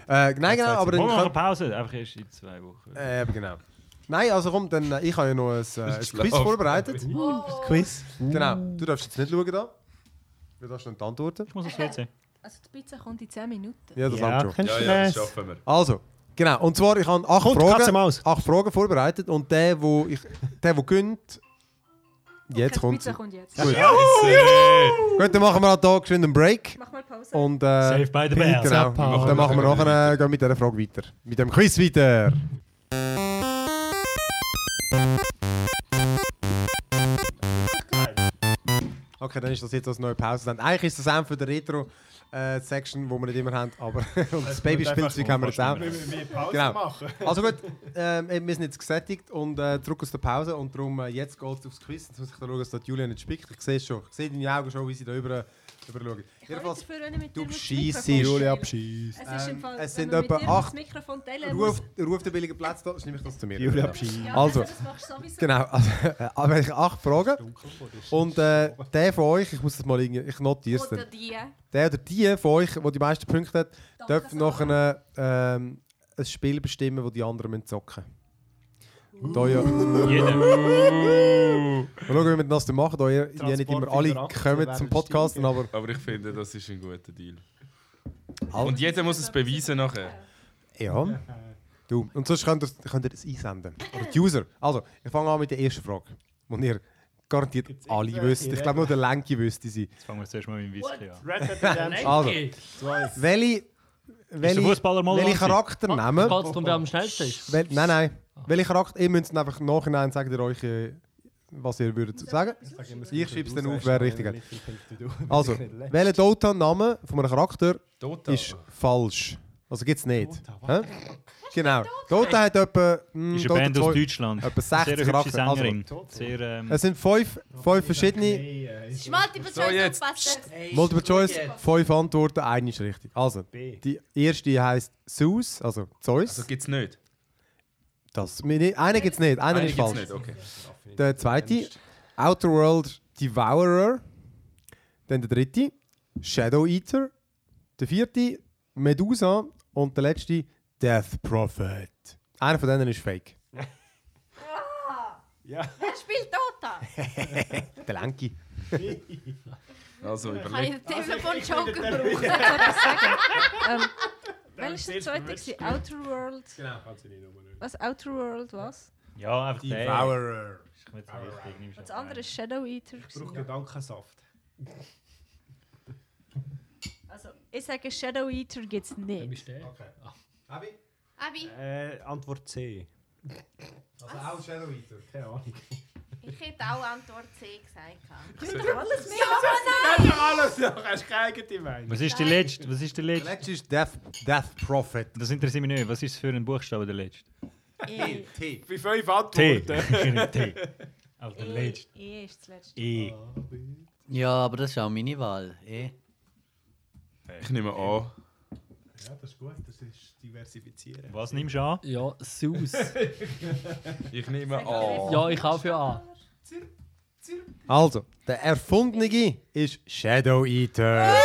S1: Äh, nein, genau, aber
S9: Machen
S1: dann
S9: wir eine
S1: kann,
S9: Pause, einfach erst in zwei Wochen.
S1: äh, eben genau. Nein, also komm, dann, äh, ich habe ja noch ein, äh, ein Quiz
S9: Schlaf.
S1: vorbereitet.
S9: Uh, das Quiz.
S1: Genau, du darfst jetzt nicht schauen da. Du darfst dann die Antworten. Ich
S9: muss
S1: das
S5: Also die Pizza kommt in 10 Minuten.
S1: Ja, das langt schon.
S3: Ja, ja, das schaffen wir.
S1: Also, genau. Und zwar, ich habe acht,
S12: Katze,
S1: Fragen, acht Fragen vorbereitet und der, wo ich, der, wo gönnt, jetzt kommt
S5: Pizza
S1: sie.
S5: kommt jetzt.
S1: Gut.
S5: Juhu,
S1: Gut, dann machen wir halt hier geschwind einen Break.
S5: Mach mal Pause.
S1: Und, äh,
S9: Save by the bell.
S1: Genau.
S9: Zappa.
S1: Dann machen wir nachher äh, gehen mit dieser Frage weiter. Mit dem Quiz weiter. Okay, dann ist das jetzt als neue Pause. Dann eigentlich ist das auch für die Retro-Section, die wir nicht immer haben, aber und das
S10: Es
S1: Babyspielzeug
S10: wird einfach
S1: haben wir jetzt
S10: fast immer.
S1: auch.
S10: Wir müssen Pause machen.
S1: Also gut, ähm, wir sind jetzt gesättigt und äh, zurück aus der Pause und darum äh, jetzt geht es aufs Quiz. Jetzt muss ich da schauen, dass da die Julia nicht spickt. Ich sehe es schon. Ich sehe deine Augen schon, wie sie da über, überschauen. Jedenfalls, du schießt
S10: Julia,
S1: bescheiss.
S5: Es ist im Fall,
S1: es
S5: wenn
S1: sind
S5: man mit
S1: etwa
S5: dir das
S1: acht.
S5: Mikrofon teilen
S1: Ruf, ruf den billigen Platz da, nehme ich das zu mir.
S10: Julia,
S1: Genau.
S10: bescheiss.
S5: Ja,
S1: Also,
S5: das machst du sowieso.
S1: genau. Also, aber ich acht Fragen. Und äh, der von euch, ich muss das mal irgendwie, ich notiere es
S6: Oder
S1: dann.
S6: die.
S1: Der oder die von euch, der die meisten Punkte hat,
S6: Danke,
S1: darf noch eine, ähm, ein Spiel bestimmen, das die anderen müssen zocken müssen. Und da ja.
S9: Jeder.
S1: Mal schauen, wie wir das dann machen, da ihr ja nicht
S3: Transport
S1: immer alle
S3: über 18
S1: kommen
S3: wäre
S1: zum Podcasten, aber.
S3: Aber ich finde, das ist ein guter Deal.
S1: Alles.
S3: Und jeder muss es beweisen nachher.
S1: Ja. Du, und sonst könnt ihr, könnt ihr das einsenden. Oder die User. Also, ich fange an mit der ersten Frage, die ihr garantiert alle wisst. Ich glaube, nur der Lenki wüsste sie.
S9: Jetzt fangen wir zuerst mal mit dem Whisky an.
S12: Red Dead Redemption.
S1: Also,
S12: Zwei.
S1: welche, welche,
S9: Fußballer mal
S1: welche
S9: langsam?
S1: Charakternamen...
S4: Geht es darum, wer um am schnellsten ist?
S1: Wel, nein, nein. Welche Charakter... Ihr müsst einfach im Nachhinein sagen, ihr euch, äh, was ihr würdet sagen. Ich schreibe es dann auf, wer richtig hat. Also, welcher Dota-Name von einem Charakter
S3: Dota?
S1: ist falsch? Also gibt es nicht. Hä? Genau. Dota hat etwa... mm,
S9: Ist eine
S1: Dota
S9: Band aus
S1: zwei-
S9: Deutschland.
S1: Etwa
S9: Sehr
S1: 60
S9: hübsche
S1: Charakter. Also,
S9: Sängerin. Sehr, ähm,
S1: es sind fünf, fünf verschiedene...
S6: Es ist Multiple
S3: So,
S6: Choice
S3: jetzt.
S6: aufpassen.
S1: Multiple Choice, fünf Antworten, eine ist richtig. Also, die erste heisst Zeus, also Zeus.
S3: Also gibt's nicht.
S1: Das, eine gibt es nicht, einer
S3: Eine
S1: ist
S3: gibt's
S1: falsch.
S3: nicht, okay.
S1: Der zweite, Outer World Devourer. Dann der dritte, Shadow Eater. Der vierte, Medusa. Und der letzte, Death Prophet. Einer von denen ist fake.
S6: Ja. Er spielt Dota.
S1: der Lenki.
S3: Also
S6: Kann ich den
S3: überleg.
S6: Telefon-Joker brauchen?
S5: ähm, welches der zweite? gewesen? Outer World. Genau, kannst du nicht Was? Outer World, was?
S9: Ja, einfach
S10: Die
S9: der.
S10: Devourer.
S9: Ist mir jetzt nicht wichtig,
S5: Und
S9: nimmst du
S5: das
S9: einfach
S5: andere ist Shadow Eater.
S10: Ich brauche
S5: gewesen.
S10: Gedankensaft.
S5: Also, ich sage, Shadow Eater gibt es nicht.
S10: Okay.
S1: Ah.
S6: Abi,
S10: Äh, Antwort C.
S1: Also auch Shadow Eater.
S10: Keine Ahnung.
S6: ich hätte auch Antwort C gesagt.
S5: Alles
S6: Ja, aber nein!
S10: Alles noch, hast du keine eigene
S9: ein.
S10: Meinung.
S9: Was ist der letzte? Was ist der letzte?
S1: letzte ist Death, Death Prophet.
S9: Das interessiert mich nicht. Was ist für ein Buchstabe der letzte?
S5: E.
S1: T.
S10: Bei fünf
S9: T.
S10: Antworten.
S9: T. Auch der
S5: E.
S9: letzte.
S5: E ist das letzte.
S9: E.
S7: Ja, aber das ist auch meine Wahl. Eh.
S3: Ich nehme an.
S10: Ja, das ist gut, das ist diversifizieren.
S9: Was nimmst du an?
S4: Ja, Zeus.
S3: Ich nehme an.
S4: Ja, ich auch für A.
S1: Also, der Erfundene ist Shadow Eater.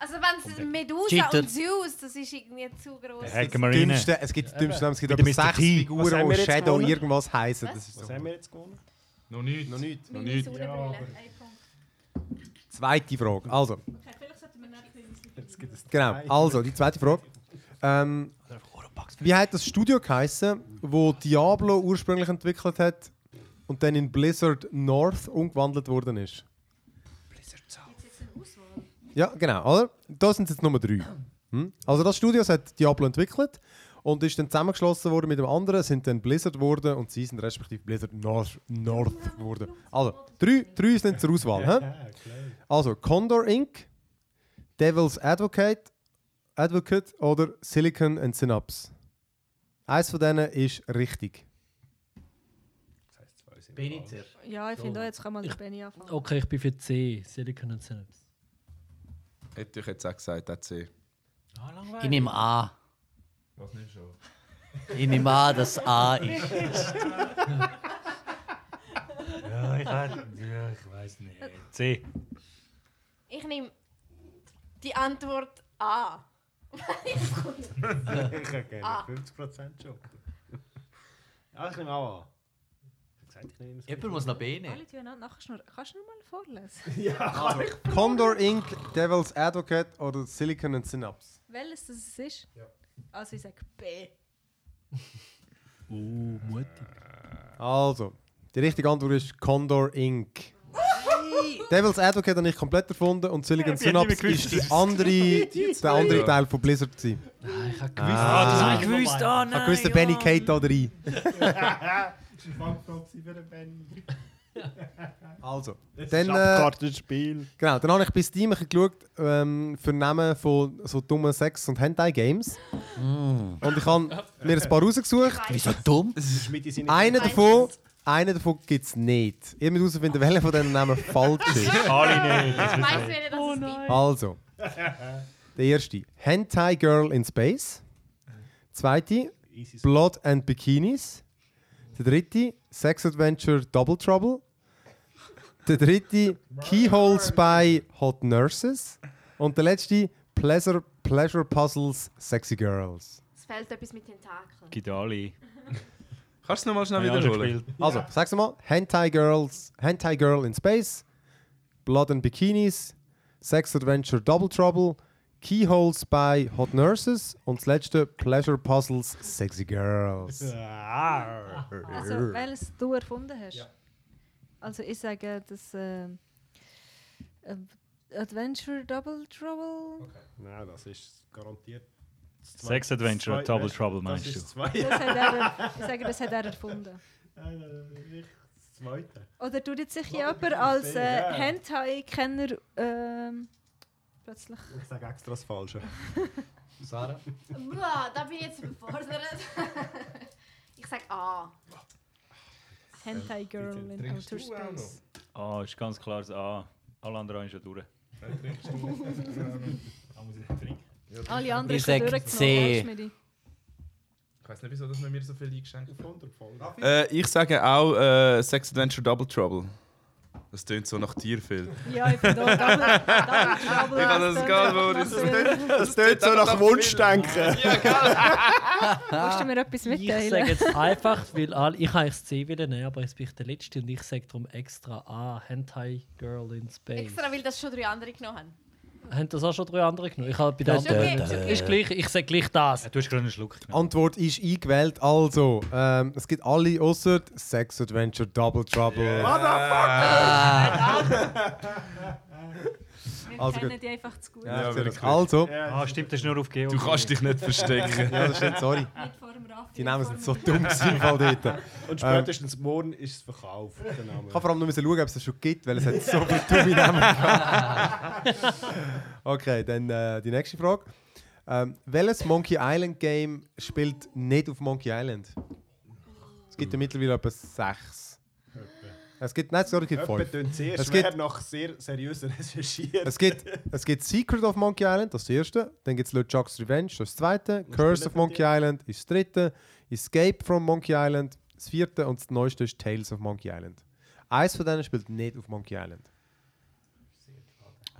S6: Also wenn es Medusa
S1: Cheater.
S6: und Zeus, das ist irgendwie zu groß.
S1: Es
S6: Das
S1: gibt das dümmste, es gibt das dümmste Namen, es gibt aber sechs Figuren, die Shadow irgendwas heißen. Das ist so.
S2: Was haben wir jetzt gewonnen?
S3: Noch nichts. Noch
S1: nichts.
S2: Noch nichts.
S1: Zweite Frage. Also,
S2: Jetzt gibt es
S1: genau.
S2: zwei.
S1: Also, die zweite Frage. Ähm, wie hat das Studio geheißen, wo Diablo ursprünglich entwickelt hat und dann in Blizzard North umgewandelt worden ist? Ja, genau, oder? Da sind es jetzt nur drei. Hm? Also das Studio das hat Diablo entwickelt und ist dann zusammengeschlossen worden mit dem anderen, sind dann Blizzard geworden und sie sind respektive Blizzard North, North geworden. Also, drei, drei sind zur Auswahl. hä? Also, Condor Inc., Devil's Advocate, Advocate oder Silicon and Synapse. Eins von denen ist richtig.
S7: Benny zuerst.
S5: Ja, ich finde auch, jetzt kann man den Benny anfangen.
S4: Okay, ich bin für C. Silicon und Synapse.
S3: Hätte ich jetzt auch gesagt, der C.
S7: Ich nehme A.
S3: Was nimmst du?
S7: Ich nehme an, dass A ist.
S9: Ja, ich, ja, ich weiß nicht. C.
S6: Ich nehme die Antwort A.
S2: Ich hätte gerne
S6: Ah.
S2: 50% Job. Ja, ich nehme auch an. Ich hab gesagt, ich nehme es.
S7: Jemand muss noch B nehmen.
S5: Alle tun nachher schnurren. Kannst du noch mal vorlesen?
S1: Also, Condor Inc., Devil's Advocate oder Silicon and Synapse.
S5: Welches das es ist? Also ich sage B.
S4: Oh, mutig.
S1: Also, die richtige Antwort ist Condor Inc. Devil's Advocate habe ich komplett erfunden und Silicon
S4: Ich hätte
S1: Synapse
S4: nicht mehr gewusst,
S1: ist die
S4: dass es-
S1: andere,
S4: Die
S1: der andere
S4: zwei.
S1: Teil von Blizzard. Gewesen.
S4: Nein, ich habe gewusst.
S1: Ah.
S4: das habe ich gewusst. Oh
S1: Ich habe gewusst, der Benny geht da rein.
S2: Das ist ein Fangfrog für den Benny.
S1: Also,
S2: Das
S1: dann,
S2: ist
S1: äh,
S2: Abkartenspiel.
S1: Genau, dann habe ich bei Steam ein bisschen geschaut ähm, für Namen von so dummen Sex- und Hentai-Games. Und ich habe mir ein paar rausgesucht.
S7: Wieso dumm?
S2: ist mit in seine-
S1: Einen
S2: Ich weiß
S1: davon, einen davon gibt es nicht. Ihr müsst herausfinden, welcher von diesen Namen falsch ist.
S2: Alle nicht.
S6: Ich weiß nicht,
S3: Oh
S6: dass es gibt.
S1: Also, der erste: Hentai Girl in Space. Zweite: Blood and Bikinis. Der dritte: Sex Adventure Double Trouble. Der dritte: Keyhole Spy Hot Nurses. Und der letzte: Pleasure, Pleasure Puzzles Sexy Girls.
S6: Es fehlt etwas mit Tentakeln.
S9: Gibt alle.
S3: Kannst du es nochmal schnell
S9: Ja,
S3: wiederholen?
S1: Also, sag's mal: Hentai Girls, Hentai Girl in Space. Blood and Bikinis. Sex Adventure Double Trouble. Keyholes by Hot Nurses und das letzte Pleasure Puzzles Sexy Girls.
S5: Also welches du erfunden hast? Also ich sage das ähm, ähm, Adventure Double Trouble.
S2: Nein, das ist garantiert. das zweite-
S9: Sex Adventure,
S2: das zweite
S9: Double
S2: Beste.
S9: Trouble
S2: Das
S9: meinst
S2: ist
S9: du?
S2: das zweite.
S5: Das hat er, ich sage, das hat er erfunden.
S2: Nein, nein, nein, nicht das zweite.
S5: Oder tut jetzt sich jemand als äh,
S2: Ja.
S5: Hentai-Kenner ähm, plötzlich.
S2: Ich sage extra das Falsche.
S7: Sarah?
S6: Uah, da bin ich jetzt überfordert. ich sage A.
S3: Äh,
S5: Hentai Girl in Outer Space.
S9: A Ah, ist ganz klar das A. Alle anderen haben schon durch.
S5: Alle anderen
S7: Ich
S5: sind
S7: sag
S5: durchgenommen,
S7: C.
S5: weißt du, Miri?
S3: Ich weiß nicht, wieso dass man mir so viel eingeschenkt hat.
S2: Wundervoll.
S3: Äh, ich sage auch äh, Sex Adventure Double Trouble. Das tönt so nach dir viel.
S5: Ja, ich bin da. Double, double Trouble.
S3: Ich kann das gar nicht, wo
S2: Das tönt so nach Wunschdenken.
S5: Willst du mir etwas
S4: Ich
S5: mitteilen?
S4: sage jetzt einfach, weil alle, ich kann das C wieder nehmen, aber jetzt bin ich der Letzte und ich sage darum extra A, Hentai Girl in Space.
S6: Extra, weil das schon drei andere genommen haben.
S4: Haben das auch schon drei andere genommen? Ich habe bei der
S6: Ist okay,
S4: anderen...
S6: ist okay.
S4: Ist gleich, ich sage gleich das.
S9: Du hast gerade einen Schluck genommen.
S1: Antwort ist eingewählt, also ähm, es gibt alle außer Sex Adventure Double Trouble.
S7: Ah,
S5: Wir
S1: Also
S5: kennen die einfach zu gut.
S1: Ja,
S3: Ja,
S1: ich sehe das.
S3: wirklich.
S1: also,
S9: Ah, stimmt, das ist nur auf Geo.
S3: Du kannst dich nicht verstecken.
S1: ja, das stimmt, sorry.
S5: Nicht vor dem Raff,
S1: Die
S5: nicht
S1: Namen
S5: vor
S1: sind so
S5: dem-
S1: dumm gewesen, im Fall dort.
S2: Und spätestens morgen ist es verkauft. der Name.
S1: Ich kann vor allem nur müssen schauen, ob es das schon gibt, weil es hat so viele dumme Namen gehabt. Okay, dann äh, die nächste Frage. Ähm, welches Monkey Island Game spielt nicht auf Monkey Island? Es gibt ja mittlerweile etwa sechs. Es gibt, nein, sorry, es gibt
S2: Jemand
S1: fünf.
S2: tönt sehr
S1: Es
S2: schwer
S1: gibt-
S2: nach sehr seriösen Recherchieren.
S1: Es gibt, es gibt Secret of Monkey Island, das ist das erste. Dann gibt es Luchak's Revenge, das ist das zweite.
S2: Was
S1: Curse
S2: spielen
S1: of Monkey Island ist das dritte. Escape from Monkey Island das vierte und das neueste ist Tales of Monkey Island. Eins von denen spielt nicht auf Monkey Island.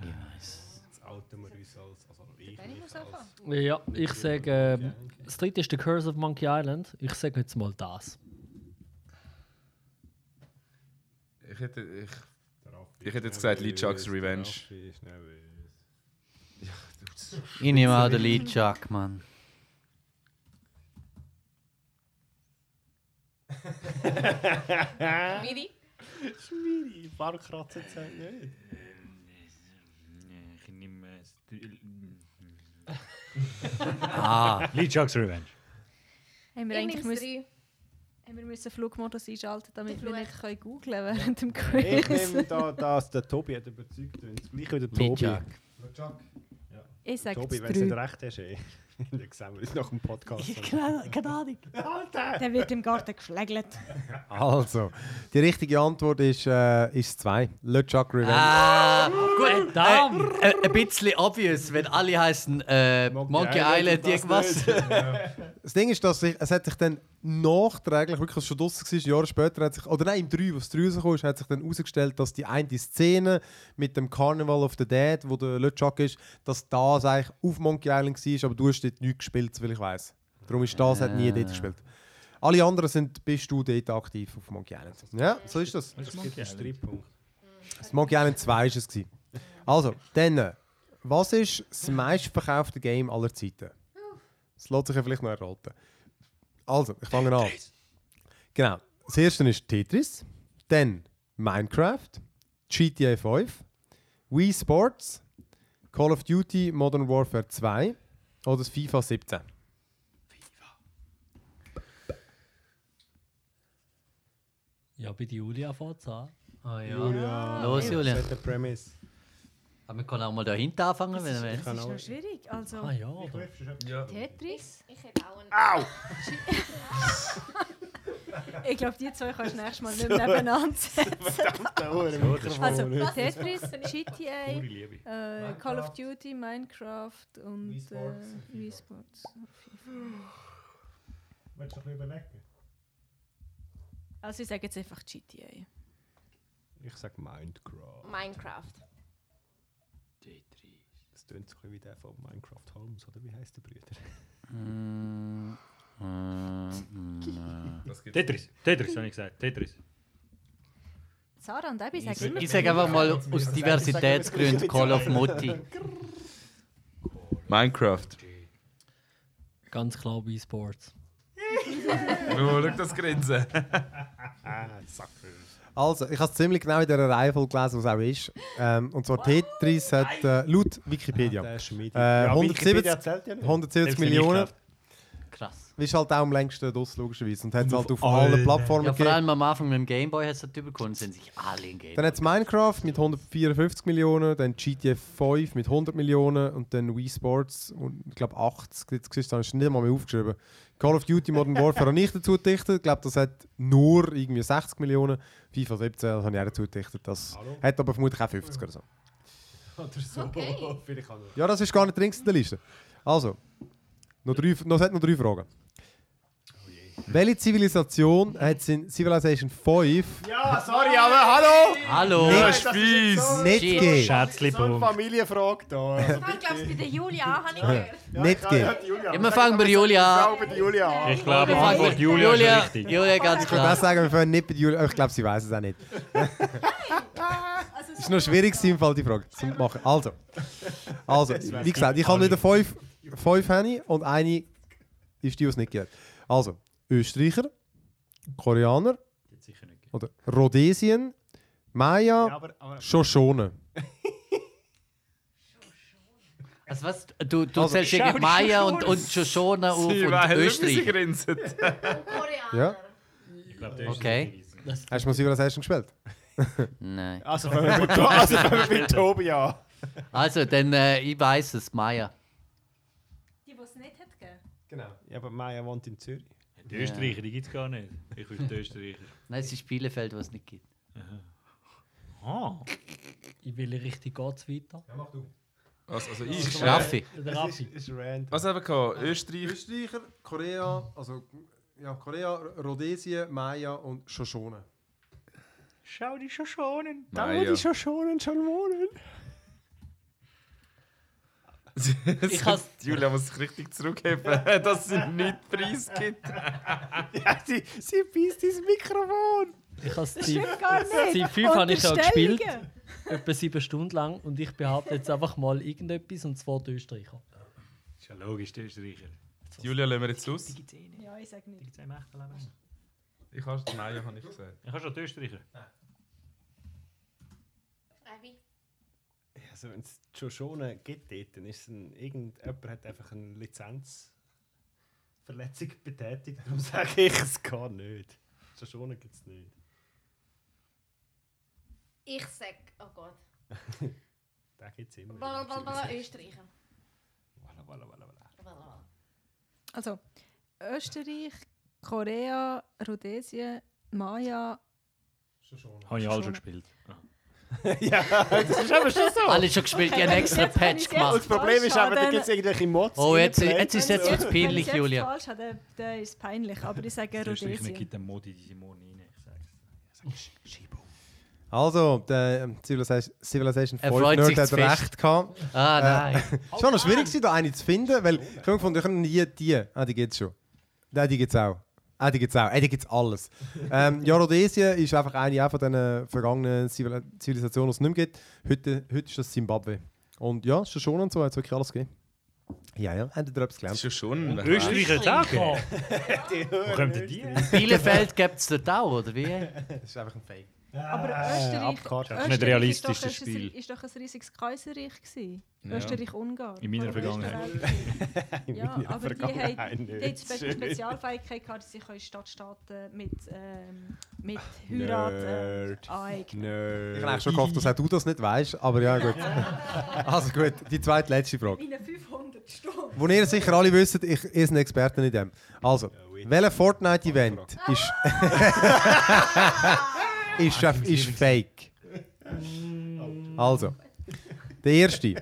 S2: Das outen wir uns als. Also ich.
S5: Wenn ich muss anfangen.
S4: Ja, ich sage, ähm, das dritte ist The Curse of Monkey Island. Ich sage jetzt mal das.
S3: Ich hätte, ich, ich hätte jetzt gesagt Leechucks Revenge.
S7: Ich nehme auch den Lead Jack, Mann.
S6: Miri?
S11: Schmiri, Barkratze zeigt nicht.
S9: Ich nehme.
S7: Ah.
S9: Lee Chuck's Revenge.
S5: Haben wir
S6: Ich
S5: eigentlich
S6: nehme das
S5: müssen, haben wir müssen Flugmodus einschalten, damit wir
S6: Flug.
S5: nicht können googlen während dem
S2: Ich
S5: Quiz.
S2: nehme da, dass der Tobi hat überzeugt, wenn es gleich wieder
S11: Tobi.
S2: Tobi.
S5: Ich sage
S2: Tobi,
S5: es
S2: wenn du nicht
S5: drei.
S2: recht hast, ey. Dann sehen wir uns nach dem Podcast.
S11: Keine Ahnung.
S2: Alter!
S5: Der wird im Garten geflegelt.
S1: Also, die richtige Antwort ist, äh, ist zwei. LeChuck Revenge.
S7: Ah, gut.
S4: Verdammt!
S7: Äh, äh, ein bisschen obvious, wenn alle heißen äh, Monkey, Island, irgendwas.
S1: Das Ding ist, dass sich, es hat sich dann nachträglich, wirklich als es schon draussen war, Jahre später, hat sich, oder nein, im 3, was 3 rausgekommen ist, hat sich dann herausgestellt, dass die eine Szene mit dem Carnival of the Dead, wo der LeChuck ist, dass das eigentlich auf Monkey Island war, aber du hast dort nichts gespielt, soviel ich weiss. Darum ist das hat nie dort gespielt. Alle anderen sind, bist du dort aktiv auf Monkey Island. Ja, so ist das.
S2: Es gibt einen Streitpunkt.
S1: Das Monkey Island 2 war es. gewesen. Also, dann, äh, was ist das meistverkaufte Game aller Zeiten? Das lässt sich ja vielleicht noch erraten. Also, ich fange an. Genau. Das erste ist Tetris, dann Minecraft, GTA 5, Wii Sports, Call of Duty Modern Warfare 2 oder das FIFA 17.
S4: Ja, bei der Julia fängt es an.
S7: Ah, ja.
S2: Julia.
S7: Los, Julia.
S2: Das ist der Premise.
S7: Aber wir können auch mal dahinter anfangen, wenn wir
S5: Das ist noch schwierig. Also,
S4: Ah ja, oder?
S5: Tetris.
S6: Ich hätte auch einen. Au!
S5: Ich glaube, die zwei kannst du nächstes Mal nicht mehr nebeneinander setzen. Also, Tetris, GTA, äh, Call of Duty, Minecraft und äh, Wii Sports.
S2: Willst du noch überlegen?
S5: Also, ich sage jetzt einfach GTA.
S2: Ich sage Minecraft.
S6: Minecraft.
S2: Das tönt so ein bisschen wie der von Minecraft Holmes, oder wie heißt der Brüder?
S9: Tetris. Tetris, habe ich gesagt. Tetris.
S5: Sarah und Abby sagen immer
S7: Ich sage einfach mal aus Diversitätsgründen Call of Mutti.
S3: Minecraft.
S4: Ganz klar bei Sports.
S3: Oh, schau das Grinsen.
S1: Also, ich habe es ziemlich genau in der Reihenfolge gelesen, was es auch ist. Ähm, und zwar Tetris hat äh, laut Wikipedia.
S2: Ah, Der Schmied.
S1: Äh,
S2: Ja,
S1: 170
S2: Wikipedia zählt ja nicht.
S1: 170 Millionen.
S7: Krass.
S1: Ist halt auch am längsten draus, logischerweise. Und hat es
S9: Und
S1: halt auf
S9: auf
S1: allen
S9: allen.
S1: Plattformen
S7: Ja, vor
S1: gegeben.
S7: allem am Anfang mit dem Gameboy hat es das überkommen, sind sich alle in Gameboy.
S1: Dann hat es Minecraft mit 154 Millionen, dann GTA 5 mit 100 Millionen und dann Wii Sports und ich glaube 80. Jetzt siehst du, da hast du nicht mal mehr aufgeschrieben. Call of Duty Modern Warfare habe ich dazu gedichtet. Ich glaube, das hat nur irgendwie 60 Millionen. FIFA 17 das habe ich auch dazu gedichtet. Das hat aber vermutlich auch 50 oder so.
S2: Oder so.
S6: Okay.
S2: Vielleicht auch noch.
S1: Ja, das ist gar nicht drin in der Liste. Also, noch drei, noch, es hat noch drei Fragen. Welche Zivilisation hat es in Civilization 5
S2: Ja, sorry, aber hallo!
S7: Hallo!
S3: Ja, Spieß!
S1: nicht
S7: Shit.
S1: gegeben?
S2: So eine
S9: Schätzlipunkt.
S2: Familienfrage da. Also,
S6: Ich glaube, bei der Julia habe ich gehört.
S1: Nicht gegeben.
S2: Julia.
S7: Immer fangen wir Julia an.
S2: Auch bei der Julia an.
S9: Ich glaube,
S7: Wir fangen-
S9: Antwort Julia,
S7: Julia,
S9: ist richtig.
S7: Julia, ganz
S1: Ich würde auch
S7: klar.
S1: sagen, wir fangen nicht bei Julia. Ich glaube, sie weiß es auch nicht. ist noch schwierig, gewesen, im Fall die Frage zu machen. Also, also wie gesagt, ich habe wieder fünf, fünf Hände und eine ist die, die es nicht gibt. Also, Österreicher, Koreaner oder Rhodesien,
S2: Ja,
S1: Maya,
S2: aber, aber
S1: Shoshone.
S7: Also was, du, du
S1: Also-
S7: zählst gegen Maya und, und Shoshona auf und
S3: Sie weiß, nicht, wie sie
S7: Österreich.
S3: grinsen.
S6: Koreaner.
S1: Ja?
S7: Okay.
S1: Hast du mal Civilization gespielt?
S7: Nein.
S2: also fangen wir mit, To- also fangen wir mit Tobi an.
S7: Also, dann, äh, ich weiß es, Maya.
S5: Die, die es nicht hat gegeben.
S2: Genau. Ja, aber Maya wohnt in Zürich.
S9: Die Österreicher, die gibt es gar nicht. Ich bin die Österreicher.
S7: Nein, es ist Bielefeld, was es nicht gibt.
S9: Ah.
S4: In welche Richtung geht es weiter?
S3: Was, also ich?
S7: Raffi.
S4: Der Raffi.
S2: Ist random.
S3: Was haben wir gehabt? Österreich?
S1: Österreicher, Korea, also Ja, Korea, Rhodesien, Maya und Shoshone.
S2: Schau die Schoschonen. Ah,
S1: Da, wo die
S2: Schoschonen schon wohnen.
S4: Ich has-
S3: Julia muss sich richtig zurückheben, dass sie nicht Preis gibt.
S2: ja, sie, sie beißt ins Mikrofon.
S4: Ich habe
S2: Das
S4: Zeit,
S2: stimmt gar nicht.
S4: Zeit 5 habe ich auch
S2: Unterstellungen.
S4: gespielt. Etwa sieben Stunden lang. Und ich behaupte jetzt einfach mal irgendetwas, und zwar die Österreicher.
S2: Ist ja logisch, der Österreicher.
S3: Julia, lassen wir jetzt los.
S5: Ja, ich sage nicht.
S2: Zwei Mächtel
S3: Ich habe Nein, habe ich gesagt.
S2: Ich habe schon die Österreicher. Also, wenn es die Shoshone gibt, dort, dann ist es ein, irgendjemand hat einfach eine Lizenzverletzung betätigt. Darum sage ich, es geht nicht. Shoshone gibt es nicht.
S6: Ich sag, oh Gott.
S2: Den gibt es immer.
S6: Blablabla, Österreicher.
S2: Walla, walla, walla, walla.
S6: Blablabla.
S5: Also, Österreich, Korea, Rhodesien, Maya.
S9: Habe ich alle schon gespielt.
S2: ja, das ist aber schon so.
S7: Alle schon gespielt, die haben
S5: wenn
S7: extra
S5: ich's jetzt- wenn
S7: Patch
S5: ich's jetzt
S7: gemacht.
S5: falsch
S2: Das Problem ist
S5: habe,
S2: aber, da
S5: dann-
S2: gibt es irgendwelche Mods.
S7: Oh,
S2: in
S7: jetzt-
S2: den Plays.
S7: jetzt ist es jetzt peinlich,
S5: Wenn ich
S7: Julia.
S5: falsch habe, dann, dann ist es peinlich. Aber ich sage
S9: Das ist
S5: Rhodesien.
S9: gibt den Modi die Simone rein. Ich sag's.
S1: Also, der ähm, Civilization, Civilization
S7: Er
S1: 5
S7: freut
S1: Nerd
S7: sich
S1: hat
S7: zu
S1: recht
S7: fest.
S1: gehabt.
S7: Ah, nein.
S1: Es war noch schwierig, gewesen, da eine zu finden, weil ich habe gefunden, ich habe nie die. Ah, die gibt es schon. Nein, die gibt es auch. Ah, die gibt es auch. Ah, die gibt es alles. ähm, ja, Rhodesien ist einfach eine auch von diesen vergangenen Zivil Zivilisationen, die es nicht mehr gibt. Heute, heute ist das Zimbabwe. Und ja, schon schon und so hat es wirklich alles gegeben. Ja, ja, habt ihr da etwas gelernt?
S3: Schon schon. wer
S2: Österreicher
S3: weiß.
S2: sagen. Wo kommen denn die?
S7: Bielefeld gibt es dort auch, oder wie?
S1: Das ist einfach ein Fake.
S5: Aber
S9: Ah,
S5: Österreich,
S9: abgehakt. Das ist
S5: Österreich
S9: nicht realistisch,
S5: ist doch,
S9: das
S5: ein-
S9: Spiel.
S5: ist doch ein riesiges Kaiserreich gewesen.
S9: Ja.
S5: Österreich-Ungarn.
S9: In meiner
S5: Vor dem Ersten
S9: Vergangenheit.
S5: Weltkrieg.
S9: In
S5: ja,
S9: meiner
S5: aber die
S9: Vergangenheit
S5: haben die haben
S9: nicht.
S5: Spe
S9: Schön.
S5: Spezialfähigkeit gehabt, dass sie können Stadtstaaten mit, ähm, mit Heirat äh, aneignen.
S1: Ich habe eigentlich schon gehofft, dass auch du das nicht weißt, aber ja, gut. also gut, die zweitletzte Frage.
S5: In 500 Stunden.
S1: Wo ihr sicher alle wisst, ich ich bin ein Experte in dem. Also, welcher Fortnite-Event ist. ist, auf- ist fake? Also, der erste.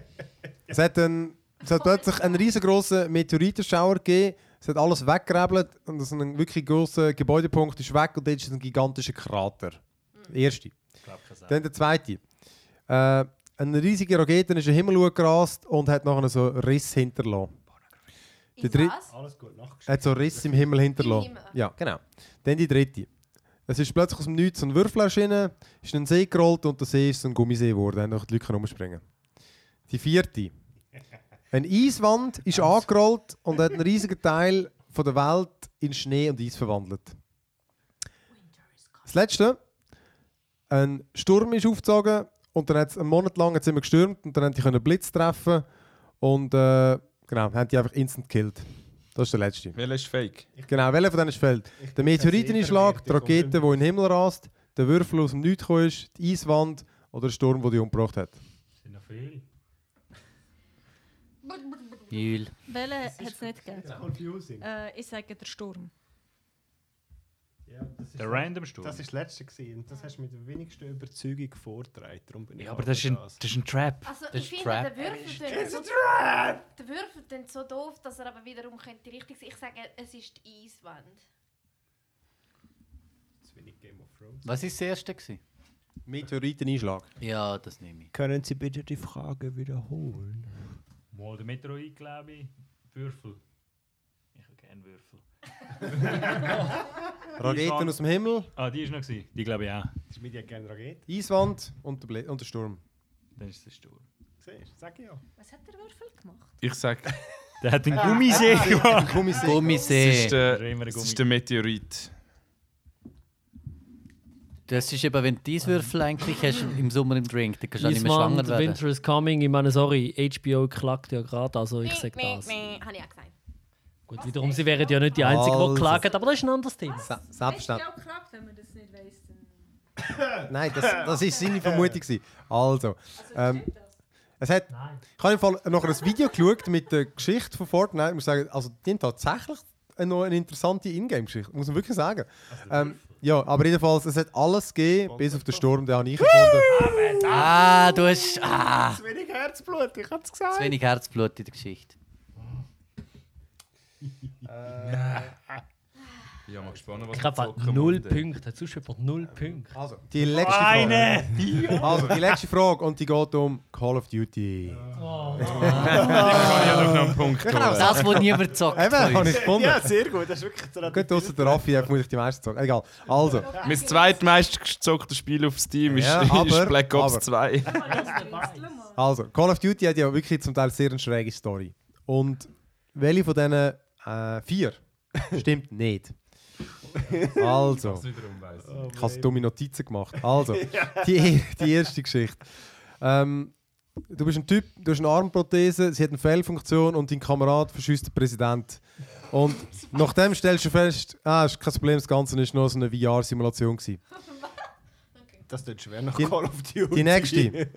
S1: Es hat, ein, es hat plötzlich einen riesengroßen Meteoritenschauer gegeben. Es hat alles weggerebelt und es ist ein wirklich großer Gebäudepunkt ist weg und dort ist ein gigantischer Krater. Der erste. Dann der zweite. Äh, ein riesiger Raketen ist in den Himmel hochgerast und hat nachher so Riss hinterlassen. Der dritte
S2: Alles gut, nachgeschaut.
S1: hat so Riss im Himmel hinterlassen.
S2: Im Himmel.
S1: Ja, genau. Dann die dritte. Es ist plötzlich aus dem Nichts so ein Würfel erschienen, ist in den See gerollt und der See ist so ein Gummisee geworden. Dann noch die Leute können umspringen. Die vierte. Eine Eiswand ist angerollt und hat einen riesigen Teil von der Welt in Schnee und Eis verwandelt. Das letzte. Ein Sturm ist aufgezogen und dann hat es einen Monat lang hat's immer gestürmt und dann haben die können Blitz treffen und äh, genau, haben die einfach instant killed. Das ist der letzte.
S3: Welcher ist fake?
S1: Genau, welcher von denen ist fällt? Der Meteoriteneinschlag, die Rakete, die in den Himmel rast, der Würfel, der aus dem Nichts gekommen ist, die Eiswand oder der Sturm, der die umgebracht hat.
S2: sind noch viele.
S7: Jül.
S5: Welchen hat es nicht gegeben?
S2: confusing.
S5: Äh, ich sage der Sturm.
S9: Der Random Sturm.
S2: Das war das letzte gewesen, und das hast du mit der wenigsten Überzeugung vorgetragen. Darum bin ich
S9: Ja, aber das ist ein, das ist ein Trap.
S6: Also,
S9: das
S6: ich finde, der Würfel tönt so,
S9: Äh!
S6: der Würfel tönt so doof, dass er aber wiederum könnte richtig sein. Ich sage, es ist die Eiswand.
S2: zu wenig Game of Thrones.
S7: Was war das erste? Gewesen?
S1: Meteoriteneinschlag.
S7: Ja, das nehme ich.
S2: Können Sie bitte die Frage wiederholen?
S9: Mal der Metroid, glaube ich. Würfel. Ich habe gerne Würfel.
S1: Raketen aus dem Himmel,
S9: Ah, die ist noch gewesen. Die glaube ich auch.
S2: Das ist mir ja gerne Rakete.
S1: Eiswand und der, Bl und der Sturm.
S9: Dann ist der Sturm.
S2: Siehst du, sag ich ja.
S5: Was hat der Würfel gemacht?
S3: Ich sag,
S9: Der hat den Gummisee gemacht.
S1: Gummisee.
S3: es
S7: Gummisee.
S3: ist der,
S9: Drehen wir den
S3: es
S9: Gummi.
S3: ist der Meteorit.
S7: Das ist eben, wenn du diese Würfel eigentlich hast im Sommer im Drink, dann kannst du auch nicht mehr
S4: Eastman,
S7: schwanger
S4: The
S7: werden.
S4: Winter is Coming. Ich meine, sorry, HBO klagt ja gerade, also ich sage das.
S6: Habe ich auch gesagt.
S4: Gut, wiederum, sie wären ja nicht die Einzigen,
S1: Also.
S4: die klagen, aber das ist ein anderes Thema.
S1: Se
S5: Hast du
S1: Selbststand.
S5: auch geklappt, wenn man das nicht weiss? Dann
S1: Nein, das war seine Vermutung. gewesen. Also, ähm, es hat, ich habe im Fall noch ein Video geschaut mit der Geschichte von Fortnite. Ich muss sagen, also, die haben tatsächlich eine, noch eine interessante Ingame-Geschichte, muss man wirklich sagen. Ähm, ja, aber jedenfalls, es hat alles gegeben, bis auf den Sturm, den habe ich gefunden.
S7: Ah, du hast ah,
S2: Zu wenig Herzblut, ich hab's gesagt.
S7: zu wenig Herzblut in der Geschichte.
S3: ja mal gespannt, was
S4: Ich habe
S3: zocken
S4: null
S3: wollt, ey.
S4: Punkte. Hat sonst jemand null Punkte?
S1: Also, Die letzte Frage. Also, die letzte Frage und die geht um Call of Duty.
S4: Oh.
S1: Ich
S3: kann ja doch noch einen Punkt
S7: genau.
S3: holen. Das, wo niemand zockt
S1: Eben,
S3: von
S1: habe
S3: uns.
S1: ich gefunden.
S3: Ja, sehr
S2: gut, das ist wirklich so
S1: Gut, ausser der Raffi, hat vermutlich die meisten zocken. Egal. Also.
S3: Mein zweitmeist gezocktes Spiel auf Steam ist,
S1: Ja, aber-
S3: ist Black Ops
S1: aber.
S3: 2.
S1: Also, Call of Duty hat ja wirklich zum Teil sehr eine schräge Story. Und welche von diesen äh, vier stimmt nicht? Also,
S3: Ich hab's wiederum weiss. Oh,
S1: ich habe
S3: man.
S1: dumme Notizen gemacht. Also,
S3: Ja.
S1: die, die erste Geschichte. Ähm, du bist ein Typ, du hast eine Armprothese, sie hat eine Fehlfunktion und dein Kamerad verschießt den Präsident. Und nachdem stellst du fest, ah, ist kein Problem, das Ganze war nur so eine VR-Simulation. gewesen.
S2: Das tut schwer nach
S1: Die-
S2: Call of Duty.
S1: Die nächste.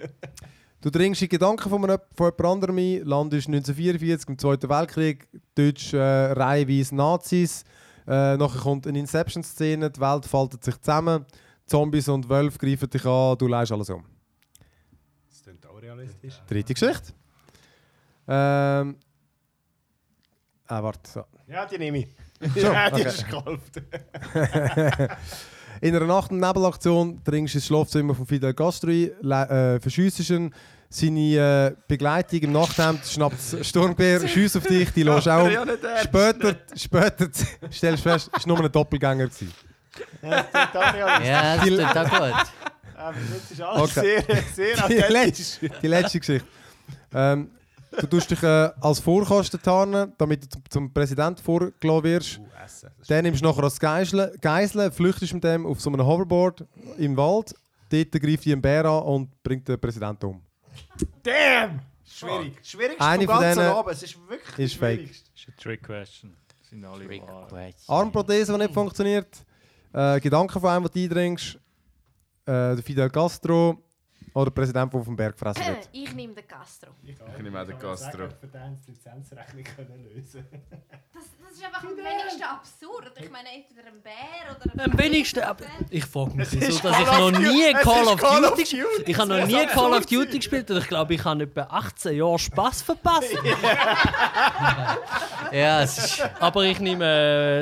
S1: Du dringst in die Gedanken von, einem, von jemand anderem ein, landest 1944 im Zweiten Weltkrieg, deutsch äh, reihenweise Nazis. Äh, nachher kommt eine Inception-Szene, die Welt faltet sich zusammen, Zombies und Wölfe greifen dich an, du leist alles um.
S2: Das klingt auch realistisch.
S1: Dritte Geschichte. Ähm. Ah, warte. So.
S2: Ja, die nehme ich.
S1: So,
S2: ja, die
S1: okay.
S2: ist gekauft.
S1: In einer Nacht- und Nebelaktion dringst du ins Schlafzimmer von Fidel Castro ein, le- äh, verschiessest ihn. Seine äh, Begleitung im Nachthemd schnappt das Sturmgewehr, schiesst auf dich, die lässt auch um.
S2: Ja, nicht ernst.
S1: Später, später stellst du fest, es war nur ein Doppelgänger. Gewesen.
S2: Ja, das klingt auch realistisch.
S1: Ja, das klingt auch gut.
S2: Aber das ist alles sehr, sehr
S1: die,
S2: authentisch.
S1: letzte, die letzte Geschichte. Ähm, du tust dich äh, als Vorkosten tarnen, damit du zum, zum Präsidenten vorgelassen wirst. Dann nimmst du nachher als Geisel, Geisel flüchtest mit dem auf so einem Hoverboard im Wald. Dort greift dich ein Bär an und bringt den Präsidenten um.
S2: Damn! Schwierig. Schwierigst
S1: Eine
S2: vom
S1: von
S2: ganzen
S1: denen
S2: Abend. Es ist wirklich
S1: ist
S2: die
S1: fake.
S2: schwierigste.
S9: Das ist eine Trick-Question. Sind alle wahr.
S1: Armprothese, die nicht funktioniert. Äh, Gedanken von einem, die du eindringst. Äh, der Fidel Castro. Oder der Präsident, der auf dem Berg gefressen
S9: Also
S1: wird.
S6: Ich nehme den Castro.
S3: Ich nehme auch den
S2: Für
S3: Castro.
S2: den die Lizenzrechnung können lösen
S6: Das, das ist einfach am wenigsten absurd. Ich meine, entweder ein Bär oder ein
S4: Am wenigsten. Aber ich frage mich,
S6: Es
S4: wieso,
S6: ist
S4: dass ich
S6: Call
S4: noch
S6: of
S4: nie
S6: Duty. Es
S4: Call
S6: ist
S4: of
S6: Call of
S4: Duty
S6: Duty.
S4: gespielt Ich habe noch
S6: Es
S4: nie
S6: wäre
S4: Call of
S6: absurd
S4: Duty gespielt und ich glaube, ich habe etwa 18 Jahre Spass verpasst.
S7: Ja, es ist-
S4: Aber ich nehme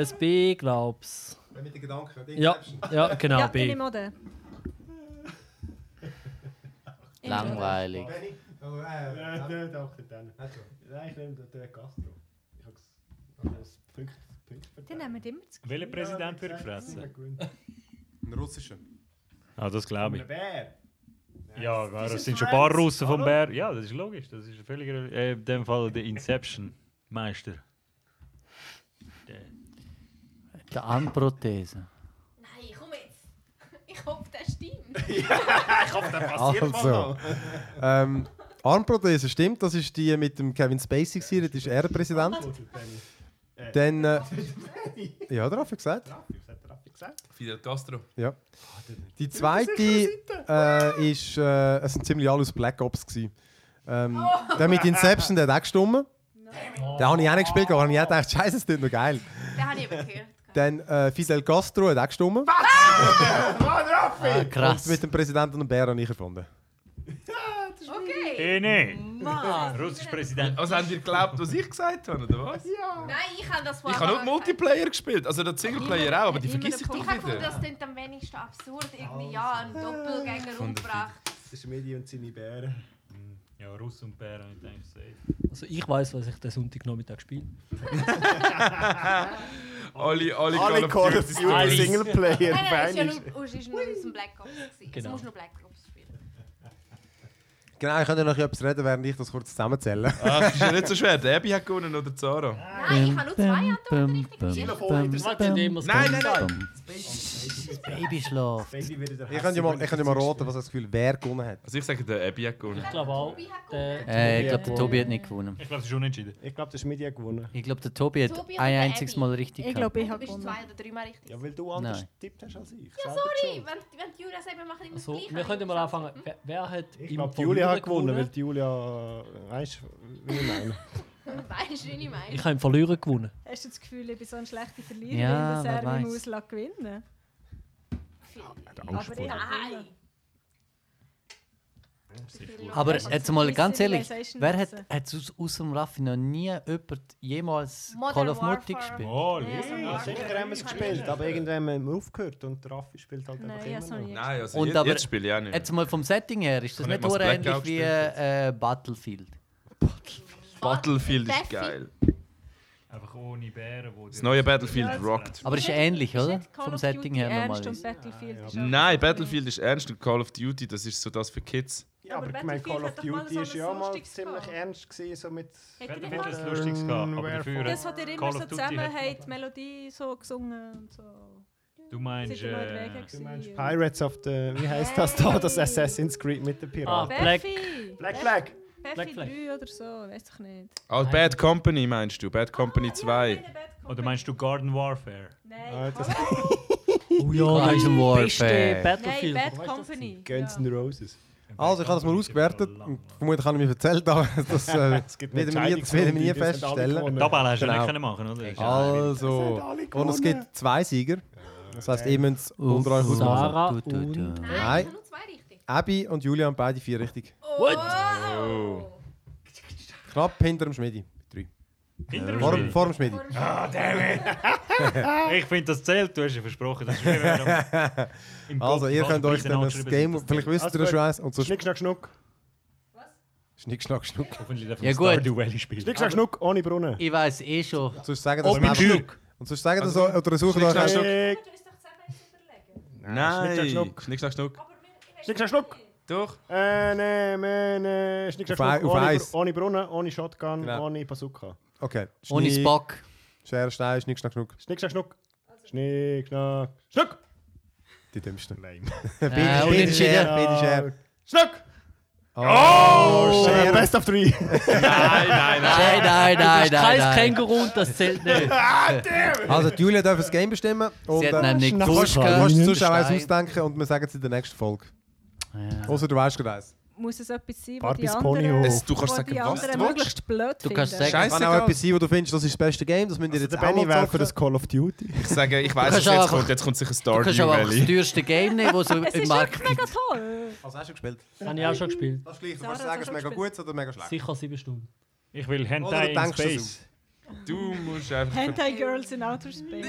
S4: äh, das B, glaub's.
S1: Mit den Gedanken, die
S4: Ja,
S1: Inception.
S4: ja genau,
S5: ja, ich
S4: B.
S5: nehme auch den.
S7: Langweilig.
S2: Nein, nein, doch, den. Nein, ich nehme den- den Castro. Ich habe es Punkt.
S5: Die nehmen immer zu.
S9: Welcher Präsident wird gefressen?
S1: Ein russischer.
S9: Ah, das glaube ich.
S2: Ein Bär.
S9: Ja, aber
S2: sind
S9: es sind schon ein paar
S2: Friends,
S9: Russen vom
S2: oder?
S9: Bär. Ja, das ist logisch. Das ist völlig. Äh, in dem Fall der Inception-Meister.
S7: Der Armprothese.
S6: Nein, komm jetzt. Ich hoffe, das stimmt.
S2: ich hoffe, das passiert mal
S1: Also,
S2: noch.
S1: ähm, Armprothese, stimmt, das ist die mit dem Kevin Spacey, gewesen, das ist er der Präsident. Dann, äh, ja, der Raffi gesagt.
S3: Fidel Castro.
S1: Ja. Die zweite äh, ist, äh, es sind ziemlich alle aus Black Ops gewesen. Ähm, Der mit Inception, der hat auch gestummen. Den habe ich auch nicht gespielt, aber habe ich auch gedacht, scheiße, das klingt noch geil.
S6: Den habe ich aber gehört.
S1: Dann äh, Fidel Castro hat auch gestummen.
S2: Mann,
S4: Ah,
S2: Raffi!
S1: Krass. Und mit dem Präsidenten und dem Bär habe ich erfunden.
S6: Okay.
S9: Eh, nein.
S6: Mann.
S9: Russisch Präsident.
S3: Also habt ihr geglaubt, was ich gesagt habe, oder was?
S6: Nein, ich habe das
S3: Ich habe nur Multiplayer gespielt, also den Singleplayer auch, aber die vergiss ich
S6: Ich habe
S3: doch
S6: gefunden,
S3: wieder.
S6: das klingt am wenigsten absurd. Irgendwie, ja, ein Doppelgänger umgebracht.
S2: Das ist Medi und seine Bären.
S9: Ja, Russ und Bär habe ich gedacht, safe.
S4: Also ich weiß, was ich den Sonntagnachmittag spiele.
S3: Alle, alle
S2: Alle Call of Duty
S3: Stories.
S2: Singleplayer.
S6: Nein, nein, es ist ja
S2: Beinisch.
S6: nur, es ist nur aus dem Black Ops. gewesen. Es
S1: Genau.
S6: muss nur Black Ops spielen.
S1: Genau, ich könnte noch etwas reden, während ich das kurz zusammenzähle.
S3: Ah, das ist ja nicht so schwer. Der Abby hat gewonnen oder Zara?
S6: Nein, ich habe nur zwei Antworten richtig.
S3: Nein, nein, nein.
S7: Babyschlaf.
S1: Ich kann ja mal, ich kann ja mal raten, was das Gefühl, wer gewonnen hat.
S3: Also ich sage, der Abby hat gewonnen.
S6: eh,
S4: Ich glaube auch. Der
S7: Äh, ich glaube, der Tobi hat nicht gewonnen.
S9: Ich glaube, es ist unentschieden.
S2: Ich glaube, das ist Media gewonnen.
S7: Ich glaube, der Tobi hat
S6: Tobi und
S7: ein
S6: der
S7: einziges
S6: Abby.
S7: Mal richtig
S5: Ich
S7: gehabt.
S5: glaube, ich
S6: Du
S5: habe
S6: bist
S5: gewonnen.
S6: zwei oder dreimal richtig.
S2: Ja, weil du anders
S7: Nein.
S2: getippt hast als ich.
S6: Ja,
S2: Selber
S6: sorry,
S2: schuld.
S6: wenn, wenn die Julia sagt, wir machen immer
S4: So,
S6: das Gleiche.
S4: Also, wir könnten mal anfangen. Wer, wer hat
S2: Ich
S4: im
S2: glaube, die
S4: Verlieren
S2: Julia hat gewonnen, weil die Julia. äh, Weißt du, wie ich meine?
S6: Weißt du, wie ich meine?
S4: Ich habe im Verlieren gewonnen.
S5: Hast du das Gefühl, ich bin so ein schlechter Verlierer,
S4: Ja,
S5: weil das
S4: wer
S5: er mich
S4: weiß.
S5: muss lassen gewinnen
S6: Viel-
S5: Aber ich habe gewonnen.
S6: Nein!
S7: Aber jetzt mal ganz ehrlich,
S5: Civilization
S7: wer hat,
S5: wissen.
S7: hat aus, aus dem Raffi noch nie jemand jemals
S5: Modern
S7: Call of Duty
S5: Warfare.
S7: gespielt?
S2: Mal, ja. Sicher haben wir es gespielt, aber irgendwann haben wir aufgehört und der Raffi spielt halt
S5: Nein,
S2: einfach
S5: ich hab's
S2: immer
S5: noch
S2: noch.
S5: nie
S3: Nein, also
S7: Und
S3: jetzt,
S7: aber-
S3: jetzt spiele ich auch nicht. mehr.
S7: Jetzt mal vom Setting her, ist das
S3: Ich hab
S7: nicht
S3: nicht mal
S7: nur
S3: das
S7: ähnlich
S3: Blackout
S7: wie
S3: gespielt.
S7: äh, Battlefield?
S3: Battlefield ist
S6: Steffi.
S3: geil.
S9: Einfach ohne Bären, wo
S3: Das neue Battlefield rockt.
S7: Aber ist ähnlich, oder?
S5: Call
S7: Vom
S5: of
S7: Setting
S5: Duty
S7: her
S5: ernst
S7: normalerweise.
S5: und Battlefield ist auch-
S3: Nein, Battlefield ist ernst und Call of Duty, das ist so das für Kids.
S2: Ja, aber
S5: Aber
S2: ich meine, Call of
S5: Battlefield hat doch mal
S2: Duty
S5: so
S2: ist
S5: ein
S2: ja mal
S5: lustiges
S2: ziemlich
S5: gehabt.
S2: ernst gewesen, so mit...
S5: Hat ihr
S9: Battlefield
S5: nicht
S9: ist
S5: mal-
S9: lustig gehabt, aber
S2: Warfare.
S9: dafür...
S5: Das, was ihr
S9: Call
S5: immer
S9: of
S5: so
S9: Duty
S5: zusammen
S9: hat-
S5: habt, die Melodie so gesungen und so.
S9: Du meinst...
S5: Sind ihr mal
S9: Äh,
S5: unterwegs
S2: Du meinst
S5: gewesen?
S2: Pirates of the... Wie heisst das da? Das Assassin's Creed mit den Piraten.
S4: Ah, Black-
S5: Beffi!
S2: Black Flag!
S5: Beffi 3 oder so, weiß doch nicht.
S3: Ah, Bad Company meinst du? Bad
S6: Ah,
S3: Company 2.
S9: oder Oh, meinst du Garden Warfare?
S5: Nein,
S2: Ah, das-
S4: Oh ja, das ist
S7: Garden
S4: das beste
S7: Warfare.
S5: Nein,
S4: Battlefield.
S5: Bad Company.
S2: Guns N' Roses.
S1: Also, ich habe das mal ausgewertet und vermutlich habe ich mir erzählt, aber das äh,
S2: gibt
S1: werden wir nie, werden wir nie feststellen.
S9: Die Tabelle hast du
S1: Genau.
S9: nicht können machen, oder? Ist ja-
S1: Also, und es gibt zwei Sieger. Das heisst, ihr müsst es unter euch ausmachen.
S4: Sarah
S7: Du, du, du.
S4: und-
S6: Nein, ich
S1: Nein.
S6: habe nur zwei richtig.
S1: Abby und Julian, beide vier richtig.
S2: Oh.
S6: What?
S1: Knapp hinter dem Schmidi. Drei.
S9: Hinter dem
S1: Vor,
S9: Spiel.
S1: dem- vor dem Schmidi.
S9: Ich finde, das zählt. Du hast ja versprochen, das ist wie wenn du im
S1: Also, ihr
S9: Podcast
S1: könnt euch
S9: Preise
S1: dann das
S9: anschreiben,
S1: Game,
S9: dass das
S1: vielleicht wisst ihr
S2: Also
S1: schon eins, und sonst
S2: Schnick, schnack, schnuck.
S1: schnick, schnack, schnuck.
S9: Hoffentlich darf
S7: Ja,
S9: man
S7: gut.
S9: Stardew Valley spielen.
S2: Schnick, schnack, schnuck, ohne Brunnen.
S7: Ich weiß eh schon.
S1: Und sonst sagen
S7: Ob
S1: das
S7: mit
S1: einfach.
S7: Schnuck.
S1: Und sonst sagen das so, oder suchen euch
S3: schnack,
S1: eins.
S2: Schnick,
S3: Nein!
S2: Schnick, schnack,
S3: Schnick, schnack, schnuck.
S2: schnick, schnack, schnuck.
S3: Doch.
S2: Äh, nein, nein, nein. Schnick, schnack,
S1: Auf ei- auf
S2: schnuck. Ohne,
S1: eins.
S2: Br- ohne Brunnen, ohne Shotgun,
S1: Genau.
S2: ohne Bazooka.
S1: Okay.
S7: Ohne
S1: Schnick,
S7: Spock.
S1: Schere, Stein, schnick, schnack, schnuck.
S2: Schnick, schnack, schnuck. Schnick, schnack, schnuck.
S1: Die dümmsten.
S2: Nein.
S7: Äh, unentschieden.
S1: Beide Schere.
S2: Schnuck!
S1: Oh,
S2: Äh,
S1: Schere.
S2: Best of three.
S7: Nein, nein, nein, nein.
S4: Kein
S7: nein.
S4: Känguru und das zählt nicht.
S1: Also, die Julia darf das Game bestimmen. Und,
S7: Sie
S1: äh,
S7: hat nämlich
S1: Du kannst, du
S7: durchgehört.
S1: kannst dir sonst auch eins ausdenken und wir sagen es in der nächsten Folge. Außer du weißt gerade eins.
S5: Muss es etwas sein, was die
S2: Barbies
S5: anderen,
S2: Ponyhof.
S3: Es, du kannst
S5: wo
S3: sagen,
S5: die
S3: was
S5: anderen
S3: du willst.
S5: möglichst blöd
S7: Du kannst
S5: finden?
S7: sagen-
S1: Es kann auch etwas sein, wo du findest, das ist das beste Game, das müsst ihr
S2: Also,
S1: jetzt
S2: der
S1: auch
S2: Benny wäre
S1: mal
S2: für
S1: zocken.
S2: das Call of Duty.
S3: Ich sage, ich weiß,
S7: kannst
S3: was
S7: auch
S3: jetzt
S7: einfach-
S3: kommt. Jetzt kommt sicher
S7: Du kannst
S3: Stardew
S7: auch einfach das
S3: Valley.
S7: teuerste Game nehmen, das so
S5: Es
S7: im
S5: ist
S7: Markt
S5: wirklich
S7: gibt.
S5: mega toll.
S1: Also, hast du gespielt?
S4: Habe ich auch schon gespielt.
S1: Das ist gleich. Du
S5: Sarah,
S1: kannst sagen,
S5: das
S1: es ist
S5: hast
S1: mega
S5: du
S1: gut oder mega schlecht.
S4: Sicher sieben Stunden.
S9: Ich will
S1: Oder
S9: Hentai
S1: du
S9: in
S1: denkst es
S9: Space.
S3: Du musst einfach.
S5: Hentai Girls in Outer Space.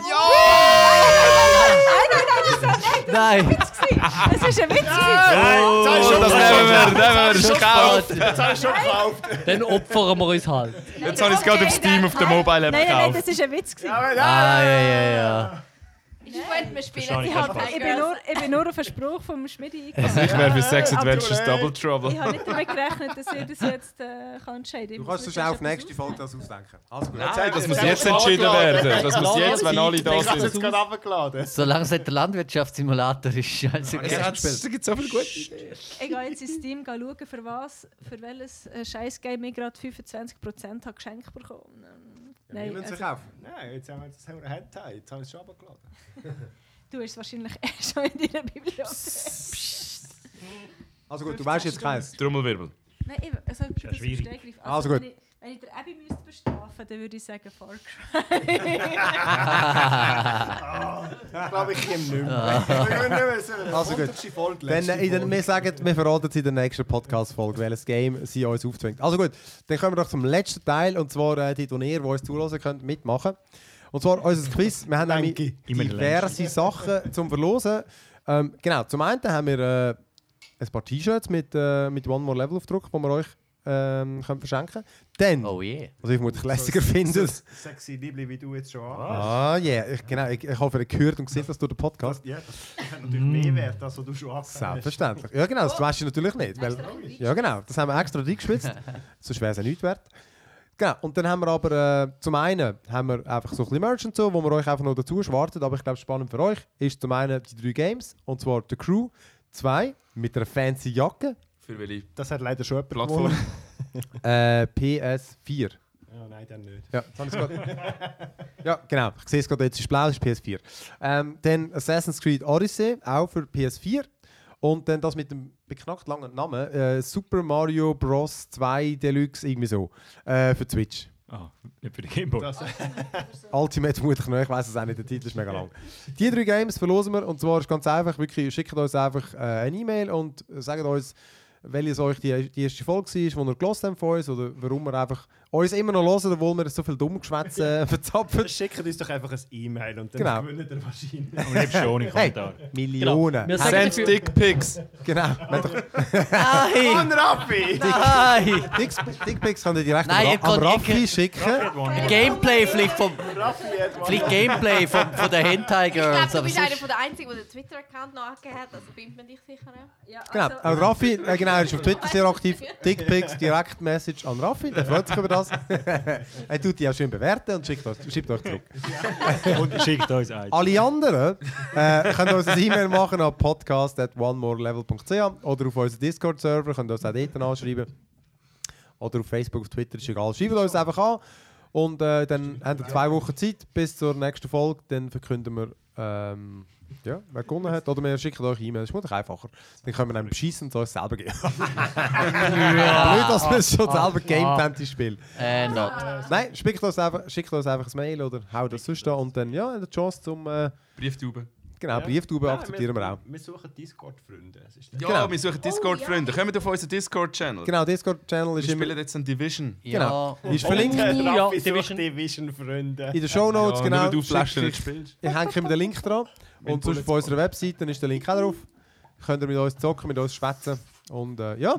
S7: Nein.
S5: Es ist ein Witz. gewesen.
S1: Oh,
S3: Das ist schon das nehmen wir, nehmen wir, gekauft.
S4: Dann opfern wir uns halt.
S3: Jetzt habe ich es gerade auf Steam auf der Mobile App
S5: Nein, nein,
S3: gekauft.
S5: das ist ein Witz. gewesen.
S7: Ah, ja, ja, ja.
S6: Ist gut, wir spielen
S9: Wahrscheinlich
S6: die
S9: kein
S6: Hard
S5: Ich bin, nur, ich bin nur auf den Spruch vom Schmidi eingegangen.
S7: Also.
S3: Ich wäre für Sex
S5: Aber
S3: Adventures Double Trouble.
S5: Ich habe nicht damit gerechnet, dass ihr das jetzt äh, kann entscheiden
S1: Du kannst
S5: es
S1: sonst auch auf die nächste Folge das ausdenken. Also gut.
S3: Nein, das muss jetzt entschieden werden. Das muss jetzt, wenn alle da
S2: Das ist
S3: sind.
S2: jetzt gerade runtergeladen.
S7: Solange es nicht der Landwirtschaftssimulator ist, also scheiße.
S3: Es gibt so viel gut.
S5: Ich gehe jetzt ins Team schauen, für was, für welches äh, Scheiß-Game ich gerade 25% habe geschenkt bekommen Ähm,
S1: Wir
S5: Nein,
S1: müssen
S5: also,
S1: sich auf.
S2: Nein, jetzt haben wir das Hentai. Jetzt haben wir es schon runtergeladen.
S5: du hast es wahrscheinlich eh schon in deiner Bibliothek.
S1: Also gut, du weißt jetzt keins.
S3: Trommelwirbel.
S5: Nein, ich, also, das ist
S9: schwierig.
S5: verstehe ich.
S1: Also
S5: Also,
S1: gut.
S5: Wenn ich, wenn ich den Abby müsste bestrafen, dann würde ich sagen Far Cry.
S2: Ich glaube, ich komme nicht mehr. Ich komme nicht mehr.
S1: Also gut.
S2: Folge,
S1: Dann, äh, in den, wir sagen, wir verraten es in der nächsten Podcast-Folge, welches Game sie uns aufzwingt. Also gut, dann kommen wir doch zum letzten Teil, und zwar äh, die Turnier, die uns zuhören könnt, mitmachen. Und zwar unser Quiz. Wir haben nämlich
S9: Immer der
S1: diverse Sachen zum Verlosen. Ähm, genau, zum einen haben wir äh, ein paar T-Shirts mit, äh, mit One More Level Aufdruck, die wir euch ähm, können verschenken können. Dann,
S7: Oh je.
S1: was ich vermutlich lässiger finde.
S2: Sexy Liebling, wie du jetzt schon hast.
S1: Ah, ja, yeah. genau. Ich, ich hoffe, ihr gehört und seht das durch den Podcast.
S2: Ja, das hat natürlich mehr Wert, als was du schon angefangen hast.
S1: Selbstverständlich. Ja, genau, das weisst du natürlich nicht. Weil, ja, genau, das haben wir extra reingeschwitzt. Sonst wäre es ja nichts wert. Genau, und dann haben wir aber äh, zum einen haben wir einfach so ein bisschen Merch und so, wo wir euch einfach noch dazu schwartet. Aber ich glaube, spannend für euch ist zum einen die drei Games und zwar The Crew 2 mit einer fancy Jacke,
S3: Für welche
S2: Das hat leider schon jemand
S3: Plattform?
S2: gewonnen.
S1: äh, PS4.
S2: Ja, nein, dann nicht.
S1: Ja, das habe ich gerade. ja, genau. Ich sehe es gerade, jetzt ist blau, das ist PS4. Ähm, dann Assassin's Creed Odyssey, auch für PS4. Und dann das mit dem beknackt langen Namen, äh, Super Mario Bros. 2 Deluxe, irgendwie so, äh, für die Switch.
S9: Ah, nicht für den Gameboy.
S2: Das,
S1: Ultimate vermutlich noch, ich weiß es auch nicht, der Titel ist mega lang. Die drei Games verlosen wir und zwar ist ganz einfach, wirklich schickt uns einfach äh, eine E-Mail und sagt uns, welches euch die, die erste Folge war, die ihr gelost habt von uns oder warum wir einfach uns immer noch hören, obwohl wir so viel dumm geschwätzt äh, verzapfen.
S2: Schickt uns doch einfach ein E-Mail und dann
S1: Genau.
S2: gewinnt ihr wahrscheinlich.
S1: Aber ich hab schon einen Kommentar. Hey, Millionen.
S2: Genau. Wir
S1: Hey. Send
S2: sagen dafür-
S3: Dickpics.
S1: Genau.
S6: Oh
S2: Nein. Und Raffi.
S1: Nein! Dickpics könnt ihr direkt
S7: Nein,
S1: an,
S7: ihr
S1: Ra- an
S7: könnt-
S1: Raffi
S7: ihr-
S1: schicken.
S7: Gameplay vielleicht vom.
S6: Raffi hat
S7: Vielleicht Gameplay von, von den Hentai
S6: Ich
S7: Girls.
S6: glaube, du
S7: aber
S6: bist
S7: sonst-
S6: einer von den Einzigen, der den Twitter-Account noch angegeben hat. Also findet man dich sicher, ja?
S5: Also,
S1: Genau, an Raffi, äh, genau, er ist auf Twitter sehr aktiv. Dickpics, Direktmessage an Raffi, der freut sich über das. er tut dus. die auch schön bewerten und schickt euch, schickt euch zurück.
S9: Und schickt uns eins.
S1: Alle anderen äh, können uns ein E-Mail machen an podcast.onemorelevel.ch oder auf unseren Discord-Server, könnt ihr uns auch dort anschreiben. Oder auf Facebook, auf Twitter, ist egal. Schreibt uns einfach an. Und äh, dann haben wir zwei Wochen Zeit bis zur nächsten Folge. Dann verkünden wir, ähm, ja, wer gewonnen hat. Oder wir schicken euch E-Mail. Das ist doch einfacher. Dann können wir dann beschissen und es uns selber geben. Blöd, dass wir es schon selber gamed haben, das Spiel.
S7: Äh, not.
S1: Nein, schickt uns einfach, schickt uns einfach ein Mail oder haut das sonst an. Und dann, ja, eine Chance zum... Äh,
S3: Brieftube.
S1: Genau, Brieftube
S2: Nein,
S1: akzeptieren wir auch.
S2: Wir suchen Discord-Freunde. Es ist
S3: Ja,
S1: Genau.
S3: wir suchen Discord-Freunde. Kommt auf unseren Discord-Channel.
S1: Genau, Discord-Channel
S3: Wir
S1: ist immer
S3: spielen jetzt ein Division.
S1: Ja. Genau. Ist
S3: oh,
S1: verlinkt.
S2: Ja,
S1: Ja,
S2: Division. Division-Freunde.
S1: in den Shownotes,
S3: Ja,
S1: genau.
S3: nur du Flaschen
S1: Schickt-
S3: nicht spielst.
S1: Ich hänge immer den Link dran. Und sonst auf unserer Webseite ist der Link auch drauf. Könnt ihr mit uns zocken, mit uns schwätzen. Und äh, ja.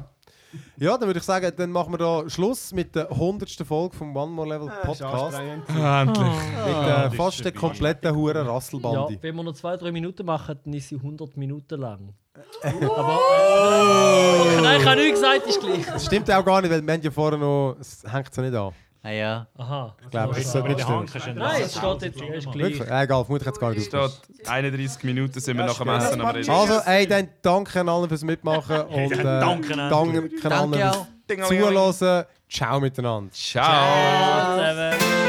S1: Ja, dann würde ich sagen, dann machen wir da Schluss mit der 100. Folge vom One More Level Podcast.
S2: anstrengend.
S3: Ah, endlich.
S1: Mit äh, fast der kompletten Huren
S4: Ja,
S1: Rasselbande.
S4: wenn wir noch zwei, drei Minuten machen, dann ist sie 100 Minuten lang. äh, Nein, ich habe nichts gesagt, ist gleich.
S1: Das stimmt auch gar nicht, weil wir haben ja vorher noch. Es hängt so nicht an.
S7: Ah ja.
S4: Aha.
S1: Ich glaube, das sollte nicht stimmen.
S4: Nein, es steht jetzt ist
S1: Wirklich?
S4: gleich.
S1: Äh, Egal, vermutlich hat es gar nicht
S3: Steht 31 Minuten sind wir nach dem
S1: stimmt.
S3: Essen am Reden.
S1: Also, ey, dann danke an allen fürs Mitmachen und äh,
S9: danke an alle.
S1: danke an allen
S7: Danke auch.
S1: fürs Zuhören. Ciao miteinander.
S3: Ciao.
S4: Seven.